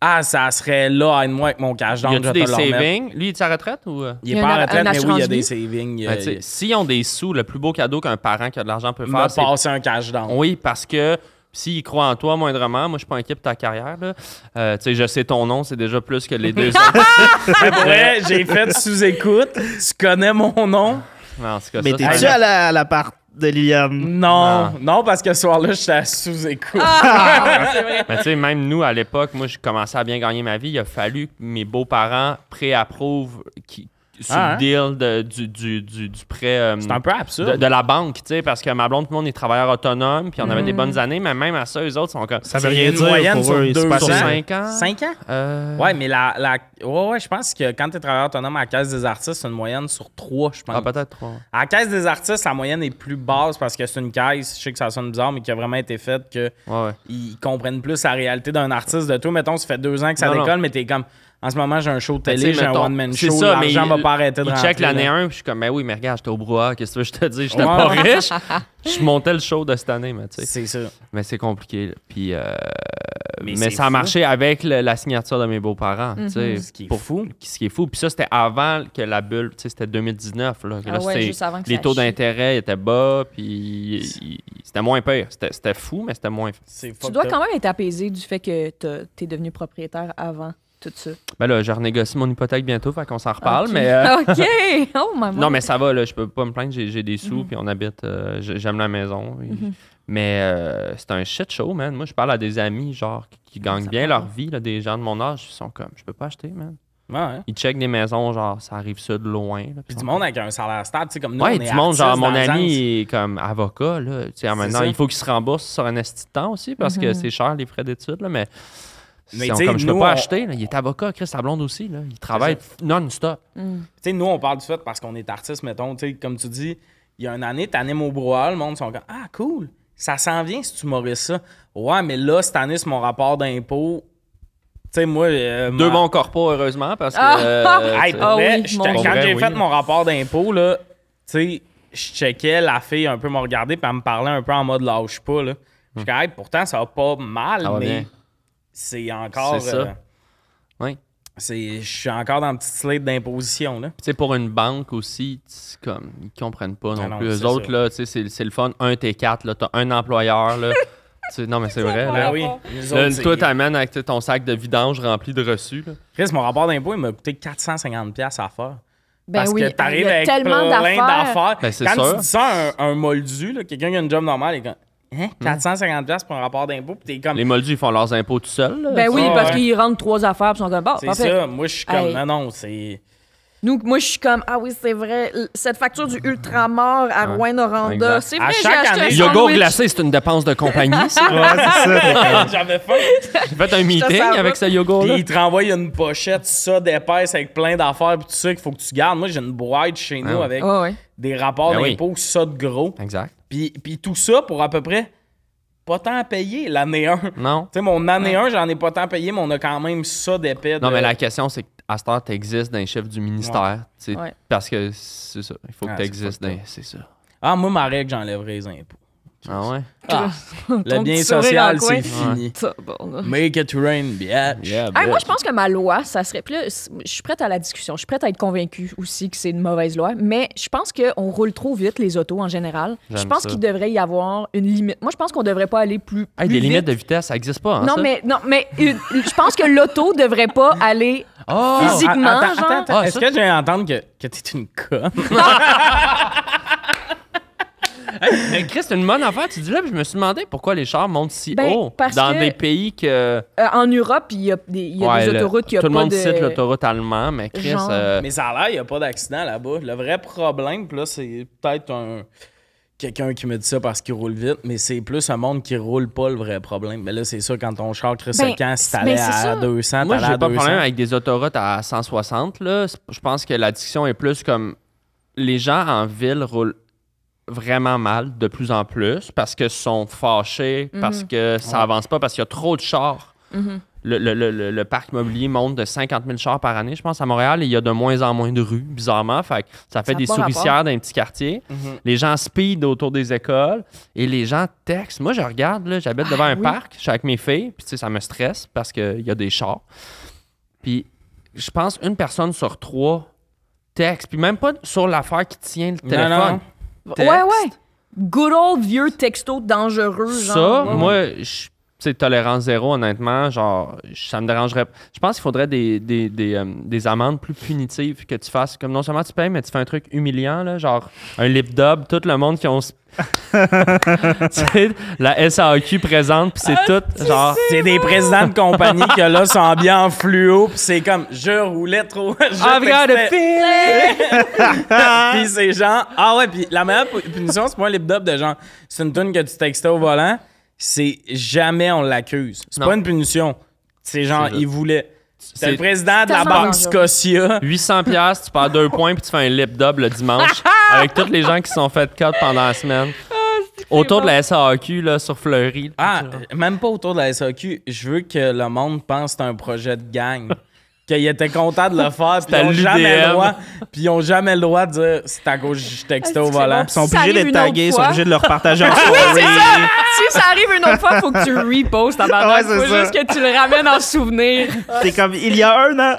Speaker 1: ah, ça serait là, aide-moi avec mon cash
Speaker 3: Y
Speaker 1: down, je
Speaker 3: a-tu
Speaker 1: vais
Speaker 3: des
Speaker 1: te le remettre.
Speaker 3: savings? Lui, il est de sa retraite ou. euh?
Speaker 1: Il
Speaker 2: Il y
Speaker 1: est
Speaker 2: a
Speaker 1: pas
Speaker 2: un-
Speaker 1: en retraite, mais oui, il
Speaker 2: un
Speaker 1: y a
Speaker 2: assurance
Speaker 1: des
Speaker 2: vie.
Speaker 1: savings.
Speaker 3: Ben,
Speaker 1: euh,
Speaker 3: tu sais, S'ils ont des sous, le plus beau cadeau qu'un parent qui a de l'argent peut
Speaker 1: il
Speaker 3: faire,
Speaker 1: m'a
Speaker 3: c'est
Speaker 1: passé un cash down.
Speaker 3: Oui, parce que s'ils croient en toi moindrement, moi je suis pas inquiet pour ta carrière. Là. Euh, tu sais, je sais ton nom, c'est déjà plus que les deux autres.
Speaker 1: Mais pour vrai, j'ai fait sous-écoute. Tu connais mon nom?
Speaker 3: Non, en tout cas,
Speaker 4: Mais
Speaker 3: ça,
Speaker 4: t'es-tu
Speaker 3: c'est-
Speaker 4: à la, à la part de
Speaker 1: Mm.
Speaker 4: Liliane?
Speaker 1: Non. Non, parce que ce soir-là, j'étais à sous-écoute.
Speaker 2: Ah!
Speaker 3: Mais tu sais, même nous, à l'époque, moi, je commençais à bien gagner ma vie. Il a fallu que mes beaux-parents pré-approuvent qui- sur
Speaker 1: Ah, hein?
Speaker 3: le deal de- du, du, du, du prêt euh,
Speaker 1: C'est un peu
Speaker 3: de,
Speaker 1: absurde.
Speaker 3: de la banque, tu sais, parce que ma blonde, tout le monde est travailleur autonome, puis on
Speaker 1: Hmm.
Speaker 3: avait des bonnes années, mais même à ça, eux autres sont comme.
Speaker 4: Ça veut
Speaker 1: C'est
Speaker 4: rien
Speaker 1: une
Speaker 4: dire
Speaker 1: moyenne
Speaker 4: pour
Speaker 1: sur
Speaker 4: eux. ils se
Speaker 1: deux
Speaker 4: passent
Speaker 1: ans.
Speaker 4: ça.
Speaker 3: Cinq ans.
Speaker 1: Cinq ans?
Speaker 3: euh,
Speaker 1: Ouais, mais la, la- ouais, ouais, je pense que quand t'es travailleur autonome à la Caisse des artistes, c'est une moyenne sur trois, je pense.
Speaker 3: Ah, peut-être trois.
Speaker 1: À la Caisse des artistes, la moyenne est plus basse parce que c'est une caisse, je sais que ça sonne bizarre, mais qui a vraiment été faite que
Speaker 3: Ouais, ouais.
Speaker 1: ils comprennent plus la réalité d'un artiste de tout. Mettons, ça fait deux ans que ça
Speaker 3: Non, non.
Speaker 1: décolle, mais t'es comme, en ce moment, j'ai un show de
Speaker 3: Mais
Speaker 1: télé,
Speaker 3: Ben, tu sais,
Speaker 1: j'ai un
Speaker 3: mettons,
Speaker 1: one-man
Speaker 3: c'est
Speaker 1: show,
Speaker 3: ça, mais
Speaker 1: l'argent
Speaker 3: il-
Speaker 1: va pas arrêter de
Speaker 3: Il
Speaker 1: rentrer.
Speaker 3: check l'année
Speaker 1: là.
Speaker 3: 1, puis je suis comme, mais oui, mais regarde, j'étais au brouhaha, qu'est-ce que tu veux que je te dis, j'étais
Speaker 1: Ouais.
Speaker 3: pas riche. Je montais le show de cette année, mais tu sais.
Speaker 1: C'est ça.
Speaker 3: Mais c'est compliqué. là. Puis, euh,
Speaker 1: Mais
Speaker 3: mais
Speaker 1: c'est
Speaker 3: ça a
Speaker 1: fou. Mm-hmm.
Speaker 3: marché avec le- la signature de mes beaux-parents. tu sais,
Speaker 1: Ce qui est
Speaker 3: pour-
Speaker 1: fou.
Speaker 3: Ce qui est fou. Puis ça, c'était avant que la bulle, tu sais, c'était 2019. Là, Que
Speaker 2: Ah
Speaker 3: là,
Speaker 2: ouais,
Speaker 3: c'était-
Speaker 2: juste avant que
Speaker 3: les
Speaker 2: ça
Speaker 3: taux
Speaker 2: chie.
Speaker 3: d'intérêt étaient bas, puis il- il- c'était moins pire. C'était c'était fou, mais c'était moins.
Speaker 1: C'est
Speaker 2: Tu
Speaker 1: fucked
Speaker 2: dois
Speaker 1: up.
Speaker 2: quand même être apaisé du fait que t'as- t'es devenu propriétaire avant tout ça.
Speaker 3: Ben là, je renégocie mon hypothèque bientôt, fait qu'on s'en
Speaker 1: Ah,
Speaker 3: reparle,
Speaker 2: Ok.
Speaker 3: mais. euh,
Speaker 2: OK! Oh, maman!
Speaker 3: Non, mais ça va, là, je peux pas me plaindre, j'ai j'ai des
Speaker 1: Mhm.
Speaker 3: sous, puis on habite, euh, j'ai- j'aime la maison. puis- Mais euh, c'est un shit show, man. Moi, je parle à des amis, genre, qui, qui gagnent
Speaker 2: Ça
Speaker 3: bien
Speaker 2: part.
Speaker 3: leur vie, là, des gens de mon âge, ils sont comme, je peux pas acheter, man.
Speaker 1: Ouais. hein.
Speaker 3: Ils checkent des maisons, genre, ça arrive ça de loin.
Speaker 1: Puis
Speaker 3: là, ils
Speaker 1: du
Speaker 3: sont
Speaker 1: monde avec un salaire stable, tu sais, comme
Speaker 3: comme,
Speaker 1: nous, on
Speaker 3: Ouais,
Speaker 1: est
Speaker 3: du monde, genre,
Speaker 1: artistes
Speaker 3: mon
Speaker 1: dans le sens-
Speaker 3: ami est comme avocat, là. Tu sais, en
Speaker 1: C'est
Speaker 3: maintenant,
Speaker 1: ça. Mhm.
Speaker 3: il faut qu'il se rembourse sur un esti de temps aussi, parce que c'est cher, les frais d'études, là, mais.
Speaker 1: Mais
Speaker 3: ils sont
Speaker 1: tu sais,
Speaker 3: comme, je peux
Speaker 1: nous,
Speaker 3: pas
Speaker 1: on-
Speaker 3: acheter, là. Il est avocat, Chris Tablonde aussi, là. Il travaille non-stop.
Speaker 1: Tu sais, nous, on parle du fait parce qu'on est artiste, mettons. Tu sais, comme tu dis, il y a une année, t'animes au brouhaha, le monde sont comme Ah, cool, ça s'en vient si tu m'aurais ça. Ouais, mais là, cette année, c'est mon rapport d'impôt. Tu sais, moi. euh,
Speaker 3: Deux
Speaker 1: ma-
Speaker 3: bons corpos, heureusement, parce que.
Speaker 2: Ah!
Speaker 3: euh,
Speaker 1: Hey,
Speaker 3: tu-
Speaker 1: pour
Speaker 2: Ah
Speaker 1: vrai,
Speaker 2: oui,
Speaker 1: j'étais-
Speaker 2: mon Dieu.
Speaker 1: quand
Speaker 3: Pour
Speaker 1: j'ai
Speaker 3: vrai,
Speaker 1: fait
Speaker 3: oui.
Speaker 1: mon rapport d'impôt, là, tu sais, je checkais, la fille un peu me regarder, puis elle me parlait un peu en mode lâche pas, là. Je suis comme, Hey, pourtant, ça va pas mal,
Speaker 3: Ça va
Speaker 1: mais
Speaker 3: bien.
Speaker 1: c'est encore.
Speaker 3: C'est ça.
Speaker 1: euh,
Speaker 3: Oui.
Speaker 1: c'est- Je suis encore dans le petit slate d'imposition, là.
Speaker 3: Tu sais, pour une banque aussi, c'est comme, ils comprennent pas non,
Speaker 1: Ah non,
Speaker 3: plus.
Speaker 1: c'est
Speaker 3: Eux autres,
Speaker 1: ça.
Speaker 3: là, tu sais, c'est c'est le fun. Un T4, là, t'as un employeur, là. Tu sais, non, mais c'est vrai,
Speaker 1: Ben
Speaker 3: là.
Speaker 1: oui. nous
Speaker 3: Là,
Speaker 1: autres, c'est-
Speaker 3: toi, t'amènes avec tu sais, ton sac de vidange rempli de reçus, là.
Speaker 1: Chris, mon rapport d'impôt, il m'a coûté 450$ à faire.
Speaker 2: Ben
Speaker 1: parce
Speaker 2: oui,
Speaker 1: que
Speaker 2: il
Speaker 1: t'arrives
Speaker 2: y a
Speaker 1: avec
Speaker 2: tellement
Speaker 1: plein
Speaker 2: d'affaires.
Speaker 1: d'affaires.
Speaker 3: Ben, c'est
Speaker 1: Quand
Speaker 3: sûr.
Speaker 1: tu dis ça à un, un moldu, là, quelqu'un qui a une job normale, il est comme Hein? 450$ pour un rapport d'impôt, puis t'es comme.
Speaker 3: Hmm. Les moldus, ils font leurs impôts tout seuls, là.
Speaker 2: Ben oui,
Speaker 1: Ah,
Speaker 2: parce
Speaker 1: ouais.
Speaker 2: qu'ils rentrent trois affaires puis ils sont comme, bon,
Speaker 1: C'est
Speaker 2: parfait.
Speaker 1: ça, moi je suis comme,
Speaker 2: Hey.
Speaker 1: non, non, c'est.
Speaker 2: Nous, moi, je suis comme, ah oui, c'est vrai, l- cette facture du Ultramar à
Speaker 3: Ouais,
Speaker 2: Rouen-Noranda,
Speaker 3: exact.
Speaker 2: c'est
Speaker 1: À
Speaker 2: vrai, j'ai
Speaker 1: chaque
Speaker 2: acheté
Speaker 1: année,
Speaker 2: un
Speaker 3: Yogourt
Speaker 2: sandwich.
Speaker 3: glacé, c'est une dépense de compagnie, ça.
Speaker 4: Ouais, c'est ça.
Speaker 1: J'avais faim.
Speaker 3: J'ai fait un meeting
Speaker 2: savais.
Speaker 3: avec ce yogourt
Speaker 1: Puis
Speaker 3: là
Speaker 1: il te renvoie une pochette, ça, d'épaisse, avec plein d'affaires, puis tout ça qu'il faut que tu gardes. Moi, j'ai une boîte chez nous
Speaker 3: Ah ouais.
Speaker 1: avec
Speaker 2: Ah Ouais, ouais.
Speaker 1: des rapports
Speaker 3: Ben oui.
Speaker 1: d'impôt, ça de gros.
Speaker 3: Exact.
Speaker 1: Puis, puis tout ça pour à peu près pas tant à payer l'année 1. Tu
Speaker 3: Non.
Speaker 1: sais, mon année 1, j'en ai pas tant payé, mais on a quand même ça d'épais.
Speaker 3: Non,
Speaker 1: de-
Speaker 3: mais la question, c'est qu'à cette heure, t'existes d'un chef du ministère. tu sais,
Speaker 2: Ouais.
Speaker 3: Parce que c'est ça. Il faut
Speaker 1: Ah, c'est
Speaker 3: que t'existes
Speaker 1: fucked
Speaker 3: d'un. C'est ça.
Speaker 1: Ah, moi, ma règle, j'enlèverais les impôts.
Speaker 3: Ah ouais?
Speaker 1: Le
Speaker 2: Ton
Speaker 1: bien
Speaker 2: petit sourire
Speaker 1: social,
Speaker 2: en coin.
Speaker 1: c'est fini.
Speaker 2: Ça, bon, là.
Speaker 1: Make it rain, bitch.
Speaker 3: Yeah,
Speaker 2: Hey, moi,
Speaker 3: bitch.
Speaker 2: je pense que ma loi, ça serait plus. Je suis prête à la discussion. Je suis prête à être convaincue aussi que c'est une mauvaise loi. Mais je pense qu'on roule trop vite, les autos en général. Je
Speaker 3: J'aime
Speaker 2: pense
Speaker 3: ça.
Speaker 2: qu'il devrait y avoir une limite. Moi, je pense qu'on devrait pas aller plus.
Speaker 3: Hey,
Speaker 2: plus
Speaker 3: des
Speaker 2: vite.
Speaker 3: limites de vitesse, ça n'existe pas. hein,
Speaker 2: Non,
Speaker 3: ça?
Speaker 2: mais, non, mais une- je pense que l'auto devrait pas aller.
Speaker 3: Oh!
Speaker 2: Physique. Physiquement,
Speaker 1: Ah, attends,
Speaker 2: genre?
Speaker 1: attends, attends.
Speaker 3: Ah,
Speaker 1: Est-ce
Speaker 3: ça-
Speaker 1: que j'ai à entendre que, que t'es une conne?
Speaker 3: Mais Chris, c'est une bonne affaire. Tu dis là, puis je me suis demandé pourquoi les chars montent si
Speaker 2: Ben,
Speaker 3: haut
Speaker 2: parce
Speaker 3: dans
Speaker 2: que-
Speaker 3: des pays que.
Speaker 2: euh, en Europe, il y a des, il y a
Speaker 3: Ouais,
Speaker 2: des
Speaker 3: le-
Speaker 2: autoroutes qui n'ont
Speaker 3: Tout
Speaker 2: pas
Speaker 3: le monde
Speaker 2: de.
Speaker 3: cite l'autoroute allemande, mais Chris.
Speaker 2: Genre.
Speaker 3: euh,
Speaker 1: Mais ça a l'air, il n'y a pas d'accident là-bas. Le vrai problème, puis là, c'est peut-être un... quelqu'un qui me dit ça parce qu'il roule vite, mais c'est plus un monde qui roule pas le vrai problème. Mais là, c'est sûr, quand ton char crée
Speaker 2: Ben,
Speaker 1: ce camp, si t'allais
Speaker 2: mais c'est
Speaker 1: à
Speaker 2: ça.
Speaker 1: 200,
Speaker 3: Moi,
Speaker 1: t'allais
Speaker 3: j'ai
Speaker 1: à
Speaker 3: pas de
Speaker 1: 200.
Speaker 3: problème avec des autoroutes à 160. Là. C'est- Je pense que l'addiction est plus comme les gens en ville roulent vraiment mal de plus en
Speaker 2: Mhm.
Speaker 3: plus parce que sont fâchés, parce que ça avance pas, parce qu'il y a trop de chars. le, le- le- le- le parc immobilier monte de 50 000 chars par année, je pense, à Montréal, et il y a de moins en moins de rues, bizarrement. Fait que ça fait
Speaker 2: Ça a
Speaker 3: des
Speaker 2: pas rapport.
Speaker 3: souricières dans les petits quartiers. Les gens speed autour des écoles et les gens textent. Moi, je regarde, là, j'habite devant un
Speaker 2: Ah oui.
Speaker 3: parc, je suis avec mes filles, puis tu sais, ça me stresse parce qu'il y a des chars. Puis je pense une personne sur trois texte, puis même pas sur l'affaire qui tient le téléphone.
Speaker 1: non.
Speaker 3: Texte.
Speaker 2: Ouais, ouais. Good old vieux texto dangereux. Genre.
Speaker 3: Ça,
Speaker 2: Ouais, ouais.
Speaker 3: moi, je- c'est tolérance zéro, honnêtement. Genre, ça me dérangerait. Je pense qu'il faudrait des, des, des, euh, des amendes plus punitives que tu fasses. Comme non seulement tu payes, mais tu fais un truc humiliant, là, genre un lip dub, tout le monde qui ont. s- Tu sais, la SAQ présente, puis c'est tout. Genre,
Speaker 1: Ah, C'est des présidents de compagnie que là sont habillés en fluo, puis c'est comme je roulais trop. Je
Speaker 4: Ah,
Speaker 3: I've got a
Speaker 1: textais.
Speaker 3: feeling.
Speaker 1: Puis c'est genre, ah ouais, puis la meilleure pu- punition, c'est pas un lip-dub de genre, c'est une tune que tu textais au volant, c'est jamais on l'accuse. C'est
Speaker 3: Non.
Speaker 1: pas une punition. C'est genre,
Speaker 3: C'est vrai.
Speaker 1: il voulait. C'est
Speaker 3: C'est-
Speaker 1: le président de la
Speaker 2: Tellement
Speaker 1: Banque
Speaker 2: dangereux.
Speaker 1: Scotia.
Speaker 3: 800$, piastres, tu perds deux points, puis tu fais un lip dub le dimanche avec tous les gens qui se sont fait cut pendant la semaine.
Speaker 2: Ah,
Speaker 3: Autour de la SAQ, là, sur Fleury. là,
Speaker 1: Ah,
Speaker 3: tu vois.
Speaker 1: euh, même pas autour de la SAQ. Je veux que le monde pense que c'est un projet de gang. Qu'ils étaient contents de le faire, puis
Speaker 3: à
Speaker 1: ils ont jamais le
Speaker 3: l'UDM.
Speaker 1: droit. Puis ils ont jamais le droit de dire c'est à cause du texte
Speaker 2: Ah,
Speaker 1: au
Speaker 2: c'est
Speaker 1: volant.
Speaker 2: bon.
Speaker 4: Ils sont obligés
Speaker 2: Ça arrive
Speaker 4: d'être
Speaker 2: une autre
Speaker 4: tagués, ils sont
Speaker 2: fois.
Speaker 4: obligés de leur partager en story.
Speaker 2: Oui, c'est ça. Ah, si ça arrive une autre fois, faut que tu repostes. tabarnak.
Speaker 4: Ouais, c'est
Speaker 2: faut
Speaker 4: ça.
Speaker 2: juste que tu le ramènes en souvenir.
Speaker 4: T'es comme, il y a un an.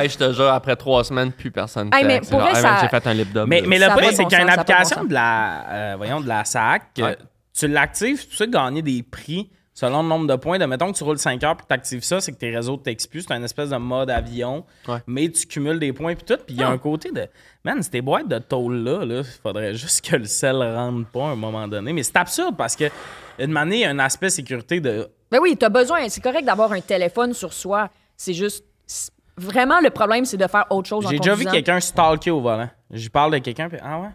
Speaker 3: Hey, je te jure, après trois semaines, plus personne.
Speaker 2: Hey,
Speaker 3: texte.
Speaker 2: mais pour
Speaker 3: Genre,
Speaker 2: vrai,
Speaker 3: hey, man,
Speaker 2: ça-
Speaker 3: J'ai fait un lip dub.
Speaker 1: Mais,
Speaker 3: là.
Speaker 1: mais le
Speaker 2: Ça a pas
Speaker 1: point,
Speaker 2: de
Speaker 1: c'est
Speaker 2: bon
Speaker 1: qu'il y a une
Speaker 2: sens, ça a pas de bon
Speaker 1: application
Speaker 2: sens.
Speaker 1: de la, euh, voyons, de la SAC. euh,
Speaker 3: Ouais.
Speaker 1: Tu l'actives, tu sais gagner des prix selon le nombre de points. De, mettons que tu roules 5 heures puis que tu actives ça, c'est que tes réseaux t'expulsent. C'est un espèce de mode avion.
Speaker 3: Ouais.
Speaker 1: Mais tu cumules des points puis tout. Puis il y
Speaker 2: Ah.
Speaker 1: a un côté de, man, ces boîtes de tôle-là, il faudrait juste que le sel rentre pas à un moment donné. Mais c'est absurde parce que, une manière, il y a un aspect sécurité de.
Speaker 2: Ben oui, t'as besoin. C'est correct d'avoir un téléphone sur soi. C'est juste. c'est- Vraiment, le problème, c'est de faire autre chose en
Speaker 1: J'ai déjà vu
Speaker 2: conduisant.
Speaker 1: quelqu'un stalker au volant. J'y parle de quelqu'un puis, ah ouais?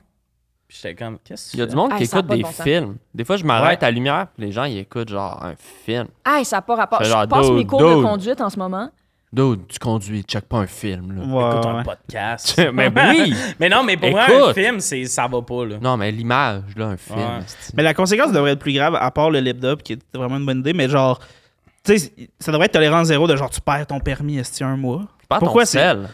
Speaker 1: Puis j'étais comme, qu'est-ce que tu
Speaker 3: Il y a du
Speaker 1: fais?
Speaker 3: monde qui
Speaker 2: Hey, ça a
Speaker 3: écoute
Speaker 2: pas de
Speaker 3: des
Speaker 2: bon sens.
Speaker 3: films. Des fois, je m'arrête
Speaker 1: Ouais.
Speaker 3: à la lumière, puis les gens, ils écoutent genre un film.
Speaker 2: Ah, ça n'a pas rapport.
Speaker 3: Fait
Speaker 2: Je
Speaker 3: genre,
Speaker 2: passe mes
Speaker 3: dude,
Speaker 2: cours
Speaker 3: dude.
Speaker 2: de conduite en ce moment.
Speaker 3: Dude, tu conduis, check pas un film. Là.
Speaker 1: Écoute
Speaker 4: Ouais,
Speaker 1: un
Speaker 4: ouais.
Speaker 1: podcast.
Speaker 3: mais oui!
Speaker 1: Mais non, mais pour moi, un
Speaker 3: Écoute.
Speaker 1: film, c'est ça va pas, là.
Speaker 3: Non, mais l'image, là, un film.
Speaker 1: Ouais.
Speaker 3: esti.
Speaker 4: Mais la conséquence devrait être plus grave, à part le lip-dub, qui est vraiment une bonne idée, mais genre, tu sais, ça devrait être tolérance zéro de genre, tu perds ton permis, est-ce un mois?
Speaker 3: Pas
Speaker 4: Pourquoi
Speaker 3: ton sel.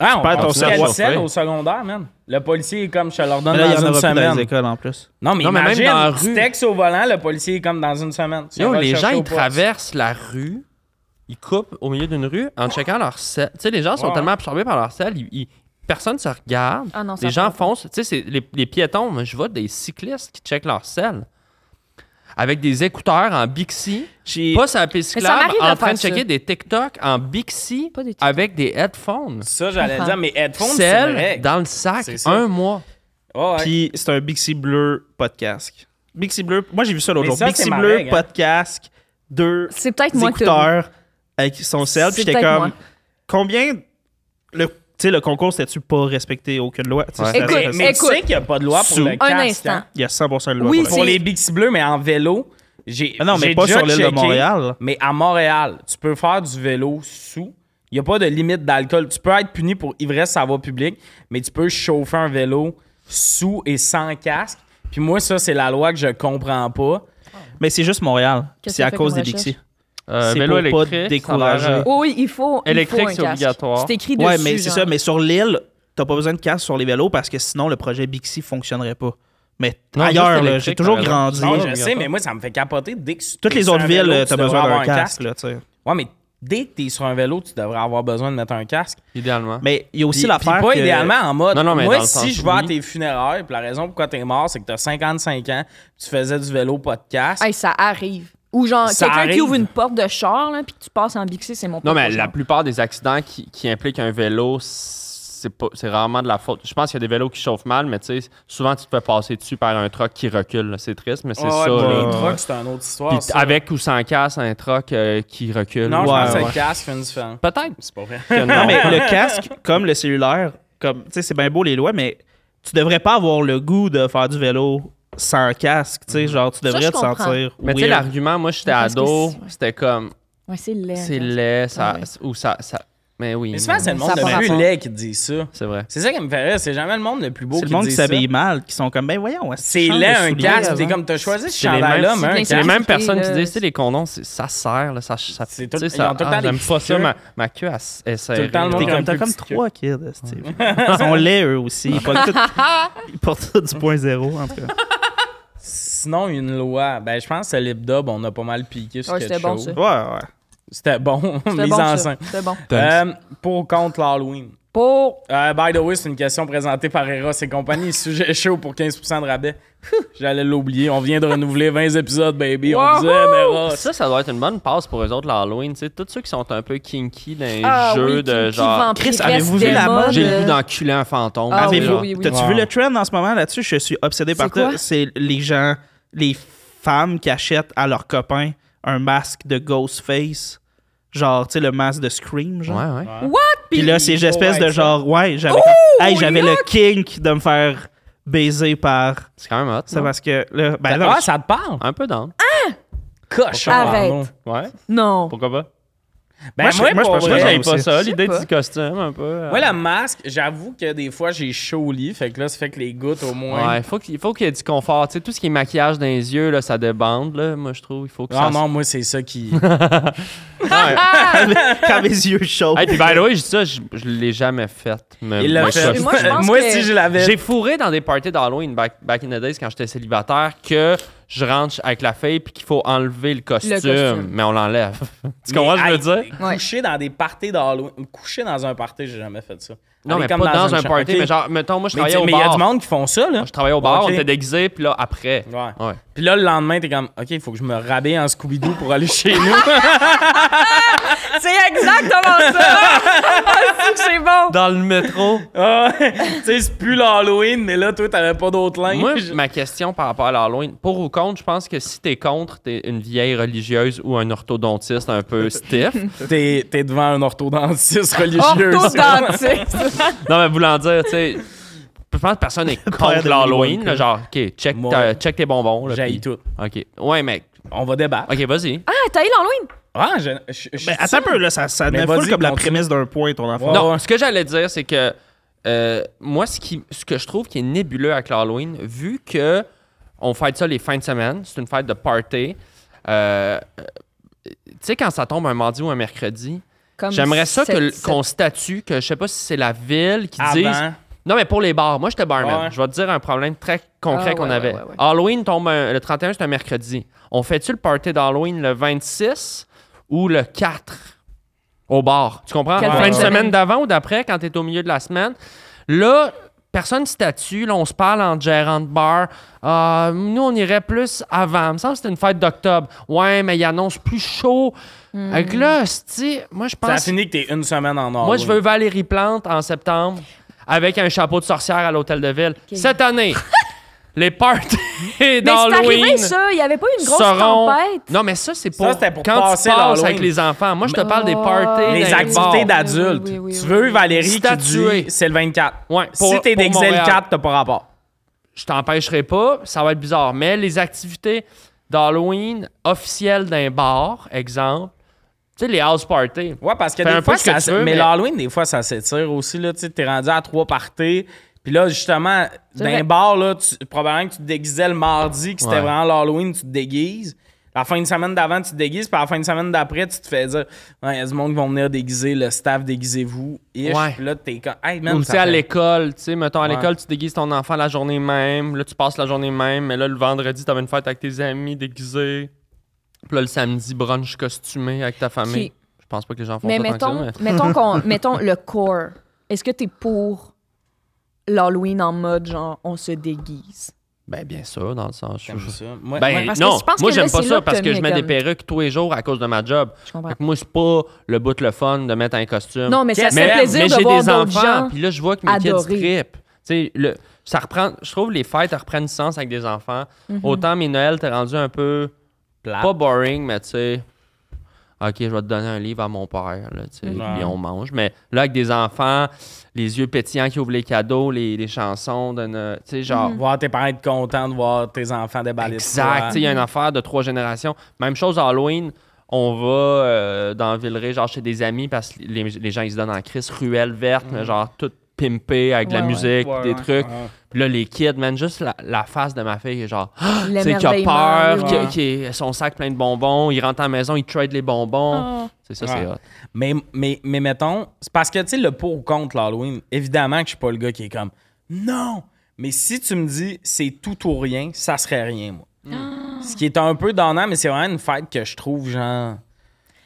Speaker 1: Ah, on
Speaker 4: perds ton
Speaker 1: parle
Speaker 4: cerveau.
Speaker 1: au secondaire, man. Le policier est comme, je te leur donne
Speaker 4: Mais là, il y
Speaker 1: dans
Speaker 4: en
Speaker 1: une
Speaker 4: aura plus dans les
Speaker 1: semaine.
Speaker 4: écoles en plus.
Speaker 1: Non, mais
Speaker 3: Non, mais même
Speaker 1: imagine,
Speaker 3: dans la
Speaker 1: tu
Speaker 3: rue.
Speaker 1: textes au volant, le policier est comme dans une semaine. Tu
Speaker 3: Yo,
Speaker 1: vas le
Speaker 3: les gens,
Speaker 1: chercher au
Speaker 3: ils
Speaker 1: poste.
Speaker 3: traversent la rue, ils coupent au milieu d'une rue en checkant leur sel. Tu sais, les gens sont
Speaker 1: Oh. Ouais,
Speaker 3: tellement absorbés par leur sel, ils- ils- personne ne se regarde.
Speaker 2: Ah non, ça
Speaker 3: les
Speaker 2: prend
Speaker 3: gens
Speaker 2: pas.
Speaker 3: foncent. Tu sais, c'est les, les piétons, moi, je vois des cyclistes qui checkent leur sel avec des écouteurs en Bixi.
Speaker 4: J'ai-
Speaker 3: Pas sur la piste
Speaker 2: Mais ça
Speaker 3: cyclable,
Speaker 2: m'arrive de
Speaker 3: en train
Speaker 2: faire
Speaker 3: de checker
Speaker 2: ça.
Speaker 3: des TikTok en Bixi
Speaker 2: Pas des TikTok.
Speaker 3: avec des headphones.
Speaker 1: Ça, j'allais
Speaker 2: comprends.
Speaker 1: dire, mais headphones, c'est vrai.
Speaker 3: Celle dans le sac,
Speaker 1: C'est ça.
Speaker 3: un mois.
Speaker 1: Ouais, ouais.
Speaker 4: Puis c'est un Bixi bleu podcast. Bixi bleu, moi j'ai vu ça l'autre
Speaker 1: Mais
Speaker 4: jour.
Speaker 1: ça, c'est
Speaker 4: Bixi
Speaker 1: ma
Speaker 4: bleu
Speaker 1: règle, hein.
Speaker 4: podcast, deux
Speaker 2: C'est peut-être moi que t'as vu.
Speaker 4: écouteurs avec son sel. Puis
Speaker 2: C'est
Speaker 4: j'étais
Speaker 2: peut-être
Speaker 4: comme,
Speaker 2: moi.
Speaker 4: combien le, tu sais, le concours, c'était-tu pas respecté aucune loi? Tu sais,
Speaker 3: Ouais.
Speaker 4: c'était-
Speaker 1: mais
Speaker 2: Écoute,
Speaker 1: mais tu
Speaker 2: écoute.
Speaker 1: sais qu'il n'y a pas de loi pour
Speaker 4: Sous.
Speaker 1: le
Speaker 4: Un
Speaker 1: casque.
Speaker 2: Un
Speaker 1: hein.
Speaker 2: instant.
Speaker 4: il y a 100% de loi.
Speaker 2: Oui,
Speaker 4: pour
Speaker 1: Pour
Speaker 4: ça.
Speaker 2: c'est-
Speaker 1: les Bixi bleus, mais en vélo, j'ai.
Speaker 4: Ah non, mais
Speaker 1: j'ai
Speaker 4: pas
Speaker 1: déjà
Speaker 4: sur l'île de
Speaker 1: checké.
Speaker 4: Montréal.
Speaker 1: Mais à Montréal, tu peux faire du vélo sous. Il n'y a pas de limite d'alcool. Tu peux être puni pour ivresse à voie publique, mais tu peux chauffer un vélo sous et sans casque. Puis moi, ça, c'est la loi que je comprends pas.
Speaker 4: Mais c'est juste Montréal.
Speaker 2: Qu'est-ce
Speaker 4: C'est
Speaker 2: que
Speaker 4: à
Speaker 2: fait
Speaker 4: cause
Speaker 2: comme
Speaker 4: des Bixi.
Speaker 3: Euh,
Speaker 4: C'est
Speaker 3: vélo
Speaker 4: pour pas
Speaker 3: électrique, ça a
Speaker 4: décourager.
Speaker 3: l'air, euh,
Speaker 2: Oh Oui, oui, il faut. il
Speaker 3: Électrique,
Speaker 2: faut un
Speaker 3: c'est
Speaker 2: casque.
Speaker 3: obligatoire.
Speaker 2: C'est écrit dessus.
Speaker 4: Ouais, mais c'est
Speaker 2: genre.
Speaker 4: ça. Mais sur l'île, t'as pas besoin de casque sur les vélos parce que sinon, le projet Bixi fonctionnerait pas. Mais
Speaker 3: Non,
Speaker 4: ailleurs,
Speaker 3: juste
Speaker 4: là,
Speaker 3: électrique,
Speaker 4: j'ai toujours
Speaker 3: t'as raison.
Speaker 4: grandi.
Speaker 1: Non, je
Speaker 3: obligatoire.
Speaker 1: sais, mais moi, ça me fait capoter dès que tu-
Speaker 4: Toutes les
Speaker 1: sur un
Speaker 4: autres villes,
Speaker 1: vélo,
Speaker 4: euh,
Speaker 1: tu
Speaker 4: t'as
Speaker 1: devrais
Speaker 4: besoin
Speaker 1: avoir
Speaker 4: d'un casque. là, tu sais.
Speaker 1: Ouais, mais dès que tu es sur un vélo, tu devrais avoir besoin de mettre un casque.
Speaker 3: idéalement.
Speaker 4: Mais il y a aussi
Speaker 1: Puis-
Speaker 4: l'affaire.
Speaker 1: puis pas
Speaker 4: que-
Speaker 1: idéalement en mode.
Speaker 3: Non, non, mais dans
Speaker 1: moi,
Speaker 3: le
Speaker 1: si
Speaker 3: sens
Speaker 1: je vais à
Speaker 3: oui.
Speaker 1: tes funérailles, puis la raison pourquoi t'es mort, c'est que t'as 55 ans, tu faisais du vélo podcast.
Speaker 2: Hey, ça arrive. Ou genre,
Speaker 1: Ça
Speaker 2: quelqu'un
Speaker 1: arrive.
Speaker 2: qui ouvre une porte de char, là, puis que tu passes en bixi, c'est mon
Speaker 3: Non,
Speaker 2: propre
Speaker 3: mais la
Speaker 2: genre.
Speaker 3: plupart des accidents qui, qui impliquent un vélo, c'est pas- c'est rarement de la faute. Je pense qu'il y a des vélos qui chauffent mal, mais tu sais, souvent tu te fais passer dessus par un truck qui recule. là. C'est triste, mais c'est
Speaker 1: Ouais,
Speaker 3: ça.
Speaker 1: ouais,
Speaker 3: là.
Speaker 1: mais
Speaker 4: là.
Speaker 1: Les trucks, c'est une autre histoire.
Speaker 3: Puis
Speaker 1: ça.
Speaker 3: avec ou sans casse, un truck euh, qui recule.
Speaker 1: Non,
Speaker 4: Ouais,
Speaker 1: je pense que
Speaker 4: ouais.
Speaker 1: le casque fait une différence.
Speaker 3: Peut-être.
Speaker 1: C'est pas vrai.
Speaker 3: que
Speaker 4: Non,
Speaker 3: non.
Speaker 4: mais le casque, comme le cellulaire, comme tu sais, c'est bien beau les lois, mais tu devrais pas avoir le goût de faire du vélo sans casque. Tu sais,
Speaker 1: Mm.
Speaker 4: genre, tu
Speaker 2: je
Speaker 4: devrais te
Speaker 2: comprends.
Speaker 4: sentir.
Speaker 3: Mais tu sais,
Speaker 4: weird.
Speaker 3: l'argument, moi, j'étais
Speaker 2: Parce que
Speaker 3: ado,
Speaker 2: c'est- ouais.
Speaker 3: c'était comme,
Speaker 2: Ouais, c'est laid.
Speaker 3: c'est
Speaker 2: genre.
Speaker 3: laid, ça,
Speaker 2: Ouais.
Speaker 3: ou ça, ça- Mais oui.
Speaker 1: Mais souvent, c'est le
Speaker 2: Mais
Speaker 1: monde
Speaker 2: ça a pas
Speaker 1: le plus
Speaker 2: rapport.
Speaker 1: laid qui dit ça.
Speaker 3: C'est vrai.
Speaker 1: C'est ça qui me fait rire. C'est jamais le monde le plus beau
Speaker 4: C'est
Speaker 1: qui
Speaker 4: le monde
Speaker 1: dit
Speaker 4: qui
Speaker 1: ça.
Speaker 4: s'habille mal, qui sont comme, ben voyons,
Speaker 1: C'est laid, un casque.
Speaker 2: avant.
Speaker 1: T'es comme, t'as choisi ce
Speaker 3: C'est les mêmes-
Speaker 1: chandail-là, mais un
Speaker 2: c'est
Speaker 3: C'est les
Speaker 1: casque.
Speaker 2: bien
Speaker 3: mêmes personnes qui
Speaker 2: là.
Speaker 3: disent, tu sais, les condoms, c'est- ça sert, là, ça. ça
Speaker 1: C'est
Speaker 3: tu
Speaker 1: tout-
Speaker 3: sais,
Speaker 1: ils
Speaker 3: ça-
Speaker 1: ont tout le
Speaker 3: ah,
Speaker 1: temps des
Speaker 3: J'aime pas ça,
Speaker 1: piqûres.
Speaker 3: ma, ma queue, elle, s- elle serre.
Speaker 1: le temps, le monde
Speaker 4: T'es
Speaker 1: Ouais, un
Speaker 4: comme, t'as
Speaker 1: peu
Speaker 4: comme
Speaker 1: petit
Speaker 4: trois kids, esti. Ils sont laids, eux aussi. Ils portent tout- ils portent tout du point zéro, en tout cas.
Speaker 1: Sinon, une loi. Ben, je pense que le lip dub, on a pas mal piqué sur
Speaker 2: Ouais,
Speaker 1: quelque
Speaker 2: c'était bon,
Speaker 1: chose.
Speaker 2: ça.
Speaker 4: Ouais, ouais.
Speaker 1: C'était bon.
Speaker 2: C'était
Speaker 1: Mise
Speaker 2: bon,
Speaker 1: en
Speaker 2: ça.
Speaker 1: scène.
Speaker 2: C'était bon.
Speaker 1: Euh, pour contre l'Halloween.
Speaker 2: Pour.
Speaker 1: Euh, by the way, c'est une question présentée par Eros et compagnie. Sujet chaud pour 15% de rabais. Phew, J'allais l'oublier. On vient de renouveler 20 épisodes, baby. On vous aime, Eros.
Speaker 3: Ah, Ça, ça doit être une bonne passe pour eux autres, l'Halloween. Tu sais, tous ceux qui sont un peu kinky dans les
Speaker 2: Ah
Speaker 3: jeux
Speaker 2: oui,
Speaker 3: de
Speaker 2: qui- qui
Speaker 3: genre.
Speaker 2: vampiresse
Speaker 4: Chris, avez-vous vu
Speaker 2: des
Speaker 4: la mode?
Speaker 2: modes,
Speaker 3: J'ai le
Speaker 2: euh,
Speaker 3: goût d'enculer un fantôme.
Speaker 2: Ah
Speaker 3: tu sais,
Speaker 2: oui,
Speaker 3: genre.
Speaker 2: oui, oui.
Speaker 4: T'as-tu
Speaker 1: Wow.
Speaker 4: vu le trend en ce moment là-dessus? Je suis obsédé
Speaker 2: C'est
Speaker 4: par
Speaker 2: quoi?
Speaker 4: ça. C'est les gens, les femmes qui achètent à leurs copains un masque de Ghostface. Genre, tu sais, le masque de Scream, genre.
Speaker 3: Ouais, ouais.
Speaker 2: What?
Speaker 4: Puis là, c'est
Speaker 1: il faut
Speaker 4: espèce de
Speaker 1: être ça.
Speaker 4: genre, ouais, j'avais
Speaker 2: Ouh,
Speaker 4: hey, j'avais le
Speaker 2: yuck!
Speaker 4: kink de me faire baiser par
Speaker 3: C'est quand même hot.
Speaker 4: ça
Speaker 3: non?
Speaker 4: parce que là, ben non,
Speaker 1: Ah, ça te parle?
Speaker 3: Un peu dans.
Speaker 1: Cochon.
Speaker 2: Arrête.
Speaker 1: Arnaud.
Speaker 3: Ouais.
Speaker 2: Non.
Speaker 3: Pourquoi pas?
Speaker 1: Ben, moi,
Speaker 4: je- moi, je
Speaker 1: pour
Speaker 4: pense que
Speaker 1: vrai,
Speaker 4: j'aille
Speaker 3: j'avais
Speaker 4: aussi.
Speaker 3: pas ça.
Speaker 2: Je sais
Speaker 3: L'idée
Speaker 2: pas.
Speaker 3: du costume, un peu. euh.
Speaker 1: Moi, la masque, j'avoue que des fois, j'ai chaud au lit. Fait que là, ça fait que les gouttes, au moins.
Speaker 3: Ouais, faut qu'il faut qu'il y ait du confort. Tu sais, tout ce qui est maquillage dans les yeux, là, ça débande. Là. Moi, je trouve, il faut que
Speaker 1: Ah
Speaker 3: ça.
Speaker 1: non, moi, c'est ça qui.
Speaker 4: quand mes yeux chauds.
Speaker 3: Hey, puis by the way, je dis ça, je, je l'ai jamais fait. mais
Speaker 1: Il l'a
Speaker 3: moi, je
Speaker 1: fait.
Speaker 3: suis-
Speaker 2: Moi, je pense
Speaker 1: Moi,
Speaker 2: que-
Speaker 1: si je l'avais.
Speaker 3: J'ai fourré dans des parties d'Halloween back, back in the days quand j'étais célibataire que je rentre avec la fille puis qu'il faut enlever le costume,
Speaker 2: costume.
Speaker 3: mais on l'enlève. tu comprends ce que je veux dire?
Speaker 2: Ouais.
Speaker 1: Coucher dans des parties d'Halloween. Coucher dans un party, j'ai jamais fait ça.
Speaker 3: Non,
Speaker 1: Aller
Speaker 3: mais pas
Speaker 1: comme
Speaker 3: dans, un
Speaker 1: chambre.
Speaker 3: party,
Speaker 1: Ok.
Speaker 3: mais genre, mettons, moi, je
Speaker 1: Mais
Speaker 3: travaillais
Speaker 1: tu-
Speaker 3: au
Speaker 1: mais il y a
Speaker 3: bar.
Speaker 1: du monde qui font ça, là.
Speaker 3: Je travaillais au
Speaker 1: Ok.
Speaker 3: bar, on était déguisés, puis là, après.
Speaker 1: Ouais.
Speaker 3: Ouais.
Speaker 1: Puis là, le lendemain, t'es comme, OK, il faut que je me rabais en Scooby-Doo pour aller chez nous.
Speaker 2: C'est exactement ça! Ah, c'est que c'est bon!
Speaker 3: Dans le métro.
Speaker 1: Ah, tu sais, c'est plus l'Halloween, mais là, toi, t'avais pas d'autre linge.
Speaker 3: Moi, ma question par rapport à l'Halloween, pour ou contre, je pense que si t'es contre, t'es une vieille religieuse ou un orthodontiste un peu stiff.
Speaker 1: T'es, t'es devant un orthodontiste religieux.
Speaker 2: Orthodontiste!
Speaker 3: non, mais voulant dire, tu sais, je pense que personne n'est
Speaker 4: Pas
Speaker 3: contre
Speaker 4: de
Speaker 3: l'Halloween.
Speaker 4: Halloween,
Speaker 3: là, Genre, OK, check,
Speaker 1: Moi,
Speaker 3: ta- check tes bonbons. là,
Speaker 1: J'haïs
Speaker 3: puis-
Speaker 1: tout.
Speaker 3: OK. Ouais, mec.
Speaker 1: On va débattre.
Speaker 3: OK, vas-y.
Speaker 2: Ah, t'as eu l'Halloween?
Speaker 1: Ah, je, je- je-
Speaker 4: Ben, attends un peu, là, ça, ça
Speaker 1: Mais
Speaker 4: devient
Speaker 1: vas-y,
Speaker 4: full comme la
Speaker 1: continue.
Speaker 4: prémisse d'un point, ton enfant.
Speaker 1: Ouais.
Speaker 3: non, ce que j'allais dire, c'est que euh, moi, ce, qui, ce que je trouve qui est nébuleux avec l'Halloween, vu que on fête ça les fins de semaine, c'est une fête de party. euh, euh, tu sais, quand ça tombe un mardi ou un mercredi,
Speaker 2: Comme
Speaker 3: j'aimerais ça que
Speaker 2: sept-
Speaker 3: le-
Speaker 2: sept-
Speaker 3: qu'on statue, que je sais pas si c'est la ville qui dit...
Speaker 1: avant.
Speaker 3: Non, mais pour les bars, moi, j'étais barman.
Speaker 1: Ouais.
Speaker 3: Je vais te dire un problème très concret
Speaker 2: Ah,
Speaker 3: qu'on
Speaker 2: ouais,
Speaker 3: avait.
Speaker 2: ouais, ouais, ouais.
Speaker 3: Halloween tombe un- le 31, c'est un mercredi. On fait-tu le party d'Halloween le 26 ou le 4 au bar? Tu comprends?
Speaker 2: Quelle
Speaker 3: La
Speaker 1: fin
Speaker 3: Fin
Speaker 1: de
Speaker 3: de
Speaker 2: semaine?
Speaker 3: semaine d'avant ou d'après, quand t'es au milieu de la semaine. Là, personne statue. Là, on se parle en gérant de bar. Euh, nous, on irait plus avant. Il me semble que c'était une fête d'octobre. Ouais, mais il annonce plus chaud.
Speaker 2: Hmm.
Speaker 3: Avec là, c'ti, moi, je pense...
Speaker 1: Ça a fini que t'es une semaine en Halloween.
Speaker 3: Moi, je veux Valérie Plante en septembre avec un chapeau de sorcière à l'hôtel de ville. Cette année, les parties
Speaker 2: Mais Ben, c'est arrivé,
Speaker 3: d'Halloween
Speaker 2: ça! Il n'y avait pas une grosse
Speaker 3: seront...
Speaker 2: tempête!
Speaker 3: Non, mais ça, c'est
Speaker 1: Ça,
Speaker 3: pour,
Speaker 1: c'était pour
Speaker 3: quand tu
Speaker 1: passer
Speaker 3: passes
Speaker 1: l'Halloween.
Speaker 3: avec les enfants. Moi, je te parle des
Speaker 2: Oh.
Speaker 3: parties.
Speaker 1: Les
Speaker 3: dans
Speaker 1: activités
Speaker 3: bars.
Speaker 1: d'adultes.
Speaker 2: Oui, oui, oui,
Speaker 1: tu
Speaker 2: oui,
Speaker 1: veux
Speaker 2: oui.
Speaker 1: Valérie qui
Speaker 3: Statuer.
Speaker 1: dit c'est le 24.
Speaker 3: Ouais,
Speaker 1: si
Speaker 3: pour-
Speaker 1: t'es
Speaker 3: pour
Speaker 1: d'Excel
Speaker 3: Montréal.
Speaker 1: 4, t'as pas rapport.
Speaker 3: Je t'empêcherai pas, ça va être bizarre. Mais les activités d'Halloween officielles d'un bar, exemple, tu sais, les house parties.
Speaker 1: Ouais, parce que
Speaker 3: Fais un
Speaker 1: des
Speaker 3: peu
Speaker 1: fois,
Speaker 3: ce que
Speaker 1: ça
Speaker 3: tu
Speaker 1: se-
Speaker 3: veux,
Speaker 1: mais,
Speaker 3: mais-
Speaker 1: l'Halloween, des fois, ça s'étire aussi. Là, tu sais, t'es rendu à trois parties. Puis là, justement,
Speaker 2: vrai.
Speaker 1: d'un bar, là, tu- probablement que tu te déguisais le mardi, que c'était
Speaker 3: Ouais.
Speaker 1: vraiment l'Halloween, tu te déguises. La fin de semaine d'avant, tu te déguises. Puis la fin de semaine d'après, tu te fais dire Ouais, il y a du monde qui vont venir déguiser, le staff, déguisez-vous. Ish.
Speaker 3: Ouais.
Speaker 1: Puis là, t'es comme Hey, man,
Speaker 3: Ou tu
Speaker 1: ça
Speaker 3: sais, à
Speaker 1: fait-
Speaker 3: l'école, tu sais, mettons, à
Speaker 1: Ouais.
Speaker 3: l'école, tu déguises ton enfant la journée même, là, tu passes la journée même, mais là, le vendredi, t'avais une fête avec tes amis déguisés. Puis là, le samedi, brunch costumé avec ta famille.
Speaker 2: Qui-
Speaker 3: Je pense pas que les gens font
Speaker 2: Mais
Speaker 3: ça tant
Speaker 2: mettons,
Speaker 3: que ça,
Speaker 2: mettons, qu'on- mettons le corps. Est-ce que t'es pour l'Halloween en mode genre on se déguise?
Speaker 3: mais... Ben, bien sûr, dans le sens... je-
Speaker 1: J'aime ça. Moi-
Speaker 3: Ben,
Speaker 1: moi-
Speaker 2: parce que
Speaker 3: non,
Speaker 2: je pense
Speaker 3: moi,
Speaker 2: que là,
Speaker 3: j'aime pas
Speaker 2: c'est
Speaker 3: ça
Speaker 2: là que
Speaker 3: parce
Speaker 2: t'as
Speaker 3: que
Speaker 2: mis
Speaker 3: je mets des
Speaker 2: comme-
Speaker 3: perruques tous les jours à cause de ma job.
Speaker 2: Je comprends.
Speaker 3: Fait que moi, c'est pas le bout le fun de mettre un costume.
Speaker 2: Non, mais ça
Speaker 1: Mais-
Speaker 2: se fait plaisir
Speaker 3: mais
Speaker 2: de
Speaker 3: j'ai
Speaker 2: voir
Speaker 3: des
Speaker 2: d'autres
Speaker 3: enfants,
Speaker 2: gens.
Speaker 3: puis là, je vois que mes
Speaker 2: adorés.
Speaker 3: kids trippent. Tu sais, le- ça reprend, je trouve les fêtes reprennent du sens avec des enfants.
Speaker 2: Mm-hmm.
Speaker 3: Autant mes Noëls, t'es rendu un peu...
Speaker 1: plate.
Speaker 3: pas boring, mais tu sais, OK, je vais te donner un livre à mon père, là, tu sais,
Speaker 1: Mhm.
Speaker 3: puis on mange. Mais là, avec des enfants, les yeux pétillants qui ouvrent les cadeaux, les, les chansons, de no- tu sais, genre...
Speaker 1: Voir tes parents être contents de voir tes enfants déballer. de
Speaker 3: Mhm. Exact, tu
Speaker 1: toi.
Speaker 3: sais, il y a une affaire de trois générations. Même chose à Halloween, on va euh, dans Villeray, genre chez des amis, parce que les, les gens, ils se donnent en crise, ruelle verte, mais genre tout pimpé avec de la
Speaker 2: Ouais, ouais.
Speaker 3: musique,
Speaker 4: Ouais,
Speaker 3: des
Speaker 4: ouais.
Speaker 3: trucs. Puis là, les kids, man, juste la, la face de ma fille, est genre, ah, tu sais, qui a
Speaker 2: L'émerveillement,
Speaker 3: peur,
Speaker 2: oui.
Speaker 3: qui, qui- son sac plein de bonbons, il rentre à la maison, il trade les bonbons.
Speaker 2: Ah.
Speaker 3: C'est ça,
Speaker 1: Ouais.
Speaker 3: c'est hot.
Speaker 1: Mais, mais, mais mettons, c'est parce que, tu sais, le pour ou contre l'Halloween, évidemment que je suis pas le gars qui est comme non. Mais si tu me dis c'est tout ou rien, ça serait rien, moi. Ce qui est un peu donnant, mais c'est vraiment une fête que je trouve, genre.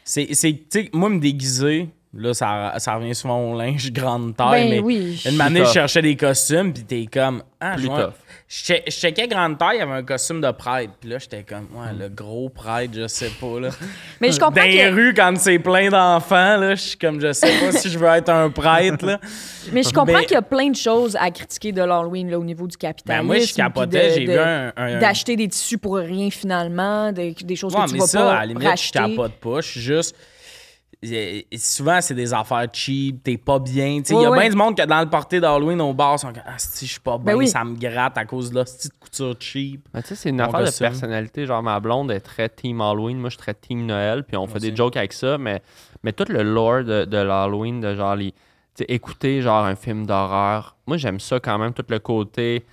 Speaker 1: C'est, c'est- tu sais, moi, me déguiser, là, ça, ça revient souvent au linge grande taille,
Speaker 2: Ben
Speaker 1: mais
Speaker 2: oui.
Speaker 1: une manière, je
Speaker 3: tough.
Speaker 1: cherchais des costumes, puis t'es comme, ah,
Speaker 3: Plus
Speaker 1: je vois-
Speaker 3: tough.
Speaker 1: Je che- je checkais grande taille, il y avait un costume de prêtre, puis là, j'étais comme, ouais, le gros prêtre, je sais pas, là.
Speaker 2: Mais je comprends
Speaker 1: Dans les
Speaker 2: que,
Speaker 1: rues, quand c'est plein d'enfants, là, je suis comme, je sais pas si je veux être un prêtre, là.
Speaker 2: mais je comprends
Speaker 1: Mais-
Speaker 2: qu'il y a plein de choses à critiquer de l'Halloween là, au niveau du
Speaker 1: Ben,
Speaker 2: capitalisme.
Speaker 1: moi, je capotais,
Speaker 2: puis de-
Speaker 1: j'ai
Speaker 2: de-
Speaker 1: vu un... un-
Speaker 2: D'acheter des tissus pour rien finalement, des, des choses
Speaker 1: Ouais,
Speaker 2: que tu
Speaker 1: mais
Speaker 2: vas
Speaker 1: ça,
Speaker 2: pas
Speaker 1: à la limite,
Speaker 2: racheter.
Speaker 1: je capote pas, je suis juste... Et- et Souvent, c'est des affaires cheap, t'es pas bien. tu sais. Il y a
Speaker 2: Ouais, ouais.
Speaker 1: bien du monde que dans le porté d'Halloween, au bar, sont comme Ah, si, je suis pas bien,
Speaker 2: oui.
Speaker 1: ça me gratte à cause de la petite couture cheap.
Speaker 3: Mais Ben, tu sais, c'est une
Speaker 1: Mon
Speaker 3: affaire de
Speaker 1: costume.
Speaker 3: personnalité. Genre, ma blonde est très team Halloween, moi je suis très team Noël, puis on fait des jokes avec ça, mais, mais tout le lore de, de l'Halloween, de genre, les, tu sais, écouter genre un film d'horreur, moi j'aime ça quand même, tout le côté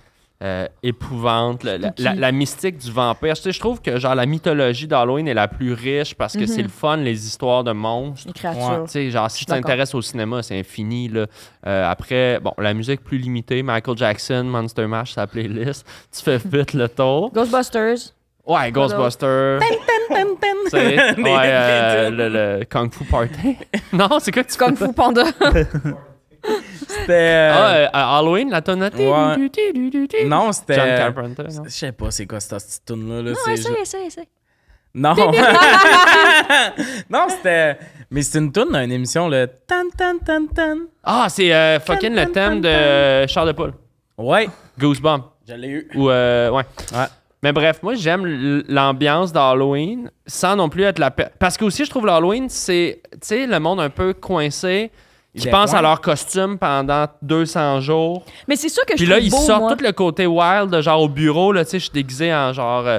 Speaker 3: euh, épouvante, le- la, la- la mystique du vampire. Tu sais, je trouve que genre la mythologie d'Halloween est la plus riche parce
Speaker 2: Mm-hmm.
Speaker 3: que c'est le fun, les histoires de monstres.
Speaker 2: Une
Speaker 1: Ouais,
Speaker 2: créature.
Speaker 3: Tu sais, genre, si tu
Speaker 2: suis d'accord.
Speaker 3: t'intéresses au cinéma, c'est infini. Là. Euh, après, bon, la musique plus limitée, Michael Jackson, Monster Mash, sa playlist. Tu fais vite le tour.
Speaker 2: Ghostbusters.
Speaker 3: Ouais, Ghostbusters. Tu sais, ouais, euh, le, le Kung Fu Party. non, c'est quoi que tu
Speaker 2: Kung Fu Panda.
Speaker 1: C'était. euh,
Speaker 3: Ah, euh, à Halloween, la tonne
Speaker 1: Ouais. non, euh,
Speaker 3: John
Speaker 1: c'était.
Speaker 3: Carpenter, non?
Speaker 1: Je sais pas c'est quoi cette petite tune là
Speaker 2: Non,
Speaker 1: c'est
Speaker 2: essaye, essaye, essaye.
Speaker 1: Non. non, c'était mais c'est une tune d'une émission le tan tan tan tan.
Speaker 3: Ah, c'est euh, fucking le thème de Charles de Paul.
Speaker 1: Ouais,
Speaker 3: Goosebump.
Speaker 1: je l'ai eu.
Speaker 3: Ou, euh, ouais.
Speaker 1: Ouais.
Speaker 3: Mais bref, moi, j'aime l- l'ambiance d'Halloween sans non plus être la. pe- Parce que aussi, je trouve l'Halloween, c'est, tu sais, le monde un peu coincé qui
Speaker 1: Ben,
Speaker 3: pense
Speaker 1: ouais.
Speaker 3: à leur costume pendant 200 jours.
Speaker 2: Mais c'est sûr que
Speaker 3: Puis
Speaker 2: je
Speaker 3: là,
Speaker 2: trouve
Speaker 3: ils
Speaker 2: beau,
Speaker 3: sortent
Speaker 2: moi.
Speaker 3: tout le côté wild, de genre au bureau, là, tu sais, je suis déguisé en genre. euh,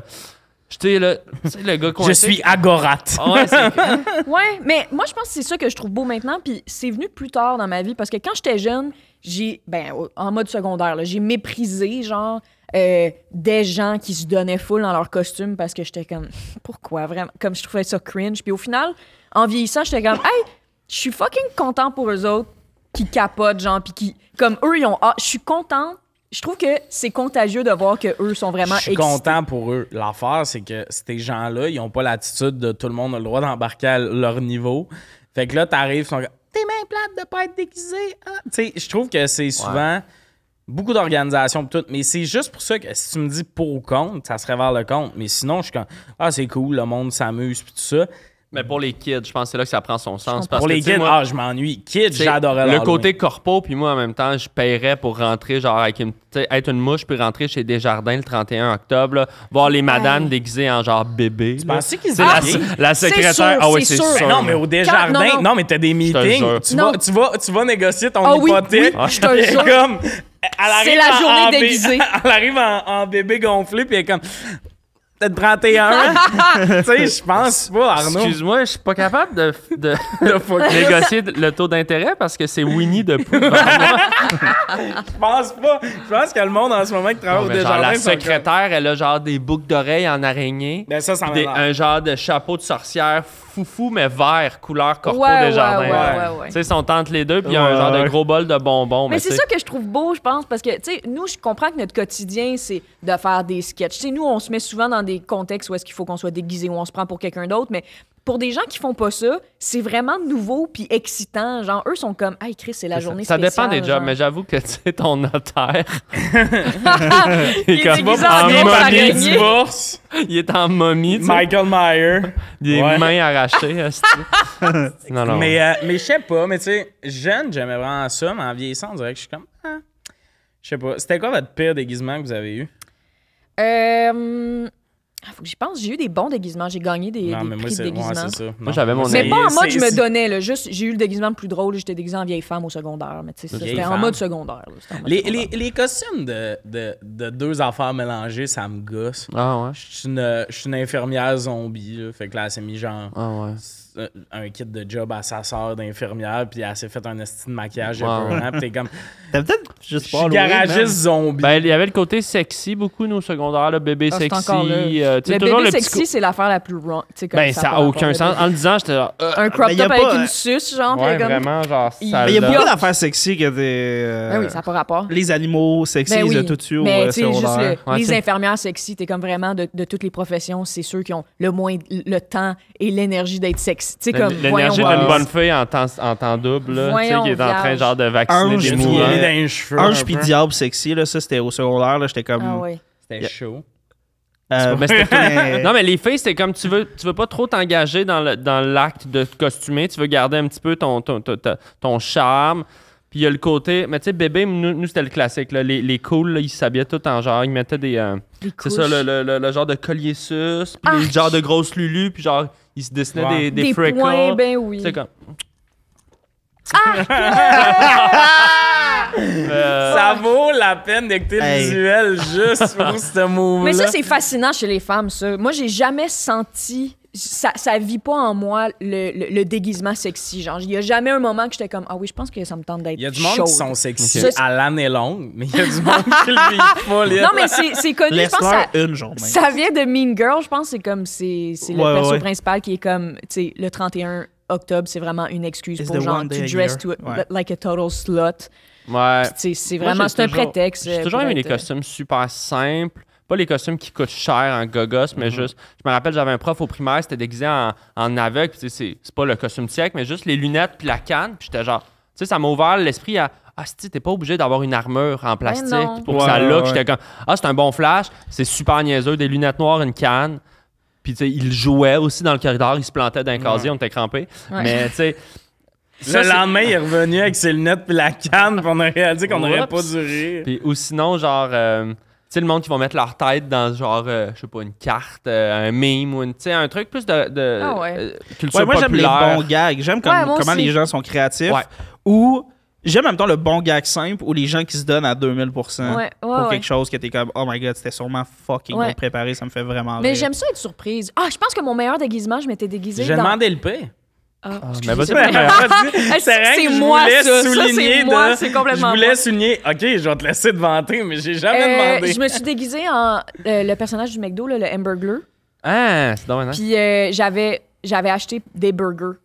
Speaker 3: je sais, là, tu sais, le gars
Speaker 1: Je
Speaker 3: coincé.
Speaker 1: suis agorate.
Speaker 3: Ah ouais, c'est-
Speaker 2: Ouais, mais moi, je pense que c'est ça que je trouve beau maintenant, puis c'est venu plus tard dans ma vie, parce que quand j'étais jeune, j'ai, ben, au- en mode secondaire, là, j'ai méprisé, genre, euh, des gens qui se donnaient full dans leur costume parce que j'étais comme, pourquoi vraiment? Comme je trouvais ça cringe. Puis au final, en vieillissant, j'étais comme, hey, je suis fucking content pour eux autres qui capotent, genre, puis qui, comme eux, ils ont, ah, je suis contente. Je trouve que c'est contagieux de voir que eux sont vraiment
Speaker 1: Je suis
Speaker 2: excités.
Speaker 1: content pour eux. L'affaire, c'est que ces gens-là, ils ont pas l'attitude de tout le monde a le droit d'embarquer à leur niveau. Fait que là, t'arrives, ils sont comme T'es même plate de pas être déguisé. hein? Tu sais, je trouve que c'est souvent beaucoup d'organisations pis tout, mais c'est juste pour ça que si tu me dis pour ou contre, ça serait vers le contre. Mais sinon, je suis comme Ah, c'est cool, le monde s'amuse puis tout ça.
Speaker 3: Mais pour les kids, je pense que c'est là que ça prend son sens. Parce
Speaker 1: pour
Speaker 3: que,
Speaker 1: les
Speaker 3: tu sais,
Speaker 1: kids,
Speaker 3: moi,
Speaker 1: ah, je m'ennuie. Kids,
Speaker 3: T'sais,
Speaker 1: j'adorais
Speaker 3: Le
Speaker 1: l'Halloween.
Speaker 3: côté corpo, puis moi en même temps, je paierais pour rentrer, genre, avec une, t'sais, être une mouche, puis rentrer chez Desjardins le 31 octobre, là, voir les madames déguisées en genre bébé. là.
Speaker 1: pensais qu'ils
Speaker 3: Ah,
Speaker 1: étaient
Speaker 3: C'est la,
Speaker 1: gays?
Speaker 3: la
Speaker 2: Ah, C'est
Speaker 3: secrétaire.
Speaker 2: sûr,
Speaker 3: ah oui,
Speaker 2: c'est
Speaker 3: c'est
Speaker 2: sûr.
Speaker 3: sûr.
Speaker 1: Ben non, mais au Desjardins,
Speaker 2: Quand-
Speaker 1: non,
Speaker 2: non, non.
Speaker 1: mais t'as des meetings.
Speaker 3: jure.
Speaker 1: Tu
Speaker 2: Non.
Speaker 1: vas, tu, vas, tu vas négocier ton
Speaker 2: Ah oui,
Speaker 1: hypothèque.
Speaker 2: oui, je te
Speaker 1: Puis elle est
Speaker 2: jure.
Speaker 1: comme, elle arrive
Speaker 2: C'est la
Speaker 1: en-
Speaker 2: journée
Speaker 1: en bé-
Speaker 2: déguisée.
Speaker 1: Elle arrive en, en bébé gonflé, puis elle est comme. Peut-être 31. tu sais, je pense pas, Arnaud.
Speaker 3: Excuse-moi, je suis pas capable de, de-
Speaker 1: Le fuck, Je
Speaker 3: négocier le taux d'intérêt parce que c'est Winnie de Pooh.
Speaker 1: pense pas. Je pense que le monde en ce moment qui travaille
Speaker 3: Non,
Speaker 1: au
Speaker 3: mais genre,
Speaker 1: Desjardins.
Speaker 3: la
Speaker 1: sont comme-
Speaker 3: secrétaire, elle a genre des boucles d'oreilles en araignée.
Speaker 1: Ben, ça, ça
Speaker 3: puis
Speaker 1: m'a
Speaker 3: des-
Speaker 1: l'air.
Speaker 3: un genre de chapeau de sorcière foufou, mais vert, couleur corpo
Speaker 2: Ouais,
Speaker 3: des jardins.
Speaker 2: ouais, ouais, ouais, ouais.
Speaker 3: Tu sais, ils sont entre les deux, puis il y a un
Speaker 4: Ouais,
Speaker 3: genre de
Speaker 4: ouais.
Speaker 3: gros bol de bonbons.
Speaker 2: Mais c'est
Speaker 3: tu sais,
Speaker 2: ça que je trouve beau, je pense, parce que, tu sais, nous, je comprends que notre quotidien, c'est de faire des sketchs. Tu sais, nous, on se met souvent dans des contextes où est-ce qu'il faut qu'on soit déguisé, où on se prend pour quelqu'un d'autre, mais pour des gens qui font pas ça, c'est vraiment nouveau puis excitant. Genre, eux sont comme, hey, Chris, c'est la journée
Speaker 3: Ça
Speaker 2: spéciale.
Speaker 3: dépend des jobs, mais j'avoue que tu sais, ton notaire. il, est
Speaker 2: Il est
Speaker 3: comme-
Speaker 2: déguisé en
Speaker 3: en
Speaker 1: Premier
Speaker 2: vieille Mon
Speaker 3: momie,
Speaker 2: araignée.
Speaker 1: du divorce,
Speaker 3: il est en momie, tu sais,
Speaker 1: Michael Meyer.
Speaker 3: des
Speaker 1: Ouais.
Speaker 3: mains arrachées. esti. non, non.
Speaker 1: Mais, euh, mais je sais pas, mais tu sais, jeune, j'aimais vraiment ça, mais en vieillissant, on dirait que je suis comme. Ah. Je sais pas. C'était quoi votre pire déguisement que vous avez eu?
Speaker 2: Euh, Ah, faut que j'y pense. J'ai eu des bons déguisements. J'ai gagné des,
Speaker 1: Non,
Speaker 2: des
Speaker 1: mais moi,
Speaker 2: prix de
Speaker 1: c'est ouais,
Speaker 2: déguisement.
Speaker 1: c'est ça.
Speaker 3: Moi, j'avais mon
Speaker 2: mais
Speaker 3: C'est-
Speaker 2: pas en mode je me
Speaker 1: donne.
Speaker 2: donnais, là. Juste, j'ai eu le déguisement le plus drôle. J'étais déguisée en vieille femme au secondaire. Mais tu sais, ça,
Speaker 1: Vieille
Speaker 2: c'était en
Speaker 1: femme.
Speaker 2: mode secondaire. là. C'était en mode
Speaker 1: Les,
Speaker 2: secondaire.
Speaker 1: les, les costumes de, de, de deux affaires mélangées, ça me gosse.
Speaker 3: Ah ouais.
Speaker 1: Je suis une, je suis une infirmière zombie. là. fait que là, elle s'est mis genre
Speaker 3: Ah ouais.
Speaker 1: euh, un kit de job à sa sœur d'infirmière, puis elle s'est fait un esti de maquillage de
Speaker 3: Wow.
Speaker 1: burn-up. T'es comme.
Speaker 4: T'as peut-être juste
Speaker 1: Je suis
Speaker 4: pas Halloween, man.
Speaker 1: garagiste zombie.
Speaker 3: Ben, il y avait le côté sexy beaucoup, nous, au secondaire, le bébé
Speaker 2: Ah, c'est
Speaker 3: sexy.
Speaker 2: encore là.
Speaker 3: euh, tu sais,
Speaker 2: Le
Speaker 3: toujours
Speaker 2: bébé
Speaker 3: le petit
Speaker 2: sexy, c'est l'affaire la plus wrong. tu sais,
Speaker 3: cou-
Speaker 2: comme
Speaker 3: Ben,
Speaker 2: ça
Speaker 3: ça
Speaker 2: a
Speaker 3: n'a
Speaker 2: pas
Speaker 3: aucun
Speaker 2: rapport.
Speaker 3: sens. En le disant, j'étais genre. euh,
Speaker 2: Un
Speaker 4: Mais
Speaker 2: crop
Speaker 4: y a
Speaker 2: top
Speaker 4: pas,
Speaker 2: avec
Speaker 4: euh,
Speaker 2: une suce, genre.
Speaker 3: ouais,
Speaker 2: t'es Ah, comme...
Speaker 3: vraiment, genre,
Speaker 2: Il-
Speaker 3: ça.
Speaker 4: Mais il y a
Speaker 3: là.
Speaker 4: beaucoup d'affaires sexy que des. euh,
Speaker 2: Ben oui, ça n'a pas rapport.
Speaker 4: Les animaux sexy,
Speaker 2: Ben
Speaker 4: ils
Speaker 2: oui.
Speaker 4: ont tout tué au
Speaker 2: Mais
Speaker 4: euh,
Speaker 2: tu sais, juste
Speaker 4: secondaire.
Speaker 2: le-
Speaker 3: Ouais,
Speaker 2: les
Speaker 3: t'sais.
Speaker 2: infirmières sexy, t'es comme vraiment de, de toutes les professions, c'est ceux qui ont le moins le temps et l'énergie d'être sexy. Tu sais, comme voyons,
Speaker 3: L'énergie d'une
Speaker 2: voir.
Speaker 3: bonne fille en temps, en temps double, là, tu sais,
Speaker 2: Voyons,
Speaker 3: qui est en train
Speaker 2: vierge.
Speaker 3: genre de vacciner
Speaker 4: Ange
Speaker 3: des
Speaker 1: J'ai
Speaker 4: qui
Speaker 1: mis
Speaker 3: mourants.
Speaker 4: est-
Speaker 1: dans les cheveux. un
Speaker 4: Ange puis
Speaker 1: peu.
Speaker 4: diable sexy, là, ça c'était au secondaire, là, j'étais comme.
Speaker 2: Ah ouais.
Speaker 1: C'était chaud.
Speaker 4: euh,
Speaker 3: Mais c'était
Speaker 4: mais-
Speaker 3: Non, mais les filles, c'est comme tu veux, tu veux pas trop t'engager dans le- dans l'acte de te costumer. Tu veux garder un petit peu ton, ton, ton, ton- ton charme. Puis il y a le côté. Mais tu sais, bébé, nous, nous, c'était le classique. Là. Les, les cools, là, ils s'habillaient tout en genre. Ils mettaient des. euh,
Speaker 2: Les
Speaker 3: c'est ça,
Speaker 2: couches.
Speaker 3: le, le- le- le genre de collier sus. Puis les
Speaker 2: Arc.
Speaker 3: genres de grosses lulu. Puis genre, ils se dessinaient
Speaker 1: Ouais.
Speaker 3: des, des,
Speaker 2: Des
Speaker 3: freckles.
Speaker 2: points, ben oui.
Speaker 3: C'est comme. Euh.
Speaker 1: Ça vaut la peine d'écouter
Speaker 4: Hey.
Speaker 1: le visuel juste pour ce move
Speaker 2: Mais ça, c'est fascinant chez les femmes, ça. Moi, j'ai jamais senti. Ça, ça vit pas en moi le, le- le déguisement sexy. Genre, il y a jamais un moment que j'étais comme Ah oui, je pense que ça me tente d'être.
Speaker 1: Il y a du monde
Speaker 2: chaude.
Speaker 1: qui sont sexy
Speaker 2: Ok. Ça,
Speaker 1: à l'année longue, mais il y a du monde qui le vit pas. les-
Speaker 2: Non, mais c'est c'est connu. Je pense que ça,
Speaker 4: Laisse-leur une journée.
Speaker 2: ça vient de Mean Girl. Je pense que c'est comme c'est c'est le
Speaker 4: Ouais,
Speaker 2: perso
Speaker 4: ouais.
Speaker 2: principal qui est comme, tu sais, le 31 octobre, c'est vraiment une excuse
Speaker 4: It's
Speaker 2: pour
Speaker 4: the
Speaker 2: genre,
Speaker 4: one
Speaker 2: tu
Speaker 4: day a
Speaker 2: dresses
Speaker 4: year.
Speaker 2: to a-
Speaker 4: Ouais.
Speaker 2: like a total slut.
Speaker 3: Ouais.
Speaker 2: Puis, tu sais, c'est
Speaker 3: Moi,
Speaker 2: vraiment,
Speaker 3: j'ai
Speaker 2: c'est un
Speaker 3: toujours-
Speaker 2: prétexte.
Speaker 3: J'ai
Speaker 2: euh,
Speaker 3: toujours
Speaker 2: pour
Speaker 3: aimé les
Speaker 2: être, euh,
Speaker 3: costumes super simples. Pas les costumes qui coûtent cher en gogos,
Speaker 4: Mhm.
Speaker 3: mais juste. Je me rappelle, j'avais un prof au primaire, c'était déguisé en, en aveugle. puis tu sais, c'est c'est pas le costume de siècle, mais juste les lunettes puis la canne. Puis j'étais genre. Tu sais, ça m'a ouvert l'esprit à. Ah, si, t'es pas obligé d'avoir une armure en
Speaker 2: non.
Speaker 3: plastique pour
Speaker 4: Ouais,
Speaker 3: que ça look.
Speaker 4: ouais.
Speaker 3: J'étais comme. Ah, c'est un bon flash. C'est super niaiseux. Des lunettes noires, une canne. Puis, tu sais, il jouait aussi dans le corridor. Il se plantait d'un casier. On était crampés.
Speaker 2: Ouais.
Speaker 3: Mais, tu sais. ça,
Speaker 1: le
Speaker 3: c'est-
Speaker 1: lendemain, il est revenu avec ses lunettes puis la canne, puis on a réalisé qu'on n'aurait pas
Speaker 3: Oups.
Speaker 1: dû rire.
Speaker 3: Puis, ou sinon, genre, euh, tu sais, le monde qui va mettre leur tête dans, genre, euh, je sais pas, une carte, euh, un meme ou une, tu sais, un truc plus de, de
Speaker 2: Ah ouais.
Speaker 3: euh, culture
Speaker 4: Ouais, moi j'aime les
Speaker 3: populaire.
Speaker 4: bons gags. J'aime comme-
Speaker 2: Ouais, moi
Speaker 4: comment
Speaker 2: aussi.
Speaker 4: les gens sont créatifs.
Speaker 3: Ouais.
Speaker 4: Ou j'aime en même temps le bon gag simple ou les gens qui se donnent à 2000%
Speaker 2: Ouais, ouais,
Speaker 4: pour
Speaker 2: ouais.
Speaker 4: quelque chose que t'es comme oh my god, c'était sûrement fucking
Speaker 2: Ouais.
Speaker 4: bien préparé, ça me fait vraiment
Speaker 2: Mais
Speaker 4: rire.
Speaker 2: j'aime ça être surprise. Ah, je pense que mon meilleur déguisement, je m'étais déguisée
Speaker 1: J'ai
Speaker 2: dans...
Speaker 1: demandé le prix.
Speaker 2: Ah,
Speaker 3: mais vas-y,
Speaker 2: excusez,
Speaker 1: Ben,
Speaker 2: c'est pas-
Speaker 1: vas-y.
Speaker 2: C'est
Speaker 1: vrai que je
Speaker 2: moi,
Speaker 1: voulais
Speaker 2: ça. Ça, c'est
Speaker 1: souligner
Speaker 2: moi,
Speaker 1: de-
Speaker 2: c'est complètement
Speaker 1: Je voulais
Speaker 2: moi.
Speaker 1: souligner. OK, je vais te laisser te vanter, mais j'ai jamais
Speaker 2: Euh,
Speaker 1: demandé.
Speaker 2: je me suis déguisée en euh, le personnage du McDo, là, le hamburger.
Speaker 3: Ah, c'est dommage.
Speaker 2: Puis euh, j'avais j'avais acheté des burgers.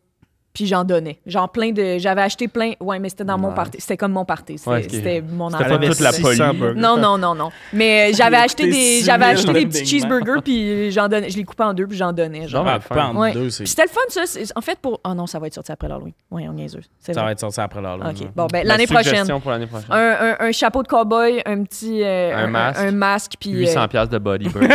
Speaker 2: Puis j'en donnais. Genre plein de. J'avais acheté plein. Ouais, mais c'était dans mon
Speaker 3: Ouais.
Speaker 2: party. C'était comme mon party. C'était
Speaker 3: Ouais, ok.
Speaker 2: c'était mon
Speaker 3: C'était
Speaker 4: Elle
Speaker 3: pas
Speaker 2: enfant.
Speaker 4: avait
Speaker 3: toute la
Speaker 4: 600
Speaker 3: police.
Speaker 4: burgers.
Speaker 2: Non, non, non, non. Mais euh, j'avais acheté
Speaker 1: coûté
Speaker 2: des.
Speaker 1: 6 000
Speaker 2: J'avais acheté des
Speaker 1: le
Speaker 2: petits
Speaker 1: Big
Speaker 2: cheeseburgers, puis j'en donnais. Je les coupais en deux, puis j'en donnais. Genre.
Speaker 3: Genre,
Speaker 1: Ah, pas en
Speaker 2: Ouais.
Speaker 1: deux, c'est.
Speaker 2: Puis c'était le fun, ça. C'est- En fait, pour. Oh non, ça va être sorti après l'Halloween. Voyons, niaiseuse. C'est
Speaker 1: Ça
Speaker 2: vrai.
Speaker 1: va être sorti après l'heure.
Speaker 2: OK. Bon, ben, l'année
Speaker 3: Ma
Speaker 2: prochaine.
Speaker 3: suggestion pour l'année prochaine.
Speaker 2: Un, un- un chapeau de cowboy, un petit. euh,
Speaker 3: Un masque.
Speaker 2: Un, masque, puis.
Speaker 3: 800
Speaker 2: euh,
Speaker 3: pièces de body burger.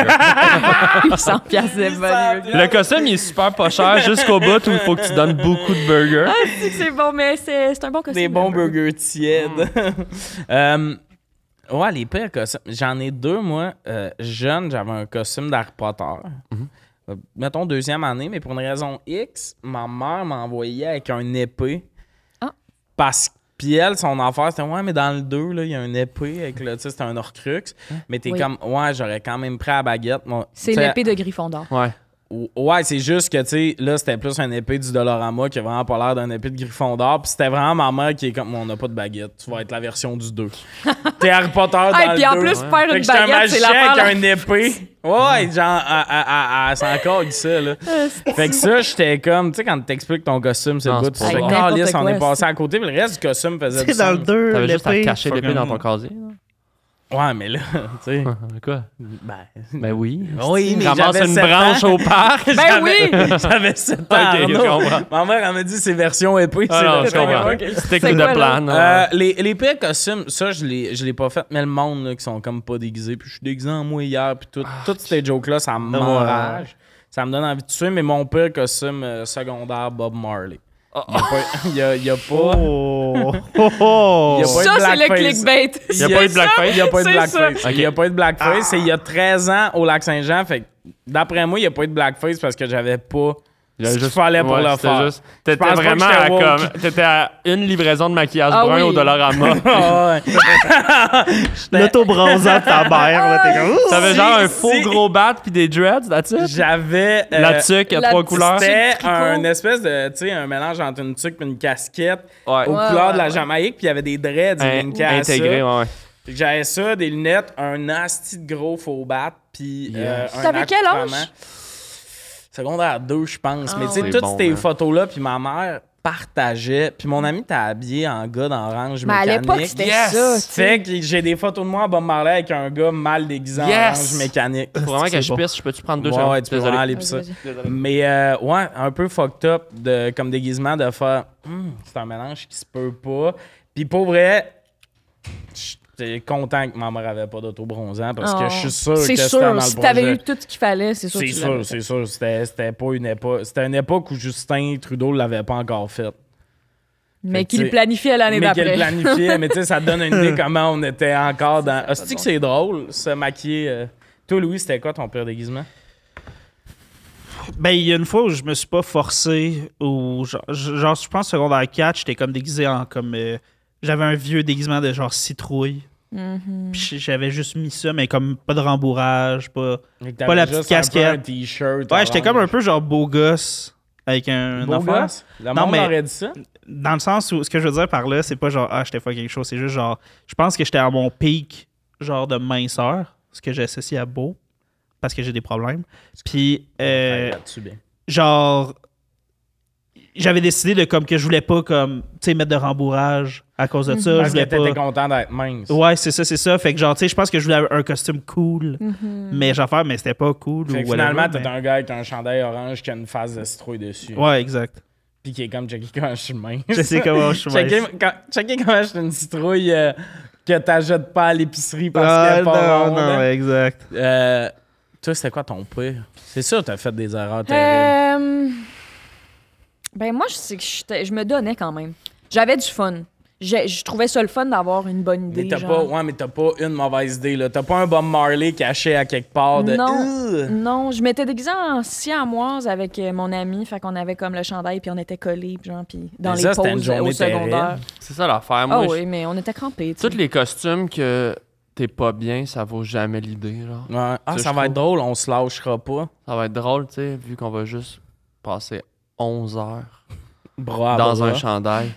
Speaker 2: 800 piastres de bonne-
Speaker 3: le costume, il est super pas cher jusqu'au bout où il faut que tu donnes beaucoup de burgers.
Speaker 2: Ah, C'est bon, mais c'est c'est Mm. un bon costume.
Speaker 1: Des bons burgers tièdes. Euh, ouais, les pires costumes. J'en ai deux, moi. Euh, jeune, j'avais un costume d'Harry Potter. Euh, Mettons deuxième année, mais pour une raison X, ma mère m'a envoyé avec un épée.
Speaker 2: Ah.
Speaker 1: Parce que. Puis elle, son affaire, c'était Ouais, mais dans le 2, là, il y a un épée avec le. Tu sais, c'est un Horcrux. Mais t'es
Speaker 2: Ah. Oui.
Speaker 1: comme Ouais, j'aurais quand même pris la baguette. moi.
Speaker 2: C'est
Speaker 1: Tu sais,
Speaker 2: l'épée de Gryffondor.
Speaker 3: Ouais.
Speaker 1: Ou- Ouais, c'est juste que, tu sais, là, c'était plus un épée du Dolorama qui a vraiment pas l'air d'un épée de Gryffondor. Puis c'était vraiment ma mère qui est comme, on n'a pas de baguette. Tu vas être la version du 2. T'es Harry Potter dans
Speaker 2: Hey,
Speaker 1: le
Speaker 2: Ah, puis en
Speaker 1: 2.
Speaker 2: plus, faire
Speaker 1: Fait
Speaker 2: une
Speaker 1: que j'étais un
Speaker 2: baguette, c'est
Speaker 1: magicien
Speaker 2: l'affaire.
Speaker 1: avec
Speaker 2: la- Ah,
Speaker 1: un épée. Ouais, genre, à- à- à- à- c'est encore dit ça, là. fait que ça, j'étais comme, tu sais, quand t'expliques ton costume, c'est le
Speaker 3: Non,
Speaker 1: bout,
Speaker 3: c'est
Speaker 1: tu
Speaker 3: pas
Speaker 1: fais
Speaker 2: vrai. Avec
Speaker 1: calisse, on
Speaker 2: n'importe
Speaker 1: est
Speaker 2: quoi,
Speaker 1: passé à côté, mais le reste du costume faisait du
Speaker 4: C'est dans le
Speaker 1: sens.
Speaker 4: 2,
Speaker 3: T'avais juste à
Speaker 4: l'épée,
Speaker 3: cacher l'épée
Speaker 4: fucking-
Speaker 3: dans ton casier.
Speaker 1: Ouais, mais là, tu sais,
Speaker 3: là. Quoi?
Speaker 1: ben.
Speaker 3: Ben oui.
Speaker 1: Oui, mais
Speaker 3: Ramasse
Speaker 1: j'avais
Speaker 3: une
Speaker 1: sept
Speaker 3: branche
Speaker 1: ans.
Speaker 3: au parc.
Speaker 2: Ben oui!
Speaker 1: J'avais 7 ans.
Speaker 3: Ok, je
Speaker 1: Arnaud.
Speaker 3: comprends.
Speaker 1: Ma mère, elle m'a dit c'est version épée.
Speaker 3: Ah
Speaker 1: c'est
Speaker 3: non,
Speaker 1: vrai.
Speaker 3: je comprends.
Speaker 1: Ok.
Speaker 3: Stick
Speaker 2: C'est
Speaker 3: to
Speaker 2: quoi,
Speaker 3: the
Speaker 2: là?
Speaker 3: plan. hein.
Speaker 1: Euh,
Speaker 3: ouais.
Speaker 1: les, les pires costumes, ça, je l'ai, je l'ai pas fait, mais le monde là, qui sont comme pas déguisés, puis je suis déguisé en moi hier, puis tout,
Speaker 3: Ah,
Speaker 1: toutes ces jokes-là, ça m'enrage. Ça me donne envie de tuer, mais mon pire costume euh, secondaire, Bob Marley.
Speaker 3: Oh,
Speaker 1: Il n'y a pas. Il y a, il y a pas
Speaker 4: Oh! oh,
Speaker 1: Il
Speaker 4: oh.
Speaker 1: y a pas eu de
Speaker 2: Ça, c'est le
Speaker 1: blackface.
Speaker 2: clickbait.
Speaker 3: Il n'y a pas eu de blackface.
Speaker 1: Il n'y a pas eu de
Speaker 2: C'est
Speaker 1: blackface.
Speaker 3: ça. Ah.
Speaker 1: Il y a pas eu de blackface. Et il y a 13 ans au lac Saint-Jean. Fait que, d'après moi, il n'y a pas eu de blackface parce que j'avais pas
Speaker 3: Il y a
Speaker 1: ce qu'il
Speaker 3: juste-
Speaker 1: fallait pour
Speaker 3: ouais,
Speaker 1: le
Speaker 3: c'était
Speaker 1: faire.
Speaker 3: juste- T'étais
Speaker 1: pense pas que
Speaker 3: vraiment à
Speaker 1: j'étais woke.
Speaker 3: comme. T'étais à une livraison de maquillage
Speaker 2: Ah
Speaker 3: brun
Speaker 2: oui.
Speaker 3: au Dollarama.
Speaker 1: Ah ouais.
Speaker 4: L'autobronzant de ta mère, là, t'es comme. Ouh!
Speaker 3: T'avais
Speaker 1: Si,
Speaker 3: genre un
Speaker 1: si.
Speaker 3: faux gros bat puis des dreads, that's it.
Speaker 1: J'avais. euh,
Speaker 3: La tuque à
Speaker 2: la
Speaker 3: trois
Speaker 2: petite
Speaker 3: couleurs.
Speaker 1: C'était
Speaker 2: Tricot.
Speaker 1: un espèce de, tu sais, un mélange entre une tuque et une casquette
Speaker 3: Ouais.
Speaker 1: aux
Speaker 2: Ouais,
Speaker 1: couleurs de
Speaker 2: ouais,
Speaker 1: la
Speaker 2: ouais.
Speaker 1: Jamaïque, puis il y avait des dreads
Speaker 3: In-
Speaker 1: une casse.
Speaker 3: Intégré, ouais.
Speaker 1: Fait que J'avais ça, des lunettes, un nasty de gros faux bat, puis euh,
Speaker 3: Yes.
Speaker 1: un
Speaker 2: T'avais quel âge?
Speaker 1: accoutrement. Secondaire 2, je pense.
Speaker 2: Ah,
Speaker 1: Mais tu sais,
Speaker 3: ouais.
Speaker 1: toutes
Speaker 3: C'est bon,
Speaker 1: ces
Speaker 3: hein.
Speaker 1: photos-là, puis ma mère partageait. Puis mon ami t'a habillé en gars d'orange
Speaker 2: Mais à
Speaker 1: mécanique.
Speaker 2: l'époque, c'était
Speaker 3: Yes!
Speaker 2: ça. tu sais.
Speaker 1: Fait que j'ai des photos de moi à Bob Marley avec un gars mal déguisé
Speaker 3: Yes!
Speaker 1: en orange mécanique.
Speaker 3: Faut vraiment
Speaker 4: C'est
Speaker 3: que je
Speaker 4: bon.
Speaker 3: pisse, je peux-tu prendre deux
Speaker 1: Ouais,
Speaker 3: secondes?
Speaker 1: ouais, tu peux
Speaker 3: Désolé.
Speaker 1: vraiment aller pis ça.
Speaker 2: Ah, Vas-y, vas-y.
Speaker 1: Mais euh, ouais, un peu fucked up de, comme déguisement de faire Hum, c'est un mélange qui se peut pas. Puis pour vrai, j'étais content que ma mère avait pas d'autobronzant parce que
Speaker 2: Oh.
Speaker 1: je suis sûr que
Speaker 2: C'est
Speaker 1: c'était dans le
Speaker 2: sûr, si t'avais
Speaker 1: projet.
Speaker 2: eu tout ce qu'il fallait, c'est sûr que
Speaker 1: C'est
Speaker 2: tu l'avais
Speaker 1: sûr, c'est sûr. C'était c'était pas une époque. C'était une époque où Justin Trudeau l'avait pas encore fait.
Speaker 2: Mais
Speaker 1: Fait que,
Speaker 2: qu'il
Speaker 1: tu
Speaker 2: le
Speaker 1: sais,
Speaker 2: planifiait l'année
Speaker 1: Mais qu'elle
Speaker 2: d'après.
Speaker 1: planifiait, mais tu sais, ça te donne une idée comment on était encore dans. Ah, c'est-tu que c'est drôle, se maquiller. euh? Toi, Louis, c'était quoi ton pire déguisement?
Speaker 4: Ben, il y a une fois où je me suis pas forcé, ou genre, genre, je pense secondaire 4, j'étais comme déguisé en comme. euh, j'avais un vieux déguisement de genre citrouille. Puis j'avais juste mis ça, mais comme pas de rembourrage, pas.
Speaker 1: Fait que
Speaker 4: Pas la
Speaker 1: t'avais
Speaker 4: petite
Speaker 1: juste un peu un
Speaker 4: casquette.
Speaker 1: t-shirt.
Speaker 4: Ouais, j'étais
Speaker 1: orange.
Speaker 4: comme un peu genre beau gosse avec un
Speaker 1: Beau
Speaker 4: enfant.
Speaker 1: gosse? Le
Speaker 4: Non,
Speaker 1: monde
Speaker 4: mais-
Speaker 1: aurait dit ça?
Speaker 4: Dans le sens où ce que je veux dire par là, c'est pas genre ah, j'étais pas quelque chose, c'est juste genre je pense que j'étais à mon pic genre de minceur, ce que j'associe à beau parce que j'ai des problèmes. Puis euh,
Speaker 1: Ouais, là-dessus, bien.
Speaker 4: genre j'avais décidé de comme que je voulais pas comme tu sais mettre de rembourrage à cause de ça, je
Speaker 1: Mhm. Parce que
Speaker 4: voulais
Speaker 1: t'étais
Speaker 4: pas
Speaker 1: content d'être mince.
Speaker 4: Ouais, c'est ça, c'est ça. Fait que genre, tu sais, je pense que je voulais un costume cool,
Speaker 1: Mhm.
Speaker 4: mais j'en fais, mais c'était pas cool.
Speaker 1: Fait
Speaker 4: ou
Speaker 1: que
Speaker 4: whatever,
Speaker 1: finalement, t'es
Speaker 4: mais-
Speaker 1: un gars avec un chandail orange qui a une face de citrouille dessus.
Speaker 4: Ouais, exact.
Speaker 1: Puis qui est comme checker comment je suis mince.
Speaker 4: Je sais comment je suis mince.
Speaker 1: Checker- quand- checker comment je suis une citrouille euh, que t'achètes pas à l'épicerie parce qu'elle est pas
Speaker 4: Ah, non,
Speaker 1: ronde, hein.
Speaker 4: non, exact.
Speaker 1: Euh, toi, c'était quoi ton pire? C'est sûr, t'as fait des erreurs terribles.
Speaker 2: Euh, Ben moi, je sais que j'étais- je me donnais quand même. J'avais du fun. Je, je trouvais ça le fun d'avoir une bonne idée.
Speaker 1: Mais t'as
Speaker 2: genre.
Speaker 1: pas, ouais, mais t'as pas une mauvaise idée, là. T'as pas un Bob Marley caché à quelque part de.
Speaker 2: Non.
Speaker 1: Ugh.
Speaker 2: Non, je m'étais déguisée en siamoise avec euh, mon ami, fait qu'on avait comme le chandail puis on était collés puis genre puis dans
Speaker 1: Mais
Speaker 2: les
Speaker 1: ça, c'était une
Speaker 2: pauses euh,
Speaker 1: journée
Speaker 2: au secondaire.
Speaker 1: terrible.
Speaker 3: C'est ça l'affaire.
Speaker 2: Ah
Speaker 3: Moi, je-
Speaker 2: oui, mais on était crampés. tu sais.
Speaker 3: tous les costumes que t'es pas bien, ça vaut jamais l'idée. genre.
Speaker 1: Ouais. Ah, ça
Speaker 3: Ça, je
Speaker 1: va
Speaker 3: trouve.
Speaker 1: être drôle, on se lâchera pas.
Speaker 3: Ça va être drôle, tu sais, vu qu'on va juste passer 11 heures
Speaker 1: Bras à
Speaker 3: dans un
Speaker 1: bras.
Speaker 3: chandail.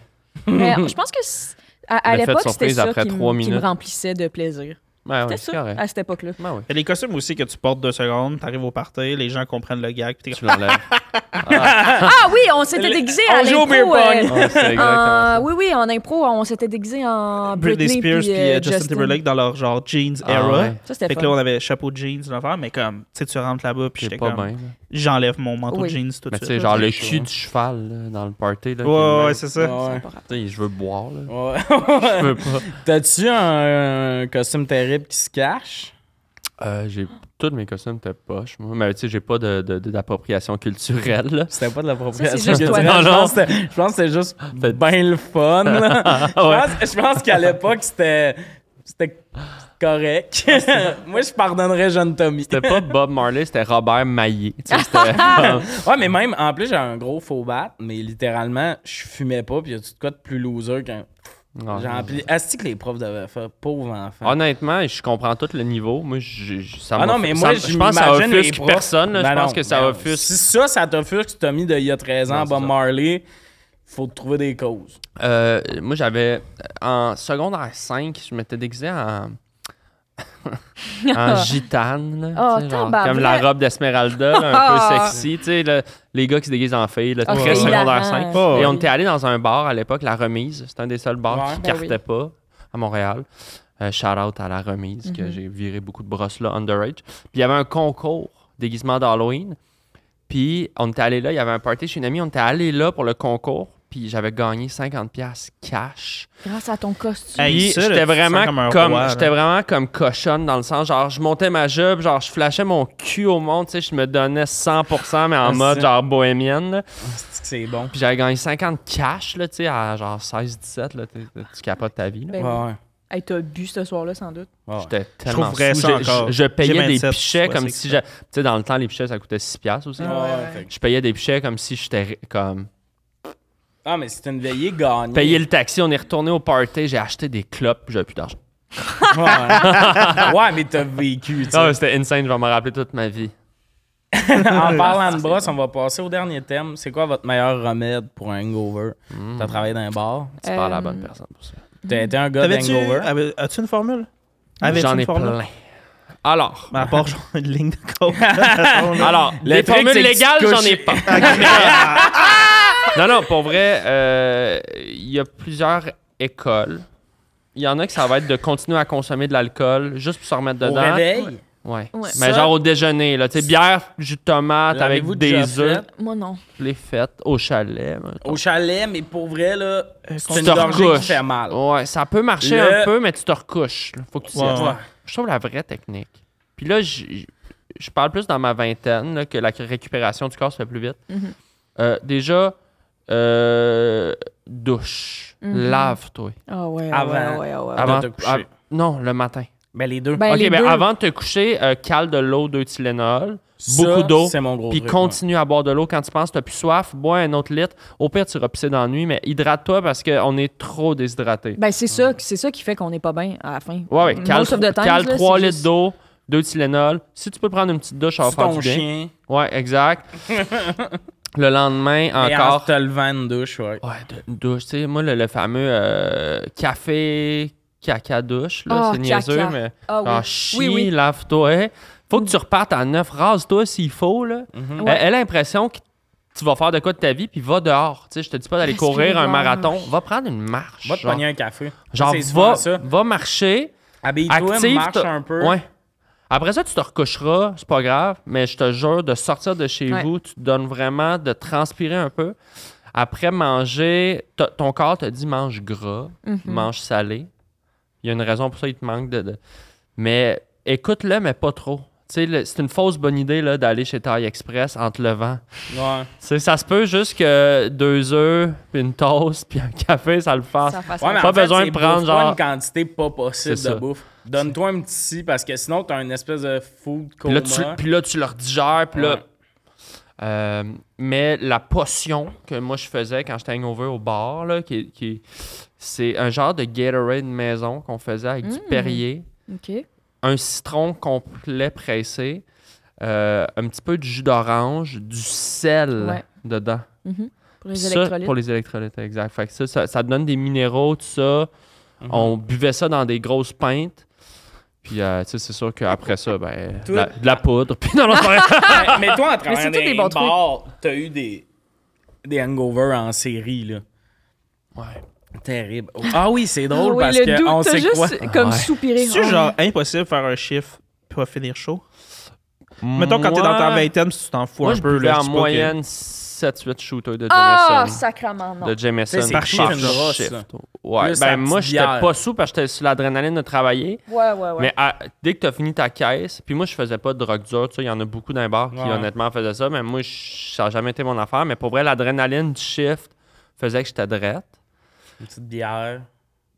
Speaker 2: Mais je pense que c'est- à, à
Speaker 3: L'effet de
Speaker 2: l'époque c'était
Speaker 3: surprise
Speaker 2: ça
Speaker 3: après
Speaker 2: qui, me-
Speaker 3: trois
Speaker 2: qui me
Speaker 3: minutes.
Speaker 2: remplissait de plaisir.
Speaker 3: Ouais, ouais,
Speaker 2: C'était
Speaker 3: Ben c'est
Speaker 2: ça Ah.
Speaker 3: correct. Ben
Speaker 2: à cette époque-là.
Speaker 3: Ouais, ouais.
Speaker 4: Les costumes aussi que tu portes deux secondes, t'arrives au party, les gens comprennent le gag, puis t'es
Speaker 3: Tu l'enlèves.
Speaker 2: Ah oui, on s'était déguisé à
Speaker 1: on joue au
Speaker 2: l'impro.
Speaker 1: beer
Speaker 2: euh,
Speaker 1: pong.
Speaker 3: Ouais, Ah, c'est hein. exactement
Speaker 2: en-
Speaker 3: ça.
Speaker 2: oui, oui, en impro, on s'était déguisé en
Speaker 4: comme Britney,
Speaker 2: Britney,
Speaker 4: Spears puis
Speaker 2: puis, euh,
Speaker 4: euh, Justin Timberlake dans leur genre jeans
Speaker 3: Ah,
Speaker 4: era.
Speaker 3: ouais.
Speaker 2: Ça, c'était
Speaker 4: Fait que
Speaker 2: fun.
Speaker 4: là, on avait chapeau de jeans, l'enfer, mais comme, tu sais, tu rentres là-bas, puis
Speaker 3: T'es
Speaker 4: j'étais
Speaker 3: pas
Speaker 4: comme,
Speaker 3: bien. là.
Speaker 4: j'enlève mon manteau
Speaker 2: Oui.
Speaker 4: de jeans tout de
Speaker 3: Mais tu
Speaker 4: suite.
Speaker 3: sais, genre le
Speaker 1: chaud,
Speaker 3: cul
Speaker 1: hein.
Speaker 3: du cheval là, dans le party. Là,
Speaker 4: Ouais, ouais, ouais, c'est ça.
Speaker 1: Ouais.
Speaker 3: Tu sais, je veux boire. Là.
Speaker 1: Ouais.
Speaker 3: Je veux pas.
Speaker 1: T'as-tu un, un costume terrible qui se cache?
Speaker 3: Euh, j'ai tous mes costumes étaient poches, moi. Mais tu sais, j'ai pas de- de- de- d'appropriation culturelle. là.
Speaker 1: C'était pas de l'appropriation.
Speaker 2: Ça, c'est juste toi. Ah,
Speaker 1: culturelle. Je
Speaker 3: Non, non.
Speaker 1: pense que c'était- je pense que c'était juste bien le fun. là. Je pense, je pense qu'à l'époque, c'était c'était correct. Moi, je pardonnerais jeune Tommy.
Speaker 3: C'était pas Bob Marley, c'était Robert Maillé. Tu sais, c'était-
Speaker 1: Ouais, mais même, en plus, j'ai un gros faux bat, mais littéralement, je fumais pas, puis y a tout de quoi de plus loser qu'un.
Speaker 2: Ah.
Speaker 3: Ouais.
Speaker 1: Genre, puis, est-ce que les profs devaient faire? Pauvre enfant.
Speaker 3: Honnêtement, je comprends tout le niveau. Moi, je, je- ça
Speaker 1: Ah non,
Speaker 3: m'offusque-
Speaker 1: mais moi,
Speaker 3: ça-
Speaker 1: je
Speaker 3: je pense que ça
Speaker 1: m'imagine les
Speaker 3: offusque
Speaker 1: profs.
Speaker 3: personne. là.
Speaker 1: Ben
Speaker 3: je pense
Speaker 1: non,
Speaker 3: que ça
Speaker 1: ben non.
Speaker 3: offusque.
Speaker 1: Si ça, ça t'offusque, Tommy, d'il y a 13 ans,
Speaker 3: Non, c'est
Speaker 1: Bob
Speaker 3: ça.
Speaker 1: Marley, faut te trouver des causes.
Speaker 3: Euh, moi, j'avais. En secondaire 5, je m'étais déguisé en. en gitane, là,
Speaker 2: Oh,
Speaker 3: tu sais, genre,
Speaker 2: Ah. tabarnak.
Speaker 3: comme la robe d'Esmeralda, là, un peu sexy, tu sais, le- les gars qui se déguisent en filles, là,
Speaker 2: Ah,
Speaker 3: très
Speaker 2: c'est
Speaker 3: secondaire euh,
Speaker 2: hilarant.
Speaker 3: 5.
Speaker 4: Oh,
Speaker 3: Et on était allé dans un bar à l'époque, La Remise. C'était un des seuls bars
Speaker 1: Ouais.
Speaker 3: qui
Speaker 2: Ben
Speaker 3: cartait
Speaker 2: oui.
Speaker 3: pas à Montréal. Euh, shout out à La Remise,
Speaker 2: Mhm.
Speaker 3: que j'ai viré beaucoup de brosses là, underage. Puis il y avait un concours déguisement d'Halloween. Puis on était allé là, il y avait un party chez une amie, on était allé là pour le concours. Puis j'avais gagné 50$ cash.
Speaker 2: Grâce à ton costume.
Speaker 4: Hey,
Speaker 3: Puis
Speaker 4: ça, là,
Speaker 3: j'étais
Speaker 4: tu te sens
Speaker 3: vraiment
Speaker 4: comme un
Speaker 3: comme,
Speaker 4: roi, là.
Speaker 3: j'étais vraiment comme cochonne dans le sens genre je montais ma jupe, genre je flashais mon cul au monde, tu sais, je me donnais 100% mais en
Speaker 1: Ah,
Speaker 3: mode
Speaker 1: c'est-
Speaker 3: genre bohémienne. là.
Speaker 1: C'est que c'est bon.
Speaker 3: Puis j'avais gagné 50 cash, là, tu sais, à genre 16-17, là, t'es- tu capotes ta vie, là.
Speaker 2: Ben
Speaker 1: Ouais,
Speaker 2: oui.
Speaker 1: ouais,
Speaker 2: Hey, t'as bu ce soir-là, sans doute.
Speaker 1: ouais.
Speaker 3: J'étais tellement
Speaker 4: trouverais
Speaker 3: fou.
Speaker 4: ça
Speaker 3: Je-
Speaker 4: encore.
Speaker 3: Je, je payais
Speaker 4: J'ai
Speaker 3: des
Speaker 4: 27,
Speaker 3: pichets
Speaker 4: ouais,
Speaker 3: comme
Speaker 4: c'est
Speaker 3: si...
Speaker 4: ça.
Speaker 3: j'a- Tu sais, dans le temps, les pichets, ça coûtait 6 piastres aussi.
Speaker 1: Ouais,
Speaker 3: là.
Speaker 1: Ah ouais, fait que-
Speaker 3: Je payais des pichets comme si j'étais comme...
Speaker 1: Ah, mais c'est une veillée gagnée.
Speaker 3: Payer le taxi, on est retourné au party, j'ai acheté des clopes, puis j'avais plus d'argent.
Speaker 1: Ouais, ouais. Ouais, mais t'as vécu, tu sais.
Speaker 3: Ah, c'était insane, je vais me rappeler toute ma vie.
Speaker 1: En parlant de brosse, on va passer au dernier thème. C'est quoi votre meilleur remède pour un hangover?
Speaker 3: Hmm.
Speaker 1: T'as travaillé dans un bar.
Speaker 3: Tu parles à la
Speaker 2: Euh,
Speaker 3: bonne personne pour ça.
Speaker 1: T'as été un gars
Speaker 4: T'avais-tu
Speaker 1: d'hangover.
Speaker 4: avais- as-tu une formule? Avais-tu
Speaker 3: J'en
Speaker 4: une
Speaker 3: ai
Speaker 4: formule?
Speaker 3: plein. Alors,
Speaker 4: Ben, à part genre une ligne de coke. Alors,
Speaker 3: alors
Speaker 1: Le
Speaker 3: les
Speaker 1: truc,
Speaker 3: formules
Speaker 1: c'est que tu te
Speaker 3: légales, j'en ai
Speaker 1: couches-
Speaker 3: pas. non, non, pour vrai, euh, il y a plusieurs écoles. Il y en a que ça va être de continuer à consommer de l'alcool juste pour se remettre
Speaker 1: Au
Speaker 3: dedans.
Speaker 1: réveil?
Speaker 3: Ouais.
Speaker 2: Ouais.
Speaker 3: Mais
Speaker 1: Ça-
Speaker 3: genre au déjeuner, là, tu sais, bière, jus de tomate avec
Speaker 1: L'avez-vous déjà
Speaker 3: des œufs,
Speaker 1: fait?
Speaker 2: Moi, non.
Speaker 3: les fêtes au chalet. mettons.
Speaker 1: Au chalet, mais pour vrai, là, c'est
Speaker 3: tu
Speaker 1: une
Speaker 3: te
Speaker 1: gorgée qui
Speaker 3: recouches.
Speaker 1: fait mal.
Speaker 3: Ouais, ça peut marcher
Speaker 1: Le-
Speaker 3: un peu, mais tu te recouches. là. Faut que tu
Speaker 4: Ouais,
Speaker 3: siestes.
Speaker 1: Ouais.
Speaker 3: Je trouve la vraie technique. Puis là, j- je parle plus dans ma vingtaine, là, que la récupération du corps se fait plus vite.
Speaker 2: Mhm.
Speaker 3: Euh, déjà, euh, douche,
Speaker 2: Mhm.
Speaker 3: lave-toi.
Speaker 2: Ah ouais, ah ouais,
Speaker 1: Avant.
Speaker 2: ah ouais, ah ouais.
Speaker 1: Avant de te coucher.
Speaker 3: av- non, le matin.
Speaker 1: Ben, les deux.
Speaker 2: Ben,
Speaker 3: ok,
Speaker 2: les
Speaker 3: ben
Speaker 2: deux.
Speaker 3: avant de te coucher, euh, cale de l'eau, deux Tylenol,
Speaker 1: Ça,
Speaker 3: beaucoup d'eau.
Speaker 1: c'est mon gros
Speaker 3: Puis
Speaker 1: truc,
Speaker 3: continue à boire de l'eau quand tu penses que t'as plus soif, bois un autre litre. Au pire, tu iras pisser dans la nuit, mais hydrate-toi parce qu'on est trop déshydraté.
Speaker 2: Ben, c'est ça, c'est ça qui fait qu'on n'est pas bien à la fin.
Speaker 3: Ouais, ouais.
Speaker 2: Most
Speaker 3: Cale,
Speaker 2: of the times,
Speaker 3: cale
Speaker 2: là,
Speaker 3: 3
Speaker 2: c'est
Speaker 3: litres
Speaker 2: juste-
Speaker 3: d'eau, 2 Tylenol. Si tu peux prendre une petite douche, ça va
Speaker 1: C'est
Speaker 3: faire du
Speaker 1: ton
Speaker 3: bien.
Speaker 1: chien.
Speaker 3: Ouais, exact. le lendemain,
Speaker 1: Et en
Speaker 3: encore.
Speaker 1: te levant une douche, ouais.
Speaker 3: Ouais, de- une douche. Tu sais, moi, le, le fameux euh, café caca douche, là,
Speaker 2: Ah,
Speaker 3: c'est niaiseux,
Speaker 2: caca.
Speaker 3: mais.
Speaker 2: Ah oui.
Speaker 3: Ah, chie,
Speaker 2: oui, oui.
Speaker 3: lave-toi. hein. Faut que tu repartes à neuf, rase-toi s'il faut, là.
Speaker 1: Mm-hmm.
Speaker 3: Elle-
Speaker 2: Ouais.
Speaker 3: Elle a l'impression que tu vas faire de quoi de ta vie, puis va dehors. Tu sais, je te dis pas d'aller
Speaker 2: Respire
Speaker 3: courir un
Speaker 2: dehors.
Speaker 3: marathon. Va prendre une marche.
Speaker 1: Va te
Speaker 3: genre.
Speaker 1: pogner un café.
Speaker 3: Genre,
Speaker 1: C'est souvent
Speaker 3: va,
Speaker 1: ça.
Speaker 3: va marcher.
Speaker 1: Habille-toi,
Speaker 3: active.
Speaker 1: marche
Speaker 3: ta-
Speaker 1: un peu.
Speaker 3: Ouais. Après ça, tu te recoucheras, c'est pas grave, mais je te jure, de sortir de chez
Speaker 2: Ouais.
Speaker 3: vous, tu te donnes vraiment de transpirer un peu. Après manger, t- ton corps te dit mange gras, mange salé. Il y a une raison pour ça, il te manque de. de- Mais écoute-le, mais pas trop. Tu sais, le- c'est une fausse bonne idée là, d'aller chez Taille Express en te levant.
Speaker 1: Ouais.
Speaker 3: Tu sais, ça se peut juste que deux œufs, puis une toast, puis un café, ça le fasse.
Speaker 2: Ça fasse
Speaker 1: Ouais, mais
Speaker 3: Pas
Speaker 1: en fait,
Speaker 3: besoin
Speaker 1: c'est
Speaker 3: de prendre,
Speaker 1: bouffe-toi
Speaker 3: genre-
Speaker 1: une quantité pas possible
Speaker 3: C'est
Speaker 1: de
Speaker 3: ça.
Speaker 1: bouffe. Donne-toi un petit si, parce que sinon, t'as une espèce de food
Speaker 3: Puis
Speaker 1: coma.
Speaker 3: là, tu, puis là, tu leur digères. Puis là,
Speaker 1: Ouais.
Speaker 3: Euh, mais la potion que moi je faisais quand j'étais hangover au bar, là, qui, qui- c'est un genre de Gatorade maison qu'on faisait avec
Speaker 2: Mmh.
Speaker 3: du Perrier,
Speaker 2: OK.
Speaker 3: un citron complet pressé, euh, un petit peu de jus d'orange, du sel
Speaker 2: Ouais.
Speaker 3: dedans.
Speaker 2: Pour les
Speaker 3: Ça,
Speaker 2: électrolytes.
Speaker 3: pour les électrolytes, exact. Fait que ça, ça, ça te donne des minéraux, tout ça.
Speaker 1: Mhm.
Speaker 3: On buvait ça dans des grosses pintes. Puis, euh, tu sais, c'est sûr qu'après ça, ben,
Speaker 1: Toi-
Speaker 3: de la, de la poudre. Puis, non, non, c'est vrai.
Speaker 1: Mais- mais toi, en
Speaker 2: c'est
Speaker 1: travaillant
Speaker 2: tous des bons
Speaker 1: dans
Speaker 2: trucs.
Speaker 1: un bar, t'as eu des, des hangovers en série, là.
Speaker 3: Ouais.
Speaker 1: Terrible. Ah oui, c'est
Speaker 2: Ah
Speaker 1: drôle
Speaker 2: oui,
Speaker 1: parce
Speaker 2: le
Speaker 1: que
Speaker 2: doute,
Speaker 1: on
Speaker 2: t'as
Speaker 1: sait
Speaker 2: juste
Speaker 1: quoi.
Speaker 2: comme
Speaker 3: Ouais.
Speaker 2: soupirer.
Speaker 4: C'est
Speaker 2: Oh.
Speaker 4: genre impossible de faire un chiffre puis pas finir chaud. Mettons quand t'es dans ta
Speaker 3: Moi-
Speaker 4: vingtaine, si tu t'en fous
Speaker 3: Moi,
Speaker 4: un
Speaker 3: je
Speaker 4: peu.
Speaker 3: buvais
Speaker 4: là,
Speaker 3: en
Speaker 4: c'est pas que-
Speaker 3: moyenne 7-8 shooters de
Speaker 2: Ah,
Speaker 3: Jameson.
Speaker 2: sacrement, non.
Speaker 3: de Jameson
Speaker 1: Tu sais, c'est
Speaker 3: par
Speaker 4: plus une
Speaker 1: brosse,
Speaker 3: shift.
Speaker 1: là.
Speaker 3: Ouais.
Speaker 1: Plus la
Speaker 3: ben, moi,
Speaker 1: petite
Speaker 3: j'étais
Speaker 1: bière.
Speaker 3: pas sous parce que j'étais sur l'adrénaline de travailler.
Speaker 2: Ouais, ouais, ouais.
Speaker 3: Mais à- dès que t'as fini ta caisse, puis moi, je faisais pas de drogue dure. Tu sais, il y en a beaucoup dans les bars qui,
Speaker 1: Ouais.
Speaker 3: honnêtement, faisaient ça. Mais moi, je- ça n'a jamais été mon affaire. Mais pour vrai, l'adrénaline du shift faisait que j'étais drette.
Speaker 1: Une petite bière.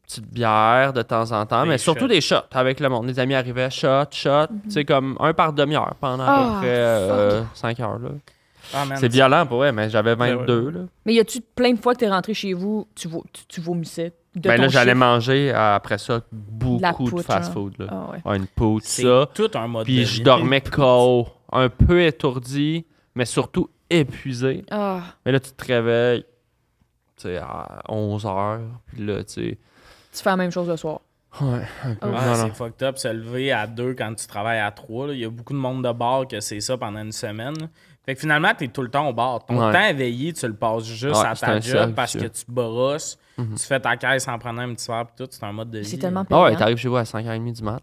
Speaker 3: Petite bière de temps en temps,
Speaker 1: Des
Speaker 3: mais surtout
Speaker 1: shots.
Speaker 3: des shots avec le monde. Les amis arrivaient, shot, shot. Tu sais, comme un par demi-heure pendant à
Speaker 2: Mhm. Ah,
Speaker 3: peu près 5 heures. là.
Speaker 1: Ah, man,
Speaker 3: C'est violent pour vrai, mais j'avais
Speaker 4: ouais.
Speaker 3: 22. Là.
Speaker 2: Mais y a-tu plein de fois que t'es rentré chez vous, tu, vo- tu, tu vomissais de
Speaker 3: Ben
Speaker 2: ton
Speaker 3: là, j'allais
Speaker 2: chiffre?
Speaker 3: manger euh, après ça
Speaker 2: La
Speaker 3: beaucoup
Speaker 2: poutre,
Speaker 3: de fast-food. là.
Speaker 2: Ah ouais.
Speaker 3: Ah, une peau,
Speaker 1: C'est
Speaker 3: ça.
Speaker 1: tout un mode de
Speaker 3: Puis je
Speaker 1: vie.
Speaker 3: dormais KO, un peu étourdi, mais surtout épuisé.
Speaker 2: Ah,
Speaker 3: Mais là, tu te réveilles tu sais, à 11 heures. Puis là, tu sais.
Speaker 2: tu fais la même chose le soir.
Speaker 3: Ouais, un peu.
Speaker 1: Ah,
Speaker 3: non, non.
Speaker 1: c'est fucked up se lever à deux quand tu travailles à trois. là. Il y a beaucoup de monde de bar que c'est ça pendant une semaine. Fait que finalement, t'es tout le temps au bar. Ton
Speaker 3: Ouais.
Speaker 1: temps éveillé, tu le passes juste
Speaker 3: Ouais,
Speaker 1: à
Speaker 3: c'est
Speaker 1: ta
Speaker 3: un Mhm.
Speaker 1: job
Speaker 3: cercle
Speaker 1: parce que
Speaker 3: vicieux.
Speaker 1: tu brosses, tu fais ta caisse en prenant un petit verre pis tout. C'est un mode de vie.
Speaker 2: C'est tellement
Speaker 3: Ah
Speaker 2: payant.
Speaker 3: ouais, t'arrives chez vous à 5h30 du mat.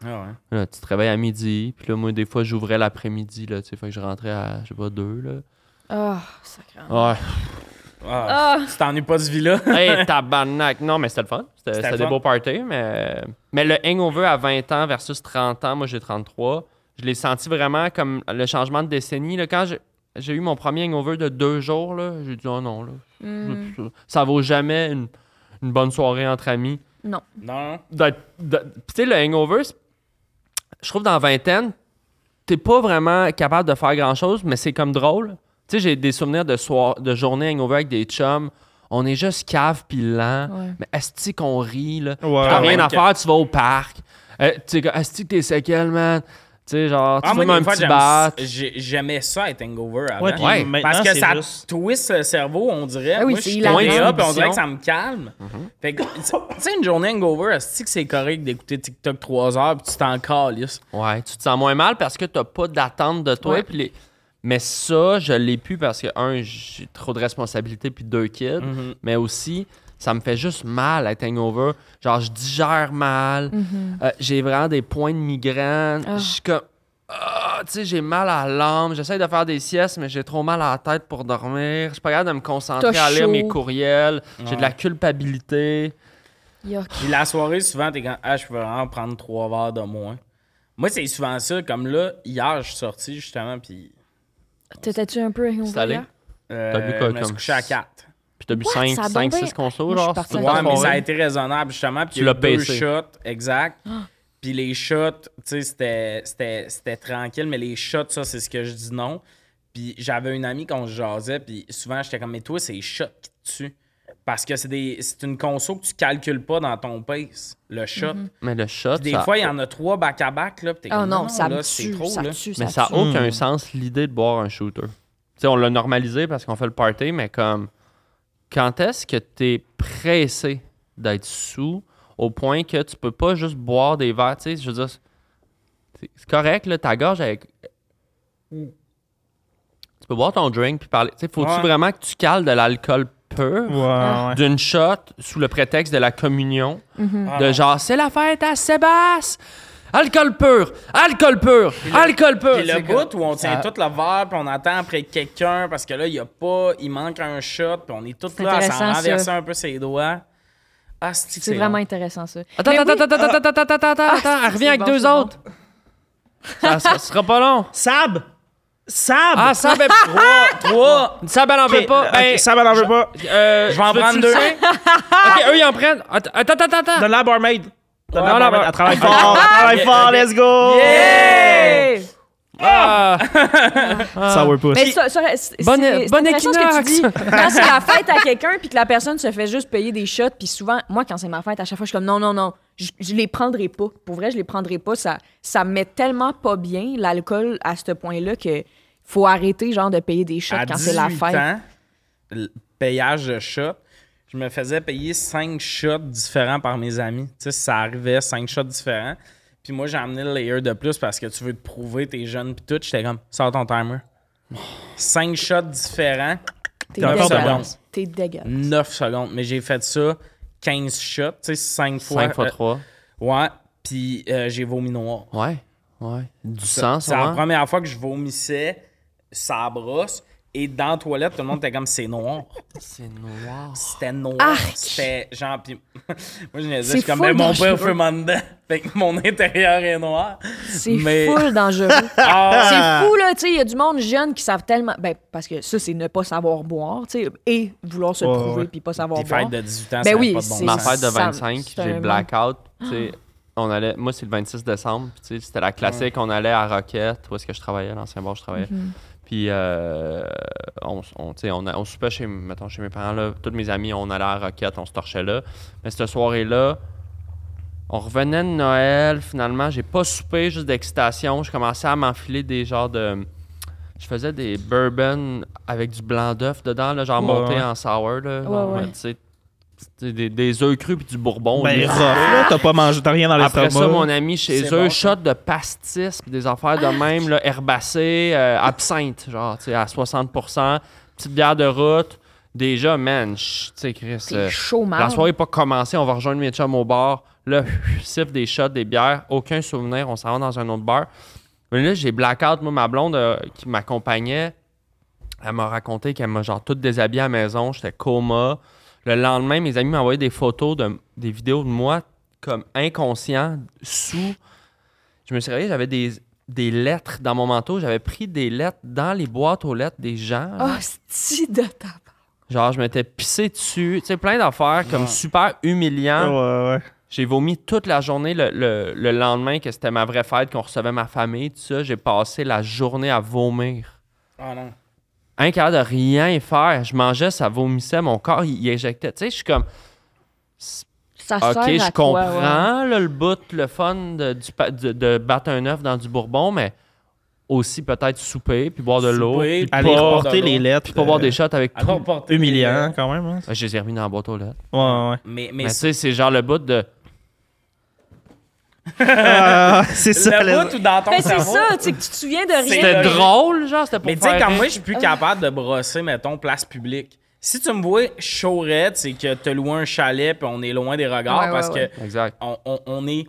Speaker 1: Ah ouais.
Speaker 3: Là, tu te réveilles à midi. Puis là, moi, des fois, j'ouvrais l'après-midi. Là, tu sais, fait que je rentrais à, je sais pas, 2. Là.
Speaker 2: Ah, sacrément.
Speaker 3: Ouais.
Speaker 1: Ah, Tu t'ennuies pas de ce vie-là?
Speaker 3: hey, tabarnak! Non, mais c'était le fun.
Speaker 1: C'était
Speaker 3: C'était
Speaker 1: le
Speaker 3: c'était des
Speaker 1: fun.
Speaker 3: beaux parties, mais... Mais le hangover à 20 ans versus 30 ans, moi, j'ai 33. Je l'ai senti vraiment comme le changement de décennie. là. quand je- j'ai eu mon premier hangover de deux jours, là, j'ai dit, oh non, là, ça vaut jamais une, une bonne soirée entre amis.
Speaker 2: Non.
Speaker 1: Non.
Speaker 3: d'être- de- Puis tu sais, le hangover, c'est- je trouve dans la vingtaine, t'es pas vraiment capable de faire grand-chose, mais c'est comme drôle. Tu sais, j'ai des souvenirs de, soir, de journée hangover avec des chums. On est juste cave puis lent.
Speaker 2: Ouais.
Speaker 3: Mais est-ce qu'on rit, là?
Speaker 4: Ouais.
Speaker 3: T'as rien à
Speaker 1: que-
Speaker 3: faire, tu vas au parc. Euh, tu sais, comme, est-ce que t'es séquel, man? Tu sais, genre, tu
Speaker 1: Ah, moi,
Speaker 3: fumes un
Speaker 1: des fois,
Speaker 3: petit
Speaker 1: j'aime-
Speaker 3: bat.
Speaker 1: j'ai- j'aimais ça être hangover avant.
Speaker 4: Ouais, puis
Speaker 3: Ouais.
Speaker 4: maintenant,
Speaker 1: Parce que
Speaker 4: c'est
Speaker 1: ça
Speaker 4: juste-
Speaker 1: twist le cerveau, on dirait.
Speaker 2: Ah oui,
Speaker 1: Moi, je
Speaker 2: c'est
Speaker 1: suis
Speaker 2: hilarant.
Speaker 1: tombé là,
Speaker 3: Moins
Speaker 1: puis on dirait
Speaker 3: d'ambition.
Speaker 1: que ça me calme.
Speaker 3: Mhm.
Speaker 1: Fait que, tu sais, une journée hangover, c'est que c'est correct d'écouter TikTok 3 heures, puis tu t'en calisses.
Speaker 3: Ouais, tu te sens moins mal parce que t'as pas d'attente de toi.
Speaker 2: Ouais.
Speaker 3: puis les- Mais ça, je l'ai pu parce que, un, j'ai trop de responsabilités, puis deux kids.
Speaker 2: Mhm.
Speaker 3: Mais aussi, ça me fait juste mal être hangover. Genre, je digère mal. Euh, j'ai vraiment des points de migraine.
Speaker 2: Mhm. Ah.
Speaker 3: Je suis comme. Ah, tu sais, j'ai mal à l'âme. J'essaie de faire des siestes, mais j'ai trop mal à la tête pour dormir. Je suis pas capable de me concentrer
Speaker 2: T'as
Speaker 3: à lire
Speaker 2: chaud.
Speaker 3: mes courriels. J'ai
Speaker 1: Ouais.
Speaker 3: de la culpabilité. Ah.
Speaker 2: Yuck.
Speaker 1: Puis la soirée, souvent, t'es quand Ah, je peux vraiment prendre trois verres de moins. Moi, c'est souvent ça. Comme là, hier, je suis sorti, justement, puis.
Speaker 2: T'étais-tu un peu
Speaker 3: C'est allé.
Speaker 2: hangover?
Speaker 1: Euh,
Speaker 3: T'as bu quoi,
Speaker 1: je me suis
Speaker 3: comme
Speaker 1: couché à 4.
Speaker 3: Puis t'as bu
Speaker 2: What?
Speaker 3: 5,
Speaker 2: Ça a donc
Speaker 3: 5
Speaker 2: bien-
Speaker 3: 6 consoles,
Speaker 2: Moi, je suis
Speaker 3: genre.
Speaker 2: partie
Speaker 3: c'est
Speaker 2: en
Speaker 3: une
Speaker 1: Ouais, mais ça a
Speaker 3: soirée.
Speaker 1: été raisonnable, justement. Puis
Speaker 3: Tu
Speaker 1: il y a eu
Speaker 3: l'as
Speaker 1: deux
Speaker 3: pincé.
Speaker 1: shots, exact. Puis les shots, tu sais, c'était- c'était c'était tranquille, mais les shots, ça, c'est ce que je dis non. Puis j'avais une amie qu'on se jasait, puis souvent, j'étais comme, mais toi, c'est les shots qui te tuent. Parce que c'est des- c'est une conso que tu calcules pas dans ton pace, le shot.
Speaker 3: Mais le shot,
Speaker 1: Puis des
Speaker 3: ça-
Speaker 1: fois, il y en a trois back-à-back, là. puis t'es
Speaker 2: Oh
Speaker 1: comme,
Speaker 2: Mhm. non, ça
Speaker 1: là,
Speaker 2: me
Speaker 1: c'est
Speaker 2: tue,
Speaker 1: trop,
Speaker 2: ça
Speaker 1: là.
Speaker 2: tue,
Speaker 3: Mais
Speaker 2: ça
Speaker 3: ça n'a
Speaker 2: tue.
Speaker 3: aucun sens l'idée de boire un shooter. Tu sais, on l'a normalisé parce qu'on fait le party, mais comme quand est-ce que tu es pressé d'être sous au point que tu peux pas juste boire des verres, tu sais, je veux dire, c'est c'est correct, là, ta gorge avec. Tu peux boire ton drink puis parler. Tu sais, faut-tu
Speaker 1: Ouais.
Speaker 3: vraiment que tu cales de l'alcool pur?
Speaker 4: Ouais, ouais.
Speaker 3: D'une shot sous le prétexte de la communion,
Speaker 1: Ah
Speaker 3: de
Speaker 1: non.
Speaker 3: genre c'est la fête à Sébastien, alcool pur, alcool pur, alcool pur.
Speaker 1: Puis le
Speaker 3: C'est
Speaker 1: bout
Speaker 3: comme-
Speaker 1: où on tient
Speaker 3: ça-
Speaker 1: tout le verre, puis on attend après quelqu'un, parce que là, il y a pas, il manque un shot, puis on est tous
Speaker 2: C'est
Speaker 1: là à s'en
Speaker 2: intéressant,
Speaker 1: renverser
Speaker 2: ça.
Speaker 1: un peu ses doigts. Ah, c'est
Speaker 2: C'est vraiment intéressant, ça.
Speaker 3: Attends,
Speaker 2: Mais
Speaker 3: attends,
Speaker 2: oui, Ah,
Speaker 3: attends, attends, attends, attends, attends, attends, elle revient
Speaker 2: c'est
Speaker 3: avec
Speaker 2: bon,
Speaker 3: deux
Speaker 2: c'est bon.
Speaker 3: autres. Ça, ça sera pas long.
Speaker 4: Sab! Sab!
Speaker 3: Ah, ça, ben, trois, trois. Ça, ben, elle en veut
Speaker 4: Ok,
Speaker 3: pas. Ben,
Speaker 4: ok, Sab, elle en veut pas.
Speaker 3: euh,
Speaker 1: Je vais en
Speaker 3: veux-tu
Speaker 1: prendre
Speaker 3: le
Speaker 1: deux.
Speaker 3: sein? ok, eux, ils en prennent. Attends, attends, attends, attends.
Speaker 4: Donne-la à Barmaid. Donne-la
Speaker 3: Ouais,
Speaker 4: à
Speaker 3: non,
Speaker 4: Barmaid.
Speaker 3: bah-
Speaker 4: Elle travaille fort, elle travaille fort, let's go!
Speaker 2: Hey!
Speaker 3: Ah,
Speaker 4: Sourpuss.
Speaker 2: Mais Ben, ça, ça, c'est-
Speaker 3: Bonne-
Speaker 2: c'est- c'est
Speaker 3: bonne
Speaker 2: intéressant ce que tu dis.
Speaker 3: équinoxe.
Speaker 2: Quand c'est la fête à quelqu'un puis que la personne se fait juste payer des shots, puis souvent, moi, quand c'est ma fête, à chaque fois, je suis comme non, non, non, je, je les prendrai pas. Pour vrai, je les prendrai pas. Ça, ça me met tellement pas bien l'alcool à ce point-là que faut arrêter genre de payer des shots
Speaker 1: à
Speaker 2: quand c'est la
Speaker 1: 18
Speaker 2: fête.
Speaker 1: ans, le payage de shots, je me faisais payer 5 shots différents par mes amis. Tu sais, ça arrivait, 5 shots différents. Puis moi, j'ai amené le layer de plus parce que tu veux te prouver, t'es jeune, puis tout. J'étais comme, sors ton timer. 5 shots différents,
Speaker 2: T'es
Speaker 4: T'es encore
Speaker 2: dégueulasse. T'es dégueulasse.
Speaker 1: 9 secondes. Mais j'ai fait ça 15 shots, tu sais, 5 fois.
Speaker 3: 5 fois
Speaker 1: euh,
Speaker 3: 3.
Speaker 1: Ouais, puis euh, j'ai vomi noir.
Speaker 3: Ouais, ouais. Du sang,
Speaker 1: C'est la
Speaker 3: sûrement.
Speaker 1: première fois que je vomissais, ça brosse. Et dans la toilette, tout le monde était comme c'est noir.
Speaker 3: C'est noir.
Speaker 1: C'était noir.
Speaker 2: Arc!
Speaker 1: C'était genre. Pis... Moi, je me disais,
Speaker 2: C'est
Speaker 1: je suis comme,
Speaker 2: full
Speaker 1: ben, mon père
Speaker 2: dangereux.
Speaker 1: fume en dedans. Fait que mon intérieur est noir.
Speaker 2: C'est
Speaker 1: Mais-
Speaker 2: full dangereux.
Speaker 1: Ah,
Speaker 2: C'est fou, là, tu sais, il y a du monde jeune qui savent tellement. Ben, parce que ça, c'est ne pas savoir boire, tu sais, et vouloir se
Speaker 4: Ouais, ouais.
Speaker 2: prouver puis pas savoir
Speaker 1: les
Speaker 2: boire.
Speaker 1: fêtes de 18 ans,
Speaker 2: Ben
Speaker 1: ça n'a
Speaker 2: oui,
Speaker 1: pas de bon
Speaker 2: c'est-
Speaker 3: Ma
Speaker 1: sens.
Speaker 3: fête de
Speaker 2: Ça-
Speaker 3: 25,
Speaker 2: c'est
Speaker 3: j'ai
Speaker 2: un
Speaker 3: blackout. tu sais, On allait, moi, c'est le 26 décembre. puis tu sais, C'était la classique. On allait à Roquette, où est-ce que je travaillais, l'ancien bar, où je travaillais.
Speaker 2: Mhm.
Speaker 3: Puis, euh, on, on, tu sais, on, a- on soupait chez, mettons, chez mes parents. Là, tous mes amis, on allait à Roquette, on se torchait là. Mais cette soirée-là, on revenait de Noël. Finalement, j'ai pas soupé, juste d'excitation. Je commençais à m'enfiler des genres de. Je faisais des bourbon avec du blanc d'œuf dedans, là, genre
Speaker 4: Ouais.
Speaker 3: monté en sour. Là, genre,
Speaker 2: ouais.
Speaker 3: tu sais, des, des, des œufs crus puis du bourbon.
Speaker 4: Ben,
Speaker 3: Lui.
Speaker 4: rough, là, t'as pas mangé, t'as rien dans
Speaker 3: Après ça, mon
Speaker 4: l'estomac.
Speaker 3: ami, chez
Speaker 1: C'est
Speaker 3: eux,
Speaker 1: bon, ça.
Speaker 3: shot de pastis puis des affaires de même, là, herbacées, euh, absinthe, genre, tu sais, à 60 petite bière de route. Déjà, man, je- tu sais, Chris,
Speaker 2: C'est
Speaker 3: euh,
Speaker 2: chaud, mal.
Speaker 3: la soirée n'est pas commencée, on va rejoindre mes chums au bar. Là, siffle des shots, des bières, aucun souvenir, on s'en va dans un autre bar. Mais là, j'ai blackout, moi, ma blonde euh, qui m'accompagnait, elle m'a raconté qu'elle m'a genre toute déshabillée à la maison, j'étais coma. Le lendemain, mes amis m'envoyaient des photos, de, des vidéos de moi comme inconscient, sous. Je me suis réveillé, j'avais des des lettres dans mon manteau. J'avais pris des lettres dans les boîtes aux lettres des gens. là.
Speaker 2: Oh, c'est de ta part.
Speaker 3: Genre, je m'étais pissé dessus. Tu sais, plein d'affaires comme
Speaker 1: Ouais.
Speaker 3: super humiliant.
Speaker 4: ouais, ouais.
Speaker 3: J'ai vomi toute la journée le, le- le lendemain que c'était ma vraie fête, qu'on recevait ma famille, tout ça. J'ai passé la journée à vomir.
Speaker 1: Ah non.
Speaker 3: Incapable de rien faire. Je mangeais, ça vomissait, mon corps, il, il éjectait. Tu sais, je suis comme,
Speaker 2: Ah, Ça sert
Speaker 3: OK,
Speaker 2: à
Speaker 3: je
Speaker 2: quoi,
Speaker 3: comprends
Speaker 2: ouais.
Speaker 3: là, le bout, le fun de, du pa- de- de battre un œuf dans du bourbon, mais aussi peut-être souper, puis boire de l'eau,
Speaker 1: Souper,
Speaker 3: puis
Speaker 1: puis
Speaker 3: pas,
Speaker 4: Aller
Speaker 1: Pas
Speaker 4: reporter
Speaker 1: de
Speaker 4: les
Speaker 1: l'eau.
Speaker 4: lettres.
Speaker 3: pas boire
Speaker 4: euh,
Speaker 3: des shots avec tout.
Speaker 1: Alors, porter-
Speaker 4: Humiliant, quand même. hein.
Speaker 3: Je les ai remis dans la boîte aux lettres.
Speaker 4: Ouais, ouais.
Speaker 1: Mais,
Speaker 3: Mais,
Speaker 1: mais
Speaker 3: tu sais, c'est genre le bout de...
Speaker 4: Ah, c'est ça. les-
Speaker 1: le bout ou dans ton
Speaker 2: Ben, c'est
Speaker 1: cerveau.
Speaker 2: ça, tu sais, que tu te souviens de rien.
Speaker 1: C'est-
Speaker 3: C'était
Speaker 1: logique.
Speaker 3: drôle, genre, c'était pour
Speaker 1: Mais tu sais,
Speaker 3: faire
Speaker 1: quand
Speaker 3: rire.
Speaker 1: moi, je suis plus capable de brosser, mettons, place publique. Si tu me vois chaurette, c'est que t'as loué un chalet puis on est loin des regards
Speaker 2: Ouais, ouais,
Speaker 1: parce
Speaker 2: ouais.
Speaker 1: que
Speaker 3: Exact.
Speaker 1: on, on- on est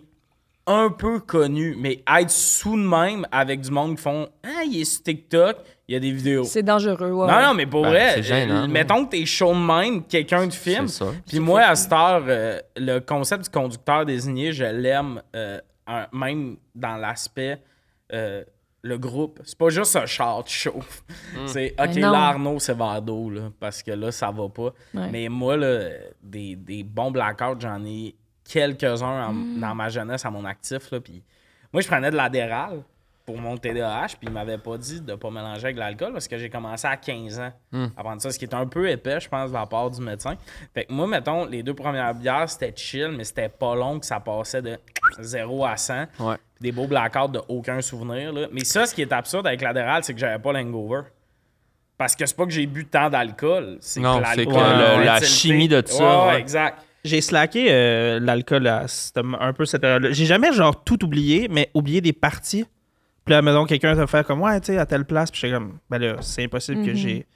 Speaker 1: un peu connu, mais être sous de même avec du monde qui font Ah, il est sur TikTok, il y a des vidéos.
Speaker 2: C'est dangereux, ouais.
Speaker 1: Non, non, mais pour
Speaker 3: Ben,
Speaker 1: vrai,
Speaker 3: c'est gênant,
Speaker 1: euh,
Speaker 3: là.
Speaker 1: mettons que t'es chaud de même, quelqu'un de film.
Speaker 3: C'est ça.
Speaker 1: Puis moi, à cette heure, euh, le concept du conducteur désigné, je l'aime, euh, un- même dans l'aspect, euh, le groupe. C'est pas juste un char de chauffe.
Speaker 3: Hmm.
Speaker 1: C'est, OK,
Speaker 2: Mais non.
Speaker 1: là, Arnaud, c'est Vado, là, parce que là, ça va pas.
Speaker 2: Ouais.
Speaker 1: Mais moi, là, des, des bons blackouts, j'en ai quelques-uns en- dans ma jeunesse à mon actif. Là, puis moi, je prenais de l'adéral pour mon TDAH, puis il m'avait pas dit de pas mélanger avec l'alcool parce que j'ai commencé à 15 ans à prendre ça, ce qui est un peu épais, je pense, de la part du médecin. Fait que moi, mettons, les deux premières bières, c'était chill, mais c'était pas long que ça passait de 0 à 100.
Speaker 3: Ouais.
Speaker 1: Puis Des beaux blackouts de aucun souvenir. là. Mais ça, ce qui est absurde avec l'adéral, c'est que j'avais pas l'hangover. Parce que c'est pas que j'ai bu tant d'alcool. C'est
Speaker 3: Non,
Speaker 1: que
Speaker 3: c'est
Speaker 1: l'alcool
Speaker 4: que
Speaker 1: a
Speaker 4: le-
Speaker 3: la
Speaker 1: utilité.
Speaker 3: chimie de ça,
Speaker 1: Ouais, ouais,
Speaker 3: ouais.
Speaker 1: exact.
Speaker 4: J'ai slacké euh, l'alcool à cette- un peu cette période-là. J'ai jamais genre tout oublié, mais oublié des parties. Puis là, mettons, quelqu'un va faire comme Ouais, tu sais, à telle place. Puis j'étais comme Ben là, c'est impossible que
Speaker 2: Mhm.
Speaker 4: j'ai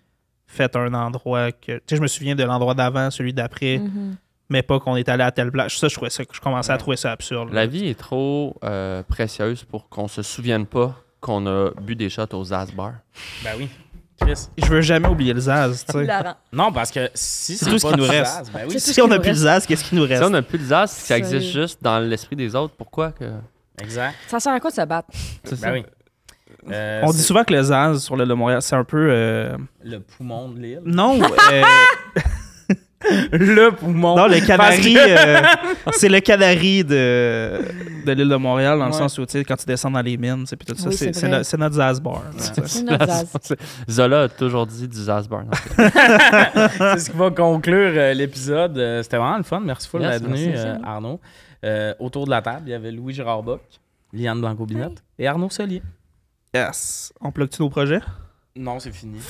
Speaker 4: fait un endroit que. Tu sais, je me souviens de l'endroit d'avant, celui d'après,
Speaker 2: Mhm.
Speaker 4: mais pas qu'on est allé à telle place. Ça, je trouvais ça. Je commençais à trouver ça absurde.
Speaker 3: La vie est trop euh, précieuse pour qu'on se souvienne pas qu'on a bu des shots aux Asbar.
Speaker 1: Ben oui. Chris.
Speaker 4: Je veux jamais oublier le Zaz, tu sais.
Speaker 2: Hilarant.
Speaker 1: Non, parce que si c'est
Speaker 4: tout ce
Speaker 1: pas
Speaker 4: qui
Speaker 1: du
Speaker 4: nous reste.
Speaker 1: jazz, ben oui.
Speaker 2: C'est-
Speaker 4: Si on n'a plus le Zaz, qu'est-ce qui nous reste?
Speaker 3: Si on n'a plus de Zaz, ça
Speaker 2: C'est-
Speaker 3: existe juste dans l'esprit des autres. Pourquoi que.
Speaker 1: Exact.
Speaker 2: Ça sert à quoi de se battre?
Speaker 1: Ben oui. Euh,
Speaker 4: On
Speaker 1: c'est
Speaker 4: dit souvent que le Zaz sur le de Montréal, c'est un peu. euh,
Speaker 1: le poumon de l'île.
Speaker 4: Non, euh,
Speaker 1: Le poumon.
Speaker 4: non, le
Speaker 1: Parce
Speaker 4: canari.
Speaker 1: que-
Speaker 4: euh, c'est le canari de, de l'île de Montréal, dans le
Speaker 1: Ouais.
Speaker 4: sens où, tu sais, quand tu descends dans les mines, c'est puis tout ça.
Speaker 2: Oui,
Speaker 4: c'est,
Speaker 2: c'est
Speaker 4: c'est
Speaker 2: vrai.
Speaker 4: no- c'est notre Zaz bar. tu sais.
Speaker 2: C'est notre zaz.
Speaker 3: Zola a toujours dit du Zazbar.
Speaker 1: C'est ce qui va conclure euh, l'épisode. Euh, C'était vraiment le fun. Merci beaucoup
Speaker 3: Yes,
Speaker 1: d'être venu,
Speaker 2: merci.
Speaker 1: euh, Arnaud. Euh, autour de la table, il y avait Louis Gérard Bock, Liane Blanco-Binette et Arnaud Solier.
Speaker 4: Yes. On bloque-tu nos projets?
Speaker 1: Non, c'est fini.